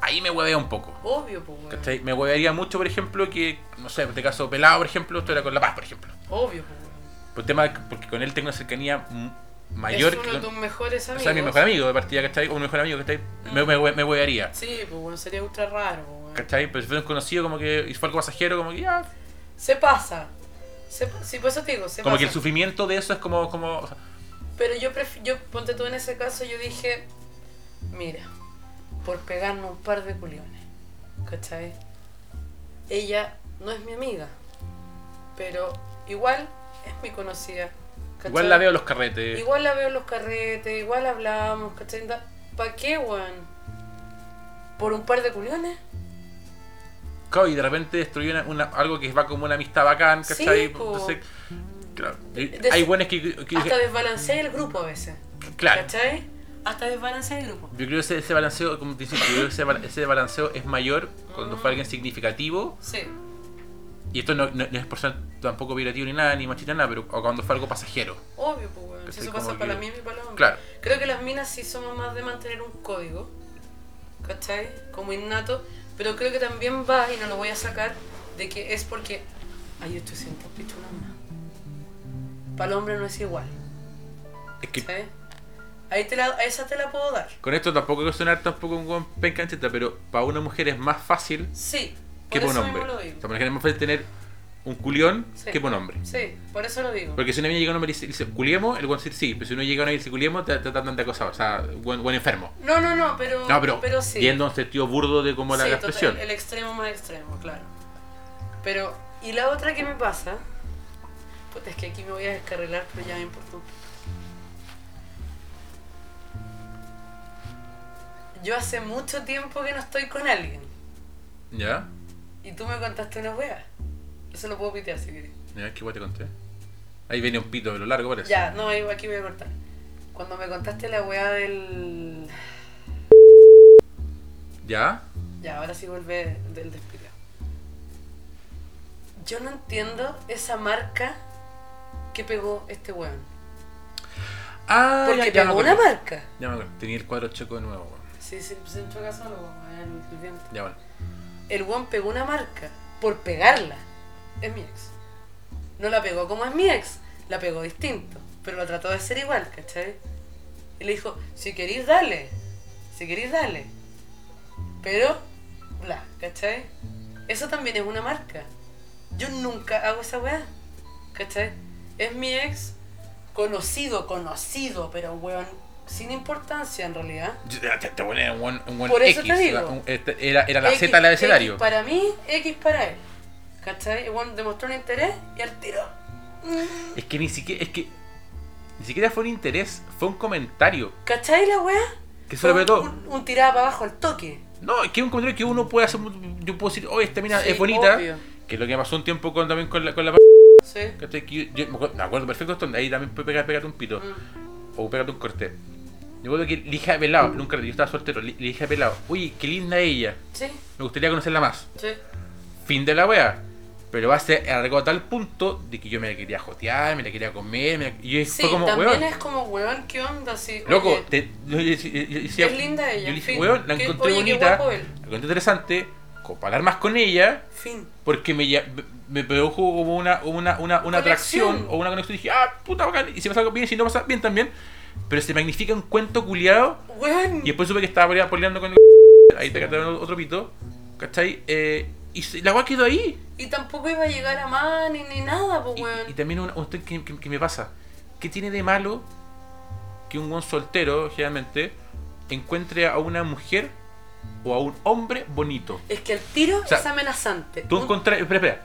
S1: ahí me huevea un poco.
S2: Obvio, pues, weón.
S1: ¿Cachai? Me huevearía mucho, por ejemplo, que, no sé, en este caso Pelado, por ejemplo, esto era con La Paz, por ejemplo.
S2: Obvio, pues, weón.
S1: Por tema, de- porque con él tengo una cercanía mm, mayor
S2: Es uno
S1: que
S2: de
S1: con-
S2: tus mejores
S1: o
S2: amigos. Mm.
S1: sea, mi mejor amigo de partida, ¿cachai? O mi mejor amigo, ¿cachai? Me, me, me huevearía,
S2: Sí, pues, weón, sería ultra raro, pues, weón.
S1: ¿cachai? Pero si fue un conocido, como que y fue algo pasajero, como que ya.
S2: Se pasa. Se pa- sí, por eso te digo, se
S1: Como
S2: pasa.
S1: que el sufrimiento de eso es como. como o sea,
S2: Pero yo, pref- yo, ponte tú en ese caso, yo dije, mira, por pegarnos un par de culiones, ¿cachai? Ella no es mi amiga, pero igual es mi conocida, ¿cachai?
S1: igual la veo en los carretes.
S2: Igual la veo en los carretes, igual hablamos, ¿cachai? ¿Para qué, weón? ¿Por un par de culiones?
S1: Claro, y de repente destruye una- una- algo que va como una amistad bacán,
S2: Sí,
S1: ¿cachai?
S2: po.
S1: Entonces, claro. y-
S2: De-
S1: Hay buenas que. que-
S2: Hasta desbalancear el grupo a veces,
S1: claro.
S2: ¿cachai? Hasta desbalancear el grupo.
S1: Yo creo que ese, ese balanceo, como te insisto, yo creo que ese, bal- ese balanceo es mayor cuando fue alguien significativo.
S2: Sí,
S1: Y esto no, no- no es por ser tampoco vibrativo ni nada, ni machista ni nada, pero o cuando fue algo pasajero.
S2: obvio, pues, weón. Si
S1: ¿Cachai? Como
S2: eso pasa para
S1: que-
S2: la misma y para la otra.
S1: Claro.
S2: Creo que las minas sí somos más de mantener un código, ¿cachai? Como innato, pero creo que también va, y no lo voy a sacar, de que es porque. Ay, yo estoy siendo pichula más. Para el hombre no es igual,
S1: Es que
S2: ¿cachai? Ahí te la, a esa te la puedo dar.
S1: Con esto tampoco quiero sonar tampoco un buen pencancheta, pero para una mujer es más fácil
S2: Sí,
S1: que para
S2: por
S1: un
S2: eso
S1: hombre.
S2: mismo lo
S1: O sea,
S2: digo.
S1: para una mujer es más fácil tener un culión,
S2: Sí.
S1: qué buen hombre.
S2: Sí, por eso lo digo.
S1: Porque si una niña llega a un hombre y dice- dice, culiemos, el buen dice sí, pero si uno llega a un hombre y dice culiemos, te, te tratan de acosado, o sea, buen, buen enfermo.
S2: No, no, no, Mm, pero,
S1: No, pero,
S2: sí.
S1: yendo a un sentido burdo de como la,
S2: Sí,
S1: la
S2: total,
S1: expresión.
S2: el extremo más extremo, claro. Pero, y la otra que me pasa, puta, es que aquí me voy a descarrilar, pero ya me importa. un poco. Yo hace mucho tiempo que no estoy con alguien.
S1: ¿Ya?
S2: Y tú me contaste una wea. Eso lo puedo pitear si quieres.
S1: ¿Ya? ¿Qué guay te conté? Ahí viene un pito de lo largo, parece.
S2: Ya, no, ahí- aquí voy a cortar. Cuando me contaste la wea del.
S1: ¿Ya?
S2: Ya, ahora sí vuelve del despido. Yo no entiendo esa marca que pegó este weón.
S1: Ah,
S2: Porque
S1: ya, ya me
S2: pegó
S1: acuerdo.
S2: una marca.
S1: Ya me acuerdo. Tenía el cuadro choco de nuevo, weón.
S2: Sí, sí, pues en todo caso lo el, el diente.
S1: Ya bueno.
S2: El weón pegó una marca por pegarla. Es mi ex. No la pegó como es mi ex, la pegó distinto. Pero la trató de hacer igual, ¿cachai? Y le dijo, si queréis dale, si queréis dale. Pero, bla, ¿cachai? Eso también es una marca. Yo nunca hago esa weá, ¿cachai? Es mi ex conocido, conocido, pero weón, sin importancia en realidad.
S1: Yo- Te, te ponen un buen, un buen
S2: Por eso
S1: X.
S2: te digo.
S1: la- un- este- era, era la
S2: X-
S1: Z del abecedario.
S2: X para mí, X para él. ¿Cachai? Bueno, demostró un interés y al tiro. mm,
S1: Es que ni siquiera, es que ni siquiera fue un interés, fue un comentario.
S2: ¿Cachai la weá?
S1: Que se lo
S2: Fue
S1: ve todo.
S2: Un, un tirada para abajo al toque.
S1: No, es que es un comentario que uno puede hacer. Yo puedo decir, oye, esta mina
S2: Sí,
S1: es bonita.
S2: obvio.
S1: Que es lo que pasó un tiempo con, también con la, con la
S2: Sí.
S1: ¿cachai? Que yo, yo me, acuerdo, me acuerdo perfecto esto, ahí también puede pegar, pegarte un pito.
S2: Mm,
S1: O pegarte un corte. Yo recuerdo que le dije a Pelado, nunca yo estaba soltero, le, le dije a Pelado, oye, qué linda ella,
S2: Sí,
S1: me gustaría conocerla más.
S2: sí.
S1: fin de la wea. Pero va a ser algo a tal punto de que yo me la quería jotear, me la quería comer, me la- y yo
S2: Sí,
S1: fue como,
S2: también
S1: weón,
S2: es como weón, ¿qué onda? Sí,
S1: loco,
S2: oye,
S1: te, yo, le decía- yo le decía-
S2: es linda ella.
S1: yo le dije,
S2: fin.
S1: weón, la
S2: Qué-
S1: encontré
S2: oye, qué
S1: bonita,
S2: guapo él.
S1: la encontré interesante, comparar más con ella,
S2: Fin.
S1: porque me, ya- me produjo como una, una, una, una atracción
S2: Conexión.
S1: o una conexión, y dije, ah, puta bacán, y si pasa algo bien, si no pasa bien también, pero se magnifica un cuento culiado
S2: Weón.
S1: y después supe que estaba polea- poleando con el ahí te cataron otro pito, ¿cachai? Eh, y se- la weá quedó ahí.
S2: Y tampoco iba a llegar a más ni, ni nada, pues
S1: Y,
S2: weón.
S1: y también una cuestión que, que- que me pasa. ¿Qué tiene de malo que un buen soltero, generalmente, encuentre a una mujer o a un hombre bonito?
S2: Es que el tiro
S1: sea,
S2: es amenazante.
S1: Tú
S2: Un-
S1: encontrás... Espera, espera.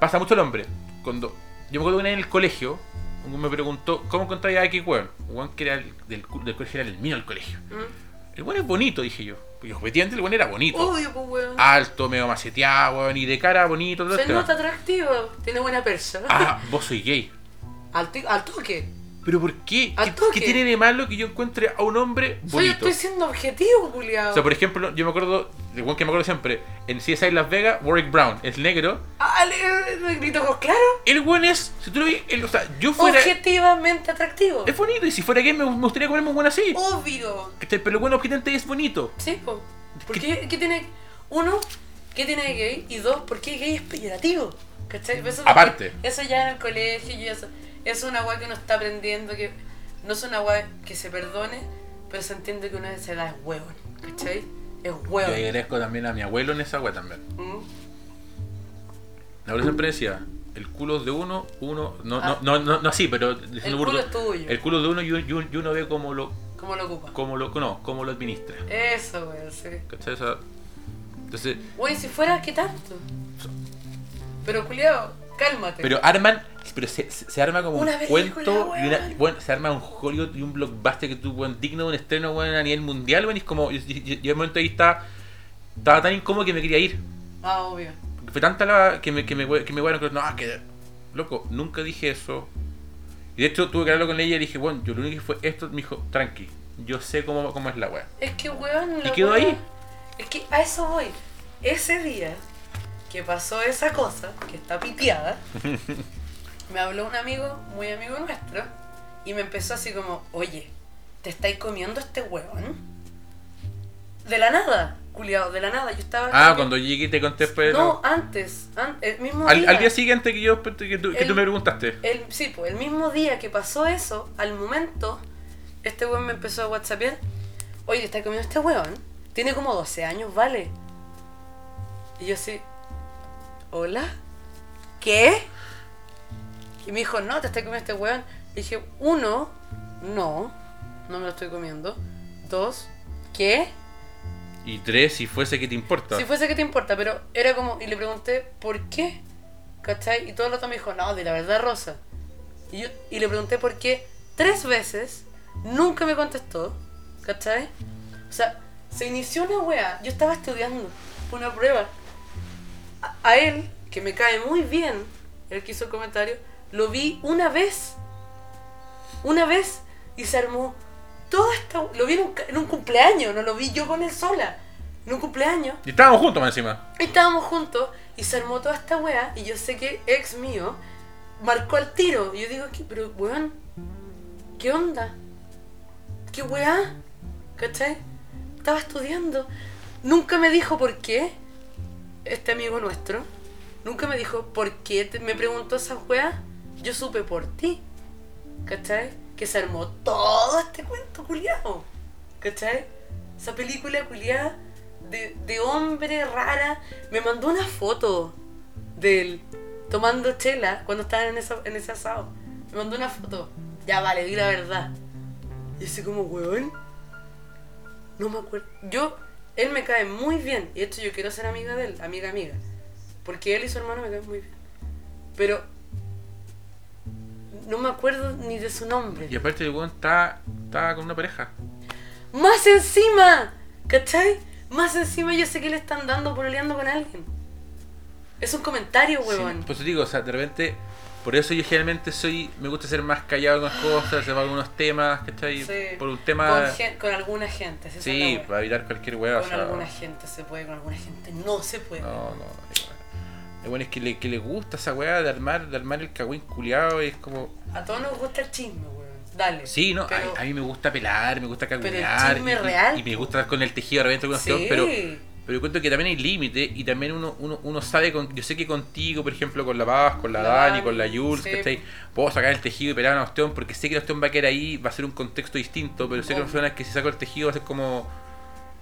S1: Pasa mucho el hombre. Cuando... Yo me acuerdo que una vez en el colegio, un güey me preguntó, ¿cómo encontré a X weón? Un weón que era el- del, cu- del colegio, era el mío del colegio.
S2: Mm.
S1: El weón es bonito, dije yo. Porque objetivamente el weón era bonito.
S2: Obvio, pues weón.
S1: Alto, medio maceteado, weón, y de cara bonito. todo el
S2: Se
S1: tema.
S2: nota atractivo, tiene buena persona.
S1: este Ah, vos soy gay.
S2: Al, ti- al toque.
S1: ¿Pero por qué?
S2: Al
S1: ¿Qué, qué
S2: toque.
S1: tiene de malo que yo encuentre a un hombre
S2: Soy,
S1: bonito?
S2: estoy siendo objetivo,
S1: O
S2: culiado.
S1: sea, por ejemplo, yo me acuerdo, de igual que me acuerdo siempre, en CSI Las Vegas, Warwick Brown es negro.
S2: me grito con claro.
S1: El buen es, si tú lo ves, el- o sea, yo fuera.
S2: Objetivamente atractivo.
S1: Es bonito, y si fuera gay me me gustaría comerme un buen así.
S2: Obvio.
S1: ¿Cachai? Pero el buen objetivamente es bonito.
S2: Sí, po. ¿Por
S1: ¿Qué-
S2: qué, qué tiene. Uno, ¿qué tiene de gay? Y dos, ¿por qué gay es peyorativo? ¿Cachai? Pues Eso,
S1: Aparte.
S2: Eso ya en el colegio, y eso. Es una guay que uno está aprendiendo, que no es una guay que se perdone, pero se entiende que una de esa edad es huevón. ¿Cachai? Es
S1: Yo
S2: huevón.
S1: agradezco también a mi abuelo en esa wea también.
S2: Mm.
S1: Mi abuelo siempre decía, el culo es de uno, uno. No,
S2: Ah.
S1: no, no, no, no así, pero. diciendo
S2: El
S1: burdo,
S2: culo es tuyo.
S1: El culo es de uno y, un- y un- y uno ve cómo lo,
S2: ¿Cómo lo ocupa?
S1: cómo lo, no, cómo lo administra.
S2: Eso, weón, sí.
S1: ¿Cachai? O sea, entonces.
S2: Güey, si fuera, ¿qué tanto? Pero, culiao, cálmate.
S1: Pero arman, pero se, se- se arma como
S2: Eh. Una
S1: un
S2: película,
S1: cuento y una,
S2: weón.
S1: bueno, se arma un Hollywood y un blockbuster que tú, weón, digno de un estreno, weón, a nivel mundial, weón, y es como, yo, yo- yo en el momento ahí estaba, estaba tan incómodo que me quería ir.
S2: Ah, obvio.
S1: Fue tanta la que me, que me, we- que me wearon, que no, ah, que, loco, nunca dije eso. Y de hecho tuve que hablarlo con ella y le dije, bueno, yo lo único que fue esto, me dijo, tranqui, yo sé cómo, cómo es la weá.
S2: Es que, weón. la
S1: Y quedó
S2: weá-
S1: ahí.
S2: Es que a eso voy. Ese día que pasó esa cosa, que está piteada, me habló un amigo, muy amigo nuestro, y me empezó así como: Oye, ¿te estáis comiendo este weón? De la nada, culiao, de la nada. Yo estaba.
S1: Ah, cuando llegué te conté después,
S2: No, antes. an- el mismo
S1: al,
S2: día.
S1: al día siguiente que yo, que tú, que tú
S2: El-
S1: me preguntaste.
S2: El, sí, pues el mismo día que pasó eso, al momento, este weón me empezó a whatsappear. Oye, está comiendo este weón. Tiene como 12 años, vale. Y yo así, ¿hola? ¿qué? Y me dijo, no, te estás comiendo este weón. Le dije, uno, no, no me lo estoy comiendo. Dos, ¿qué?
S1: Y tres, si fuese que te importa.
S2: Si fuese que te importa, pero era como, y le pregunté, ¿por qué? ¿Cachai? Y todo el rato me dijo, no, de la verdad, Rosa. Y, yo, y le pregunté por qué tres veces, nunca me contestó, ¿cachai? O sea, se inició una wea, yo estaba estudiando una prueba. A, a él, que me cae muy bien, él que hizo el comentario, lo vi una vez, una vez, y se armó toda esta... Lo vi en un, ca- en un cumpleaños, no lo vi yo con él sola, en un cumpleaños.
S1: Y estábamos juntos más encima.
S2: Estábamos juntos y se armó toda esta wea y yo sé que ex mío marcó al tiro. Y yo digo, "¿Qué- pero weón, ¿qué onda? ¿Qué weá? ¿Cachai? Estaba estudiando. Nunca me dijo por qué este amigo nuestro. Nunca me dijo por qué te- me preguntó esa weá. Yo supe por ti. ¿Cachai? Que se armó todo este cuento culiao. ¿Cachai? Esa película culiada de, de hombre rara. Me mandó una foto de él tomando chela cuando estaban en, esa, en ese asado. Me mandó una foto. Ya vale, di la verdad. Y así como, weón. No me acuerdo. Yo, él me cae muy bien. Y de hecho yo quiero ser amiga de él, amiga amiga. Porque él y su hermano me caen muy bien. Pero no me acuerdo ni de su nombre.
S1: Y aparte el weón está, está con una pareja.
S2: ¡Más encima! ¿Cachai? Más encima yo sé que le están dando pololeando con alguien. Es un comentario,
S1: Sí, pues,
S2: huevón.
S1: Por eso digo, o sea, de repente, por eso yo generalmente soy, me gusta ser más callado con las cosas, se va con unos temas, ¿cachai?
S2: Sí.
S1: Por un tema...
S2: Con, gen- con alguna gente. esa es la
S1: Sí, pues,
S2: hueá.
S1: para evitar cualquier hueá. o
S2: Con
S1: sea,
S2: alguna gente se puede, con alguna gente no se puede.
S1: No, no. Es bueno, es que le, que le gusta esa weá de armar, de armar el cagüín culiado y es como.
S2: A todos nos gusta el chisme, huevón. Dale.
S1: Sí, no, a-
S2: Pero-
S1: a, mí me gusta pelar, me gusta
S2: el
S1: caguinear.
S2: chisme
S1: y- y-
S2: real,
S1: Y, me
S2: po.
S1: gusta estar con el tejido de repente con
S2: Sí.
S1: pero. Pero yo cuento que también hay límites y también uno, uno, uno sabe, con, yo sé que contigo, por ejemplo, con la Paz, con la,
S2: La
S1: Dani,
S2: Dani,
S1: con la Jules,
S2: sí.
S1: ¿cachai? Puedo sacar el tejido y pelar una opción porque sé que la opción va a quedar ahí, va a ser un contexto distinto, pero sé que
S2: Obvio.
S1: hay personas que si saco el tejido va a ser como...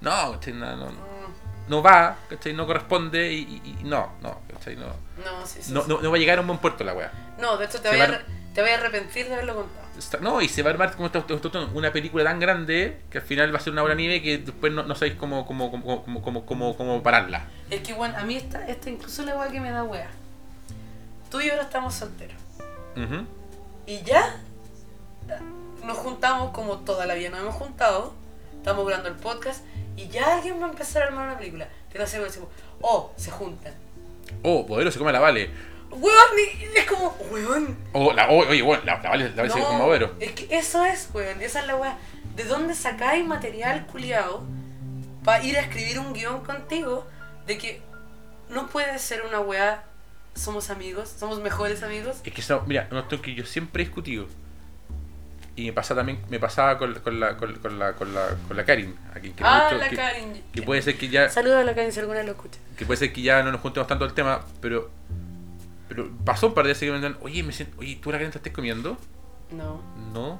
S1: No, ¿cachai? no, no,
S2: Mm,
S1: no va, ¿cachai? No corresponde y, y- y no, no, ¿cachai? No,
S2: No, sí, sí,
S1: no,
S2: sí.
S1: no, no va a llegar a un buen puerto la weá.
S2: No, de hecho te
S1: Se
S2: voy, a,
S1: van-
S2: arre- te voy a arrepentir de haberlo contado.
S1: Está- No, y se va a armar como esta- esta- esta- una película tan grande que al final va a ser una obra nieve que después no, no sabéis cómo, cómo, cómo, cómo, cómo, cómo, cómo pararla.
S2: Es que, bueno, a mí esta, esta incluso la weá que me da wea. Tú y yo ahora estamos solteros.
S1: Ujú.
S2: Y ya nos juntamos como toda la vida nos hemos juntado. Estamos grabando el podcast y ya alguien va a empezar a armar una película. Te lo aseguro, decimos, oh, se juntan.
S1: Oh, Bodero se come a la Vale.
S2: Weón, y- y es como, weón.
S1: Oh, la, oh, oye, bueno, la, la Vale, la Vale se
S2: no,
S1: come a Bodero.
S2: Es que eso es, weón, esa es la weá. ¿De dónde sacáis material culiado para ir a escribir un guión contigo de que no puede ser una weá, somos amigos, somos mejores amigos?
S1: Es que eso, mira, un asunto que yo siempre he discutido. Y me pasa también, me pasaba con, con la, con, con la, con la, con la Karin, a quien quiero
S2: ah,
S1: mucho,
S2: la
S1: que,
S2: Karin.
S1: que puede ser que ya,
S2: Saluda a la Karin si alguna lo escucha.
S1: que puede ser que ya no nos juntemos tanto al tema, pero, pero pasó un par de veces que me dijeron, oye, me siento, oye, ¿tú la Karin te estás comiendo?
S2: No.
S1: No,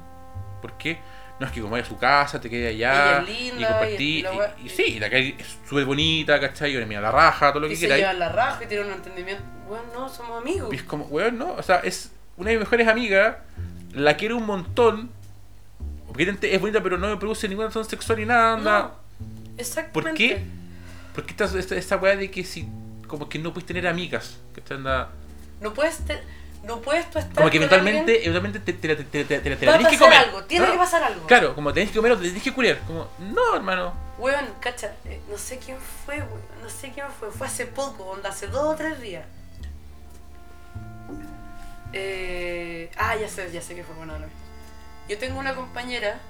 S1: ¿por qué? No es que como vaya a su casa, te quede allá.
S2: Ella es linda,
S1: y compartí.
S2: y- y la wea-
S1: Y, y sí, la Karin es súper bonita, ¿cachai? Y mira la raja, todo lo
S2: Y
S1: que
S2: se
S1: quieras.
S2: llevan la raja y tienen un entendimiento. Bueno, no, somos amigos.
S1: Y es como, weón, no, o sea, es una de mis mejores amigas, la quiero un montón, obviamente es bonita, pero no me produce ninguna razón sexual ni nada, anda.
S2: No, exactamente.
S1: ¿Por qué? ¿Por qué esta, esta, esta weá de que si, como que no puedes tener amigas? Que está anda-
S2: No puedes, te- no puedes tú estar.
S1: Como que
S2: con
S1: eventualmente,
S2: alguien,
S1: eventualmente te, te, la- te, te, te, te la
S2: va a
S1: tenés que
S2: pasar
S1: comer.
S2: algo, tiene
S1: ¿no?
S2: que pasar algo.
S1: Claro, como tenés que comer o te tenés que culiar. Como, no, hermano.
S2: Weón, cacha, eh, no sé quién fue, weón, no sé quién fue, fue hace poco, onda, hace dos o tres días. Eh, ah, ya sé, ya sé que fue bueno. no. Yo tengo una compañera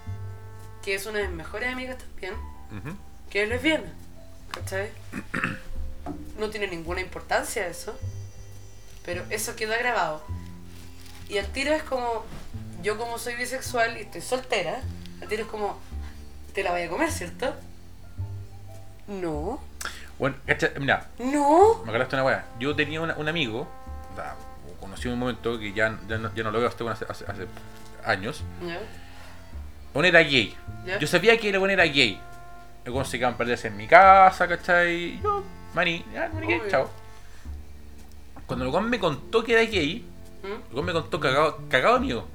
S2: que es una de mis mejores amigas también, que es lesbiana, ¿cachai? No tiene ninguna importancia eso, pero eso queda grabado. Y al tiro es como, yo como soy bisexual y estoy soltera, al tiro es como, te la vaya a comer, ¿cierto? No,
S1: Bueno, cacha, mira,
S2: no,
S1: Me acordaste de una weá. Yo tenía una- un amigo, da, o conocí en un momento que ya, ya, no, ya no lo veo hasta hace, hace- hace años.
S2: ¿Ya?
S1: Un era gay.
S2: ¿Ya?
S1: Yo sabía que era un era gay. Me conseguían perderse en mi casa, ¿cachai? Y Yo, maní, ya, maní gay,
S2: Obvio.
S1: chao. Cuando el weón me contó que era gay,
S2: ¿Mm?
S1: el weón me contó cagado, cagado de miedo.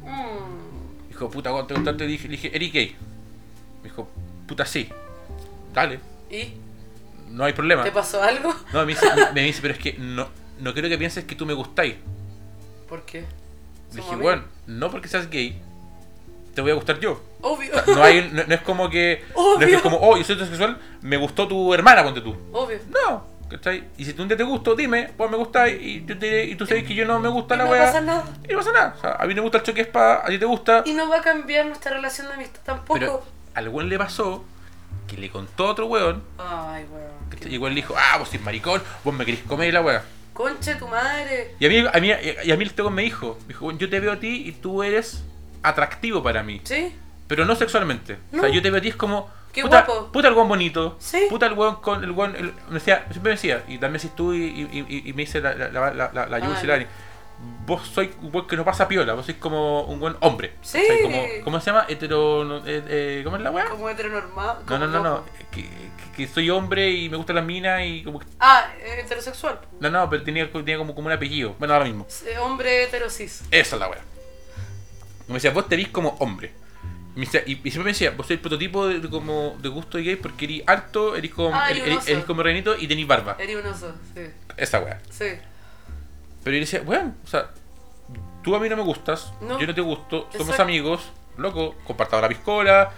S1: Dijo, puta, weón, te contaste, dije, le dije, ¿eres gay? Me dijo, puta, sí. Dale,
S2: ¿Y?
S1: no hay problema.
S2: ¿Te pasó algo?
S1: No, me dice, me- me dice, pero es que no, no quiero que pienses que tú me gustáis.
S2: ¿Por qué?
S1: Le
S2: Somos
S1: dije,
S2: amigos.
S1: weón, no porque seas gay, te voy a gustar yo.
S2: Obvio.
S1: No, hay, no, no es como que. No es que es
S2: Obvio.
S1: como, oh, yo soy heterosexual, me gustó tu hermana, ponte tú.
S2: Obvio.
S1: No, ¿cachai? Y si tú un día te gusto, dime, pues me gusta y, yo te diré, y tú sabes que yo no me gusta
S2: Y
S1: la
S2: no
S1: wea.
S2: pasa nada.
S1: Y no pasa nada. O sea, a mí me gusta el choque espada, a ti te gusta.
S2: Y no va a cambiar nuestra relación de amistad tampoco.
S1: Pero al weón le pasó que le contó a otro weón.
S2: Ay, weón.
S1: ¿cachai? Y el weón le dijo, ah, vos sos maricón, vos me querés comer y la wea.
S2: Conche tu madre.
S1: Y a mí, a mí, y a mí el tecón me dijo, me dijo, "Weón, yo te veo a ti y tú eres atractivo para mí.
S2: ¿Sí?
S1: Pero no sexualmente. O sea,
S2: No.
S1: yo te veo a ti es como.
S2: Qué
S1: puta,
S2: guapo.
S1: puta el weón bonito.
S2: Sí.
S1: Puta el weón con el weón. el- me decía, siempre me decía, y también si tú y, y- y- y me dice la, la, la, la, la, la Yus y la
S2: Ah,
S1: Ani, Vos sois un weón que no pasa piola, vos sois como un buen hombre.
S2: Sí.
S1: ¿cachai? Como, ¿Cómo se llama? Hetero. no, eh, eh, ¿Cómo es la weá?
S2: Como heteronormal.
S1: No,
S2: como
S1: no, no, no.
S2: loco.
S1: Que, que- que soy hombre y me gustan las minas y como. que-
S2: Ah, heterosexual.
S1: No, no, pero tenía, tenía como, como un apellido. Bueno, ahora mismo.
S2: Eh, Hombre heterosis.
S1: Esa es la weá. Y Me decía, vos te vis como hombre. Y, me decía- y- y siempre me decía, vos sois el prototipo de, de como, de gusto gay porque eres alto, eres como,
S2: Ah, y
S1: eres,
S2: un
S1: eres-
S2: oso.
S1: eres como reinito y tenés barba.
S2: Era un oso, sí.
S1: Esa weá.
S2: Sí.
S1: Pero yo decía, weón, o sea, tú a mí no me gustas,
S2: No.
S1: yo no te gusto, somos
S2: Exacto.
S1: amigos, loco, compartamos la piscola.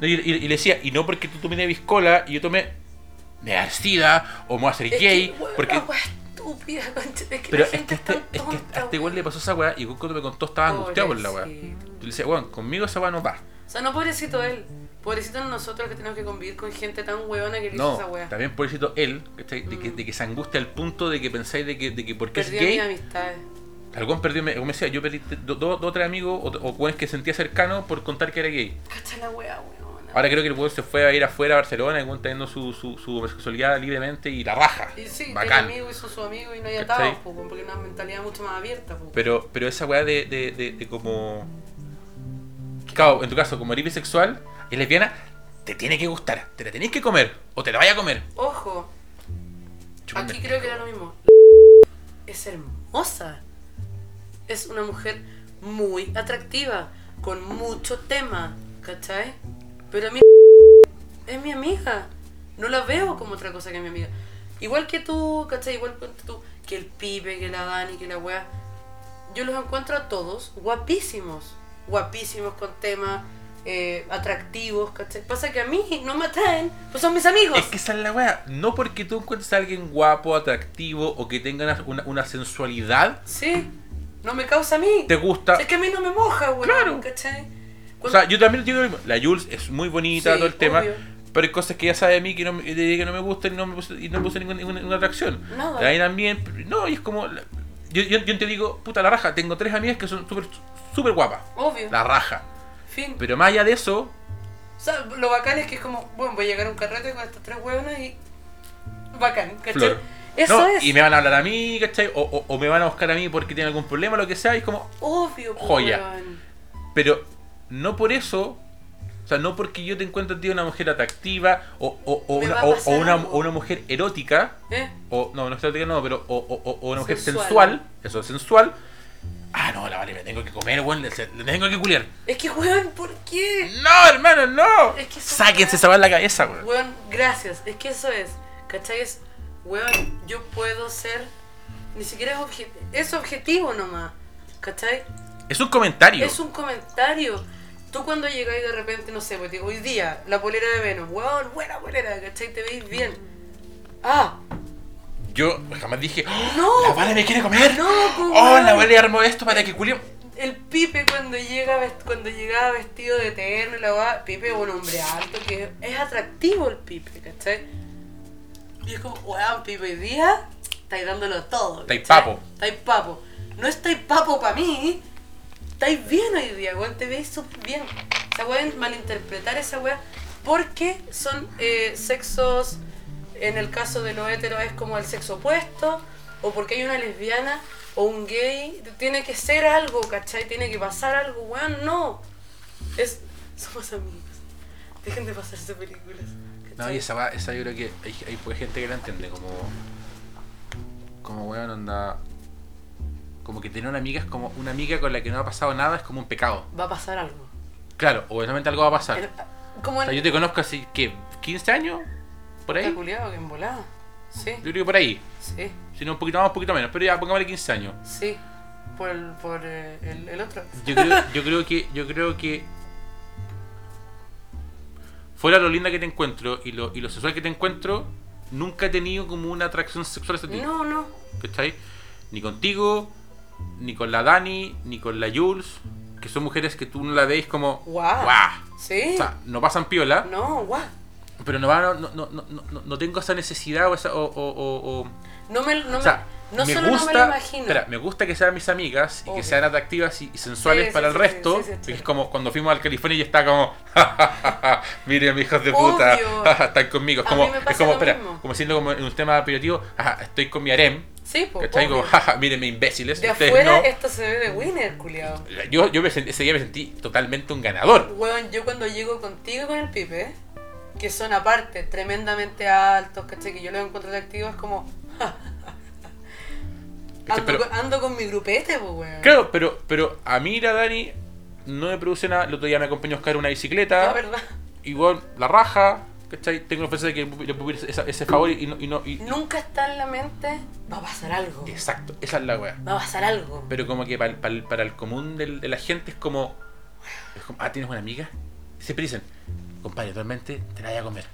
S1: Y, y- y le decía, y no porque tú tomes piscola y yo tomé me da sida o me voy a ser
S2: Es
S1: gay.
S2: que, weón,
S1: porque...
S2: la wea estúpida, conche. Es que
S1: Pero
S2: la
S1: es
S2: gente
S1: que, este,
S2: es
S1: es
S2: tan
S1: que
S2: tonta,
S1: a este
S2: weón.
S1: weón le pasó esa weá y el weón cuando me contó estaba angustiado por la weá. Yo
S2: Pobrecito.
S1: le decía, weón, conmigo esa weá no va.
S2: O sea, no pobrecito él. Pobrecito nosotros que tenemos que convivir con gente tan huevona que le hizo
S1: No,
S2: esa weá. Mm.
S1: también por eso él, ¿cachai? De, que, de que se angustia al punto de que pensáis de que, de que porque
S2: Perdió
S1: es
S2: mis
S1: gay,
S2: amistades.
S1: algún perdió, me, como decía, yo perdí te- do- dos o tres amigos o, o weones que sentía cercano por contar que era gay.
S2: Cacha la weá, weona.
S1: Ahora creo que el weón se fue a ir afuera a Barcelona, el weón teniendo su, su, su homosexualidad libremente y la raja.
S2: Y sí, tiene
S1: bacán.
S2: amigos y son sus amigos y no hay
S1: ¿Cachai?
S2: atados, po, weón, porque es una mentalidad mucho más abierta, po.
S1: Pero, pero esa weá de, de, de, de como. Claro, en tu caso, como eres bisexual y lesbiana, te tiene que gustar, te la tenés que comer o te la vaya a comer.
S2: Ojo,
S1: Chúpame.
S2: aquí creo que era lo mismo. Es hermosa. Es una mujer muy atractiva, con mucho tema, ¿cachai? Pero a mí es mi amiga. No la veo como otra cosa que mi amiga. Igual que tú, ¿cachai? Igual que tú, que el pibe, que la Dani, que la wea. Yo los encuentro a todos guapísimos. Guapísimos con tema, eh, atractivos, ¿cachai? Pasa que a mí no me atraen, pues son mis amigos.
S1: Es que esa es la weá. No porque tú encuentres a alguien guapo, atractivo o que tenga una, una- una sensualidad,
S2: Sí, no me causa a mí.
S1: te gusta.
S2: Es que a mí no me moja, güey.
S1: Claro.
S2: ¿Cachai?
S1: O sea, yo también digo lo mismo. La Jules es muy bonita,
S2: Sí,
S1: todo el tema.
S2: obvio.
S1: Pero hay cosas que ella sabe de mí que no, me- de- que no me gustan y no me puse, y no me puse ninguna, ninguna- ninguna atracción.
S2: Nada.
S1: Ahí también. No, y es como. la- Yo, yo, yo te digo, puta la raja, tengo tres amigas que son súper súper guapas.
S2: obvio.
S1: La raja.
S2: Fin.
S1: Pero más allá de eso,
S2: O sea, lo bacán es que es como, bueno, voy a llegar a un carrete con estas tres huevonas y. Bacán, ¿cachai?
S1: Flor.
S2: Eso
S1: no,
S2: es.
S1: Y me van a hablar a mí, ¿cachai? O, o- o me van a buscar a mí porque tienen algún problema, lo que sea. Y es como,
S2: Obvio, po,
S1: Joya.
S2: weón.
S1: Pero no por eso, o sea, no porque yo te encuentro a ti una mujer atractiva o, o- o
S2: Me
S1: una,
S2: va a
S1: o-
S2: pasar
S1: o una-
S2: algo.
S1: o una mujer erótica,
S2: ¿Eh?
S1: o no, no es erótica, no, pero o, o- o- o una mujer
S2: Sensual.
S1: sensual, eso, sensual. Ah, no, la vale, me tengo que comer, weón, le, le tengo que culiar.
S2: Es que, weón, ¿por qué?
S1: No, hermano, no.
S2: Es que esa
S1: Sáquense
S2: weá-
S1: esa weá en la cabeza, weón.
S2: Weón, gracias. Es que eso es. ¿Cachai? Es, weón, yo puedo ser. Ni siquiera es, obje- es objetivo nomás. ¿Cachai?
S1: Es un comentario.
S2: Es un comentario. Tú cuando llegáis de repente, no sé, pues digo, hoy día, la polera de Venus, weón, buena polera, ¿cachai? Te veis bien. Ah,
S1: Yo jamás dije, ¡Oh,
S2: No.
S1: la vale me quiere comer.
S2: No, pues,
S1: oh, la
S2: weón.
S1: vale armó esto para que culiemos.
S2: el Pipe cuando llega vest- cuando llegaba vestido de terno y la va, Pipe es un hombre alto que es atractivo el Pipe, ¿cachai? Y es como, weón, Pipe, hoy día estáis dándolo todo.
S1: Estáis
S2: ¿cachai?
S1: papo.
S2: Estáis papo. No estáis papo para mí. Estáis bien hoy día, weón, te veis súper bien. O sea, pueden malinterpretar esa weá porque son eh, sexos, en el caso de los heteros es como el sexo opuesto, o porque hay una lesbiana o un gay. Tiene que ser algo, ¿cachai? Tiene que pasar algo, weón, no. Es, somos amigos. Dejen de pasarse películas.
S1: No,
S2: ¿cachai?
S1: y esa, va- esa yo creo que hay, hay pues, gente que la entiende como. Como weón, onda. Como que tener una amiga es como una amiga con la que no ha pasado nada, es como un pecado.
S2: Va a pasar algo.
S1: Claro, obviamente algo va a pasar.
S2: Pero, Como
S1: O sea, yo
S2: en
S1: te conozco así que 15 años, por ahí. Yo
S2: calculado que en volada. Sí,
S1: creo que por ahí.
S2: sí,
S1: Si no, un poquito más, un poquito menos. Pero ya, pongámosle 15 años.
S2: sí. Por el, por eh, el, el otro.
S1: Yo creo, yo creo que. Yo creo que. Fuera lo linda que te encuentro y lo, y lo sexual que te encuentro, nunca he tenido como una atracción sexual hacia ti.
S2: No, no.
S1: ¿Cachai? Ni contigo, ni con la Dani, ni con la Jules, que son mujeres que tú no la veis como.
S2: Guau.
S1: "Guau".
S2: Sí.
S1: O sea, no pasan piola,
S2: No, guau.
S1: pero no, va- no, no, no, no, no tengo esa necesidad o esa. O, o, o- o-
S2: No me, no me,
S1: o sea,
S2: no
S1: me
S2: solo
S1: gusta,
S2: no me lo imagino.
S1: espera, me gusta que sean mis amigas y
S2: Obvio.
S1: que sean atractivas y, y sensuales
S2: Sí,
S1: para
S2: sí,
S1: el
S2: sí,
S1: resto.
S2: sí, sí, sí,
S1: porque es
S2: sí.
S1: como cuando fuimos al California y está como, "Ja, ja, ja, ja, miren, hijos de puta,
S2: Obvio.
S1: ja, ja, están conmigo. Es
S2: A
S1: como,
S2: mí me
S1: es
S2: pasa
S1: como,
S2: lo
S1: espera,
S2: mismo.
S1: como siendo como en un tema operativo, ajá, estoy con mi harem,
S2: sí, po,
S1: ¿cachai? Como,
S2: obvio.
S1: jaja, mírenme imbéciles,
S2: De
S1: ustedes
S2: afuera
S1: no.
S2: esto se ve de winner, culiao.
S1: Yo, yo me sentí- ese día me sentí totalmente un ganador.
S2: Weón, yo cuando llego contigo y con el Pipe, que son aparte tremendamente altos, ¿cachai? Que yo los encuentro atractivos, es como.
S1: ¿cachai?
S2: Ando,
S1: Este, Pero-
S2: con, ando con mi grupete, pues, weón.
S1: Claro, pero, pero a mí la Dani no me produce nada. El otro día me acompañó a Oscar en una
S2: La
S1: bicicleta.
S2: verdad.
S1: Y bueno, la raja. ¿Cachai? Tengo la ofensa de que le puedo pedir esa- ese favor y no. Y no y-
S2: Nunca está en la mente, va a pasar algo.
S1: Exacto, esa es la wea.
S2: Va a pasar algo.
S1: Pero como que para, el- para el común del- de la gente es como, es como, Ah, ¿tienes una amiga? Siempre dicen, compadre, actualmente te la voy a comer.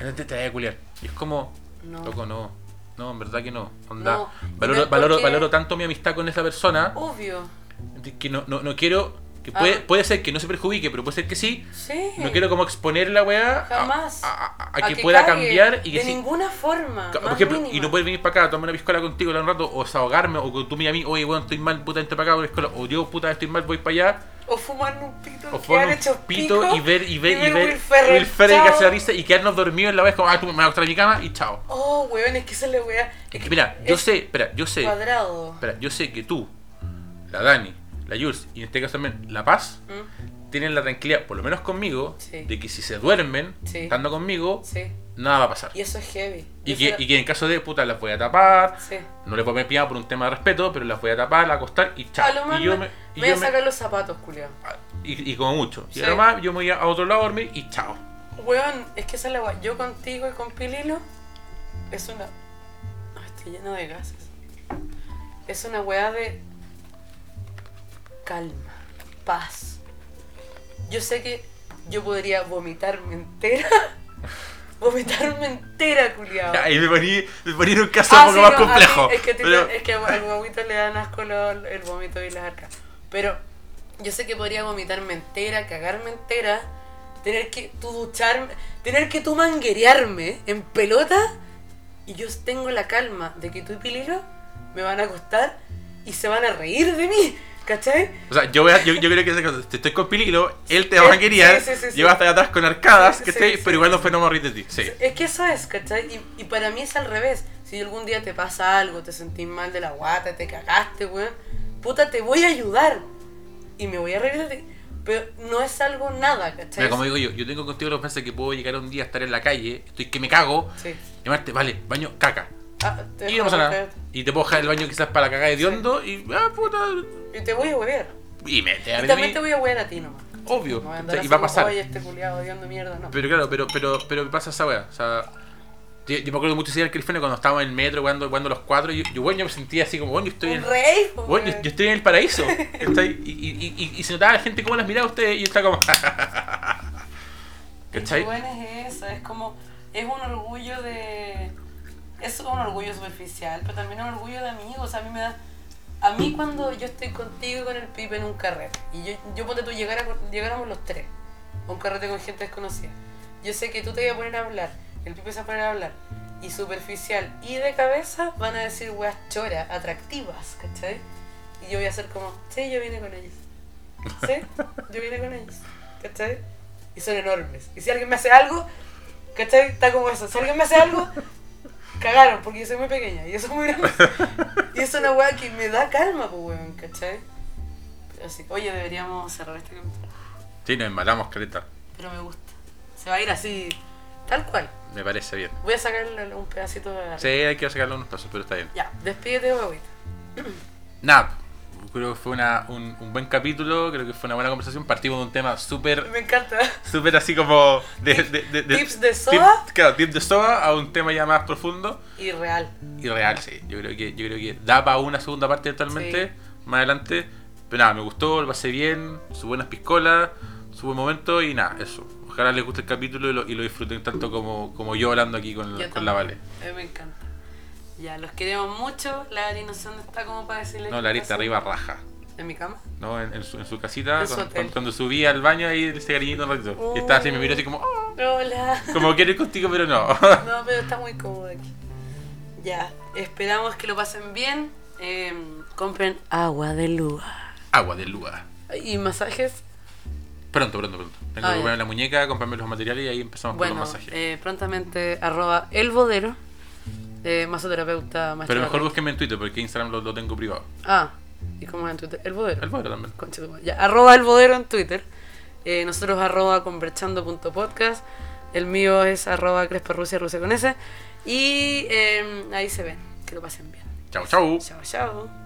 S1: Antes te la voy a culiar. Y es como,
S2: No.
S1: loco, no. No, en verdad que no. Onda.
S2: No, y
S1: valoro,
S2: no es
S1: valoro,
S2: porque-
S1: valoro tanto mi amistad con esa persona.
S2: Obvio.
S1: de que no, no, no quiero. Que puede,
S2: Ah.
S1: puede ser que no se perjudique, pero puede ser que sí.
S2: Sí.
S1: No quiero como exponer la weá a-
S2: Jamás.
S1: a, a- a
S2: A
S1: que, pueda
S2: cague,
S1: cambiar y que
S2: De
S1: si-
S2: ninguna forma.
S1: Por
S2: más
S1: ejemplo, y
S2: mínima.
S1: no puedes venir para acá a tomar una piscola contigo hablar un rato, o desahogarme, o que tú me llames, oye, weón, estoy mal, puta, vente para acá, una piscola", o yo, puta, estoy mal, voy para allá,
S2: O fumar un pito.
S1: o
S2: que
S1: fumar
S2: han
S1: un
S2: hecho
S1: pito
S2: pico,
S1: y ver, y ver, y ver,
S2: Will Ferrell,
S1: Will Ferrell y
S2: chao.
S1: cagarse la risa y quedarnos dormidos en la vez, como, ah, tú me vas a acostar en mi cama y chao.
S2: Oh, weón, es que esa es la weá.
S1: Es que, mira, yo
S2: es
S1: sé, espera, yo sé,
S2: Cuadrado.
S1: espera, yo sé que tú, la Dani, la Jules, y en este caso también, La Paz,
S2: Mm,
S1: tienen la tranquilidad, por lo menos conmigo,
S2: Sí.
S1: de que si se duermen,
S2: Sí.
S1: estando conmigo,
S2: Sí.
S1: nada va a pasar.
S2: Y eso es heavy.
S1: Y
S2: Eso
S1: que,
S2: lo-
S1: y que en caso de puta las voy a tapar,
S2: Sí.
S1: no les voy a pedir pillado por un tema de respeto, pero las voy a tapar, acostar y
S2: A
S1: chao.
S2: lo más
S1: y
S2: me,
S1: yo
S2: me
S1: y
S2: voy
S1: yo Ah,
S2: a sacar los zapatos, culiao.
S1: y- y como mucho.
S2: Sí.
S1: Y además yo me voy a a otro lado a dormir y chao.
S2: Weón, es que esa es la weá. Yo contigo y con Pililo es una. Ay, estoy llena de gases. Es una weá de. Calma. Paz. Yo sé que yo podría vomitarme entera. vomitarme entera, culiao.
S1: Ahí me poní, me poní en un caso
S2: Ah,
S1: un poco
S2: sí,
S1: más
S2: no, a ti-
S1: complejo.
S2: es que, a ti
S1: pero-
S2: te- es que al guaguito le dan asco lo- el vómito y las arcas. Pero yo sé que podría vomitarme entera, cagarme entera, tener que tú ducharme, tener que tú manguerearme en pelota y yo tengo la calma de que tú y Pililo me van a acostar y se van a reír de mí, ¿cachai?
S1: O sea, yo, voy a- yo, yo creo que esa cosa, te estoy con Pililo, él te va a
S2: Sí,
S1: querer,
S2: sí, sí, sí.
S1: yo voy a estar atrás con arcadas,
S2: Sí,
S1: que
S2: sí,
S1: esté,
S2: sí.
S1: pero igual los fenómenos ríen de ti. Sí.
S2: Es que eso es, ¿cachai? Y, y para mí es al revés. Si algún día te pasa algo, te sentís mal de la guata, te cagaste, weón, puta, te voy a ayudar. Y me voy a reír de ti. Pero no es algo nada, ¿cachai?
S1: Mira, como digo yo, yo tengo contigo los meses que puedo llegar un día a estar en la calle, estoy que me cago,
S2: Sí.
S1: llamarte, vale, baño, caca.
S2: Ah, te
S1: Y no pasa nada.
S2: dejo-
S1: Y te puedo dejar el baño quizás para la cagada de hondo y, ah, puta,
S2: Y te voy a huevear.
S1: Y me te, a
S2: Y
S1: mí
S2: también
S1: también,
S2: te voy a huevear a ti nomás.
S1: Obvio.
S2: No voy a andar
S1: ¿cachai? y
S2: así
S1: va a
S2: como,
S1: pasar.
S2: Oye, este culiado odiando mierda, no.
S1: Pero claro, pero, pero, pero me pasa esa wea. O sea. Yo, yo me acuerdo mucho de que el cuando estábamos en el metro, cuando, cuando los cuatro, yo, yo, bueno, yo me sentía así como, bueno, yo estoy en.
S2: Un rey, po,
S1: bueno, yo,
S2: weón.
S1: yo estoy en el paraíso. ¿cachai? Y, y, y, y- y se notaba la gente cómo las miraba a ustedes y está como.
S2: El
S1: ¿Cachai?
S2: buen es eso, es como, es un orgullo de, es un orgullo superficial, pero también es un orgullo de amigos, a mí me da, a mí cuando yo estoy contigo y con el pipe en un carrete, y yo, yo ponte tú, llegara con- llegáramos los tres, a un carrete con gente desconocida, yo sé que tú te vas a poner a hablar, el pipe se va a poner a hablar, y superficial y de cabeza van a decir weas choras, atractivas, ¿cachai? Y yo voy a ser como, sí, yo vine con ellos. Sí, yo vine con ellos. ¿Cachai? Y son enormes. Y si alguien me hace algo, ¿cachai? Está como eso. Si alguien me hace algo, cagaron, porque yo soy muy pequeña y yo soy muy grande. Y es una wea que me da calma, pues weón, ¿cachai? Pero sí, oye, deberíamos cerrar este capítulo.
S1: Sí, nos matamos, caleta.
S2: Pero me gusta. Se va a ir así, tal cual.
S1: Me parece bien.
S2: Voy a sacarle un pedacito de...
S1: Sí, hay que sacarle unos pasos, pero está bien.
S2: Ya, despídete, weón.
S1: Nada. creo que fue una, un, un buen capítulo, creo que fue una buena conversación. Partimos de un tema súper,
S2: Me encanta.
S1: súper así como... De, de- de- de-
S2: Tips de soda.
S1: tip- claro, tips de soda a un tema ya más profundo
S2: Y real.
S1: y real, sí. Yo creo que, yo creo que da para una segunda parte totalmente,
S2: Sí.
S1: más adelante. Pero nada, me gustó, lo pasé bien, su buenas piscolas, su buen momento y nada, eso. Ojalá les guste el capítulo y lo, y lo disfruten tanto como, como yo hablando aquí con,
S2: Yo
S1: con la Vale.
S2: también. A mí me encanta. Ya, los queremos mucho. La Ari no sé dónde está como para decirle.
S1: No,
S2: que
S1: la arista
S2: está así.
S1: arriba raja.
S2: ¿En mi cama?
S1: ¿no? En, en su, en su casita,
S2: En su
S1: cuando,
S2: hotel. Uh.
S1: cuando- cuando subía al baño ahí ese cariñito un ratito. Y estaba así, me miró así como, "Oh",
S2: Hola.
S1: como quiero ir contigo, pero no.
S2: No, pero está muy cómodo aquí. Ya, esperamos que lo pasen bien. Eh, compren agua de lúa.
S1: Agua de lúa.
S2: Y masajes.
S1: Pronto, pronto, pronto. Tengo
S2: Ah,
S1: que
S2: ya.
S1: comprarme la muñeca, comprarme los materiales y ahí empezamos con
S2: Bueno,
S1: los masajes.
S2: eh, prontamente arroba el bodero. eh, masoterapeuta más
S1: pero mejor búsquenme en Twitter porque Instagram lo, lo tengo privado.
S2: Ah, ¿y cómo es en Twitter? El bodero.
S1: El bueno también.
S2: Concha tu madre. Ya, arroba el bodero en Twitter. Eh, nosotros arroba conversando.podcast. El mío es arroba crespa rusia rusia con ese. Y eh, ahí em, se ven. Que lo pasen bien.
S1: Chau, chau.
S2: Chao, chao.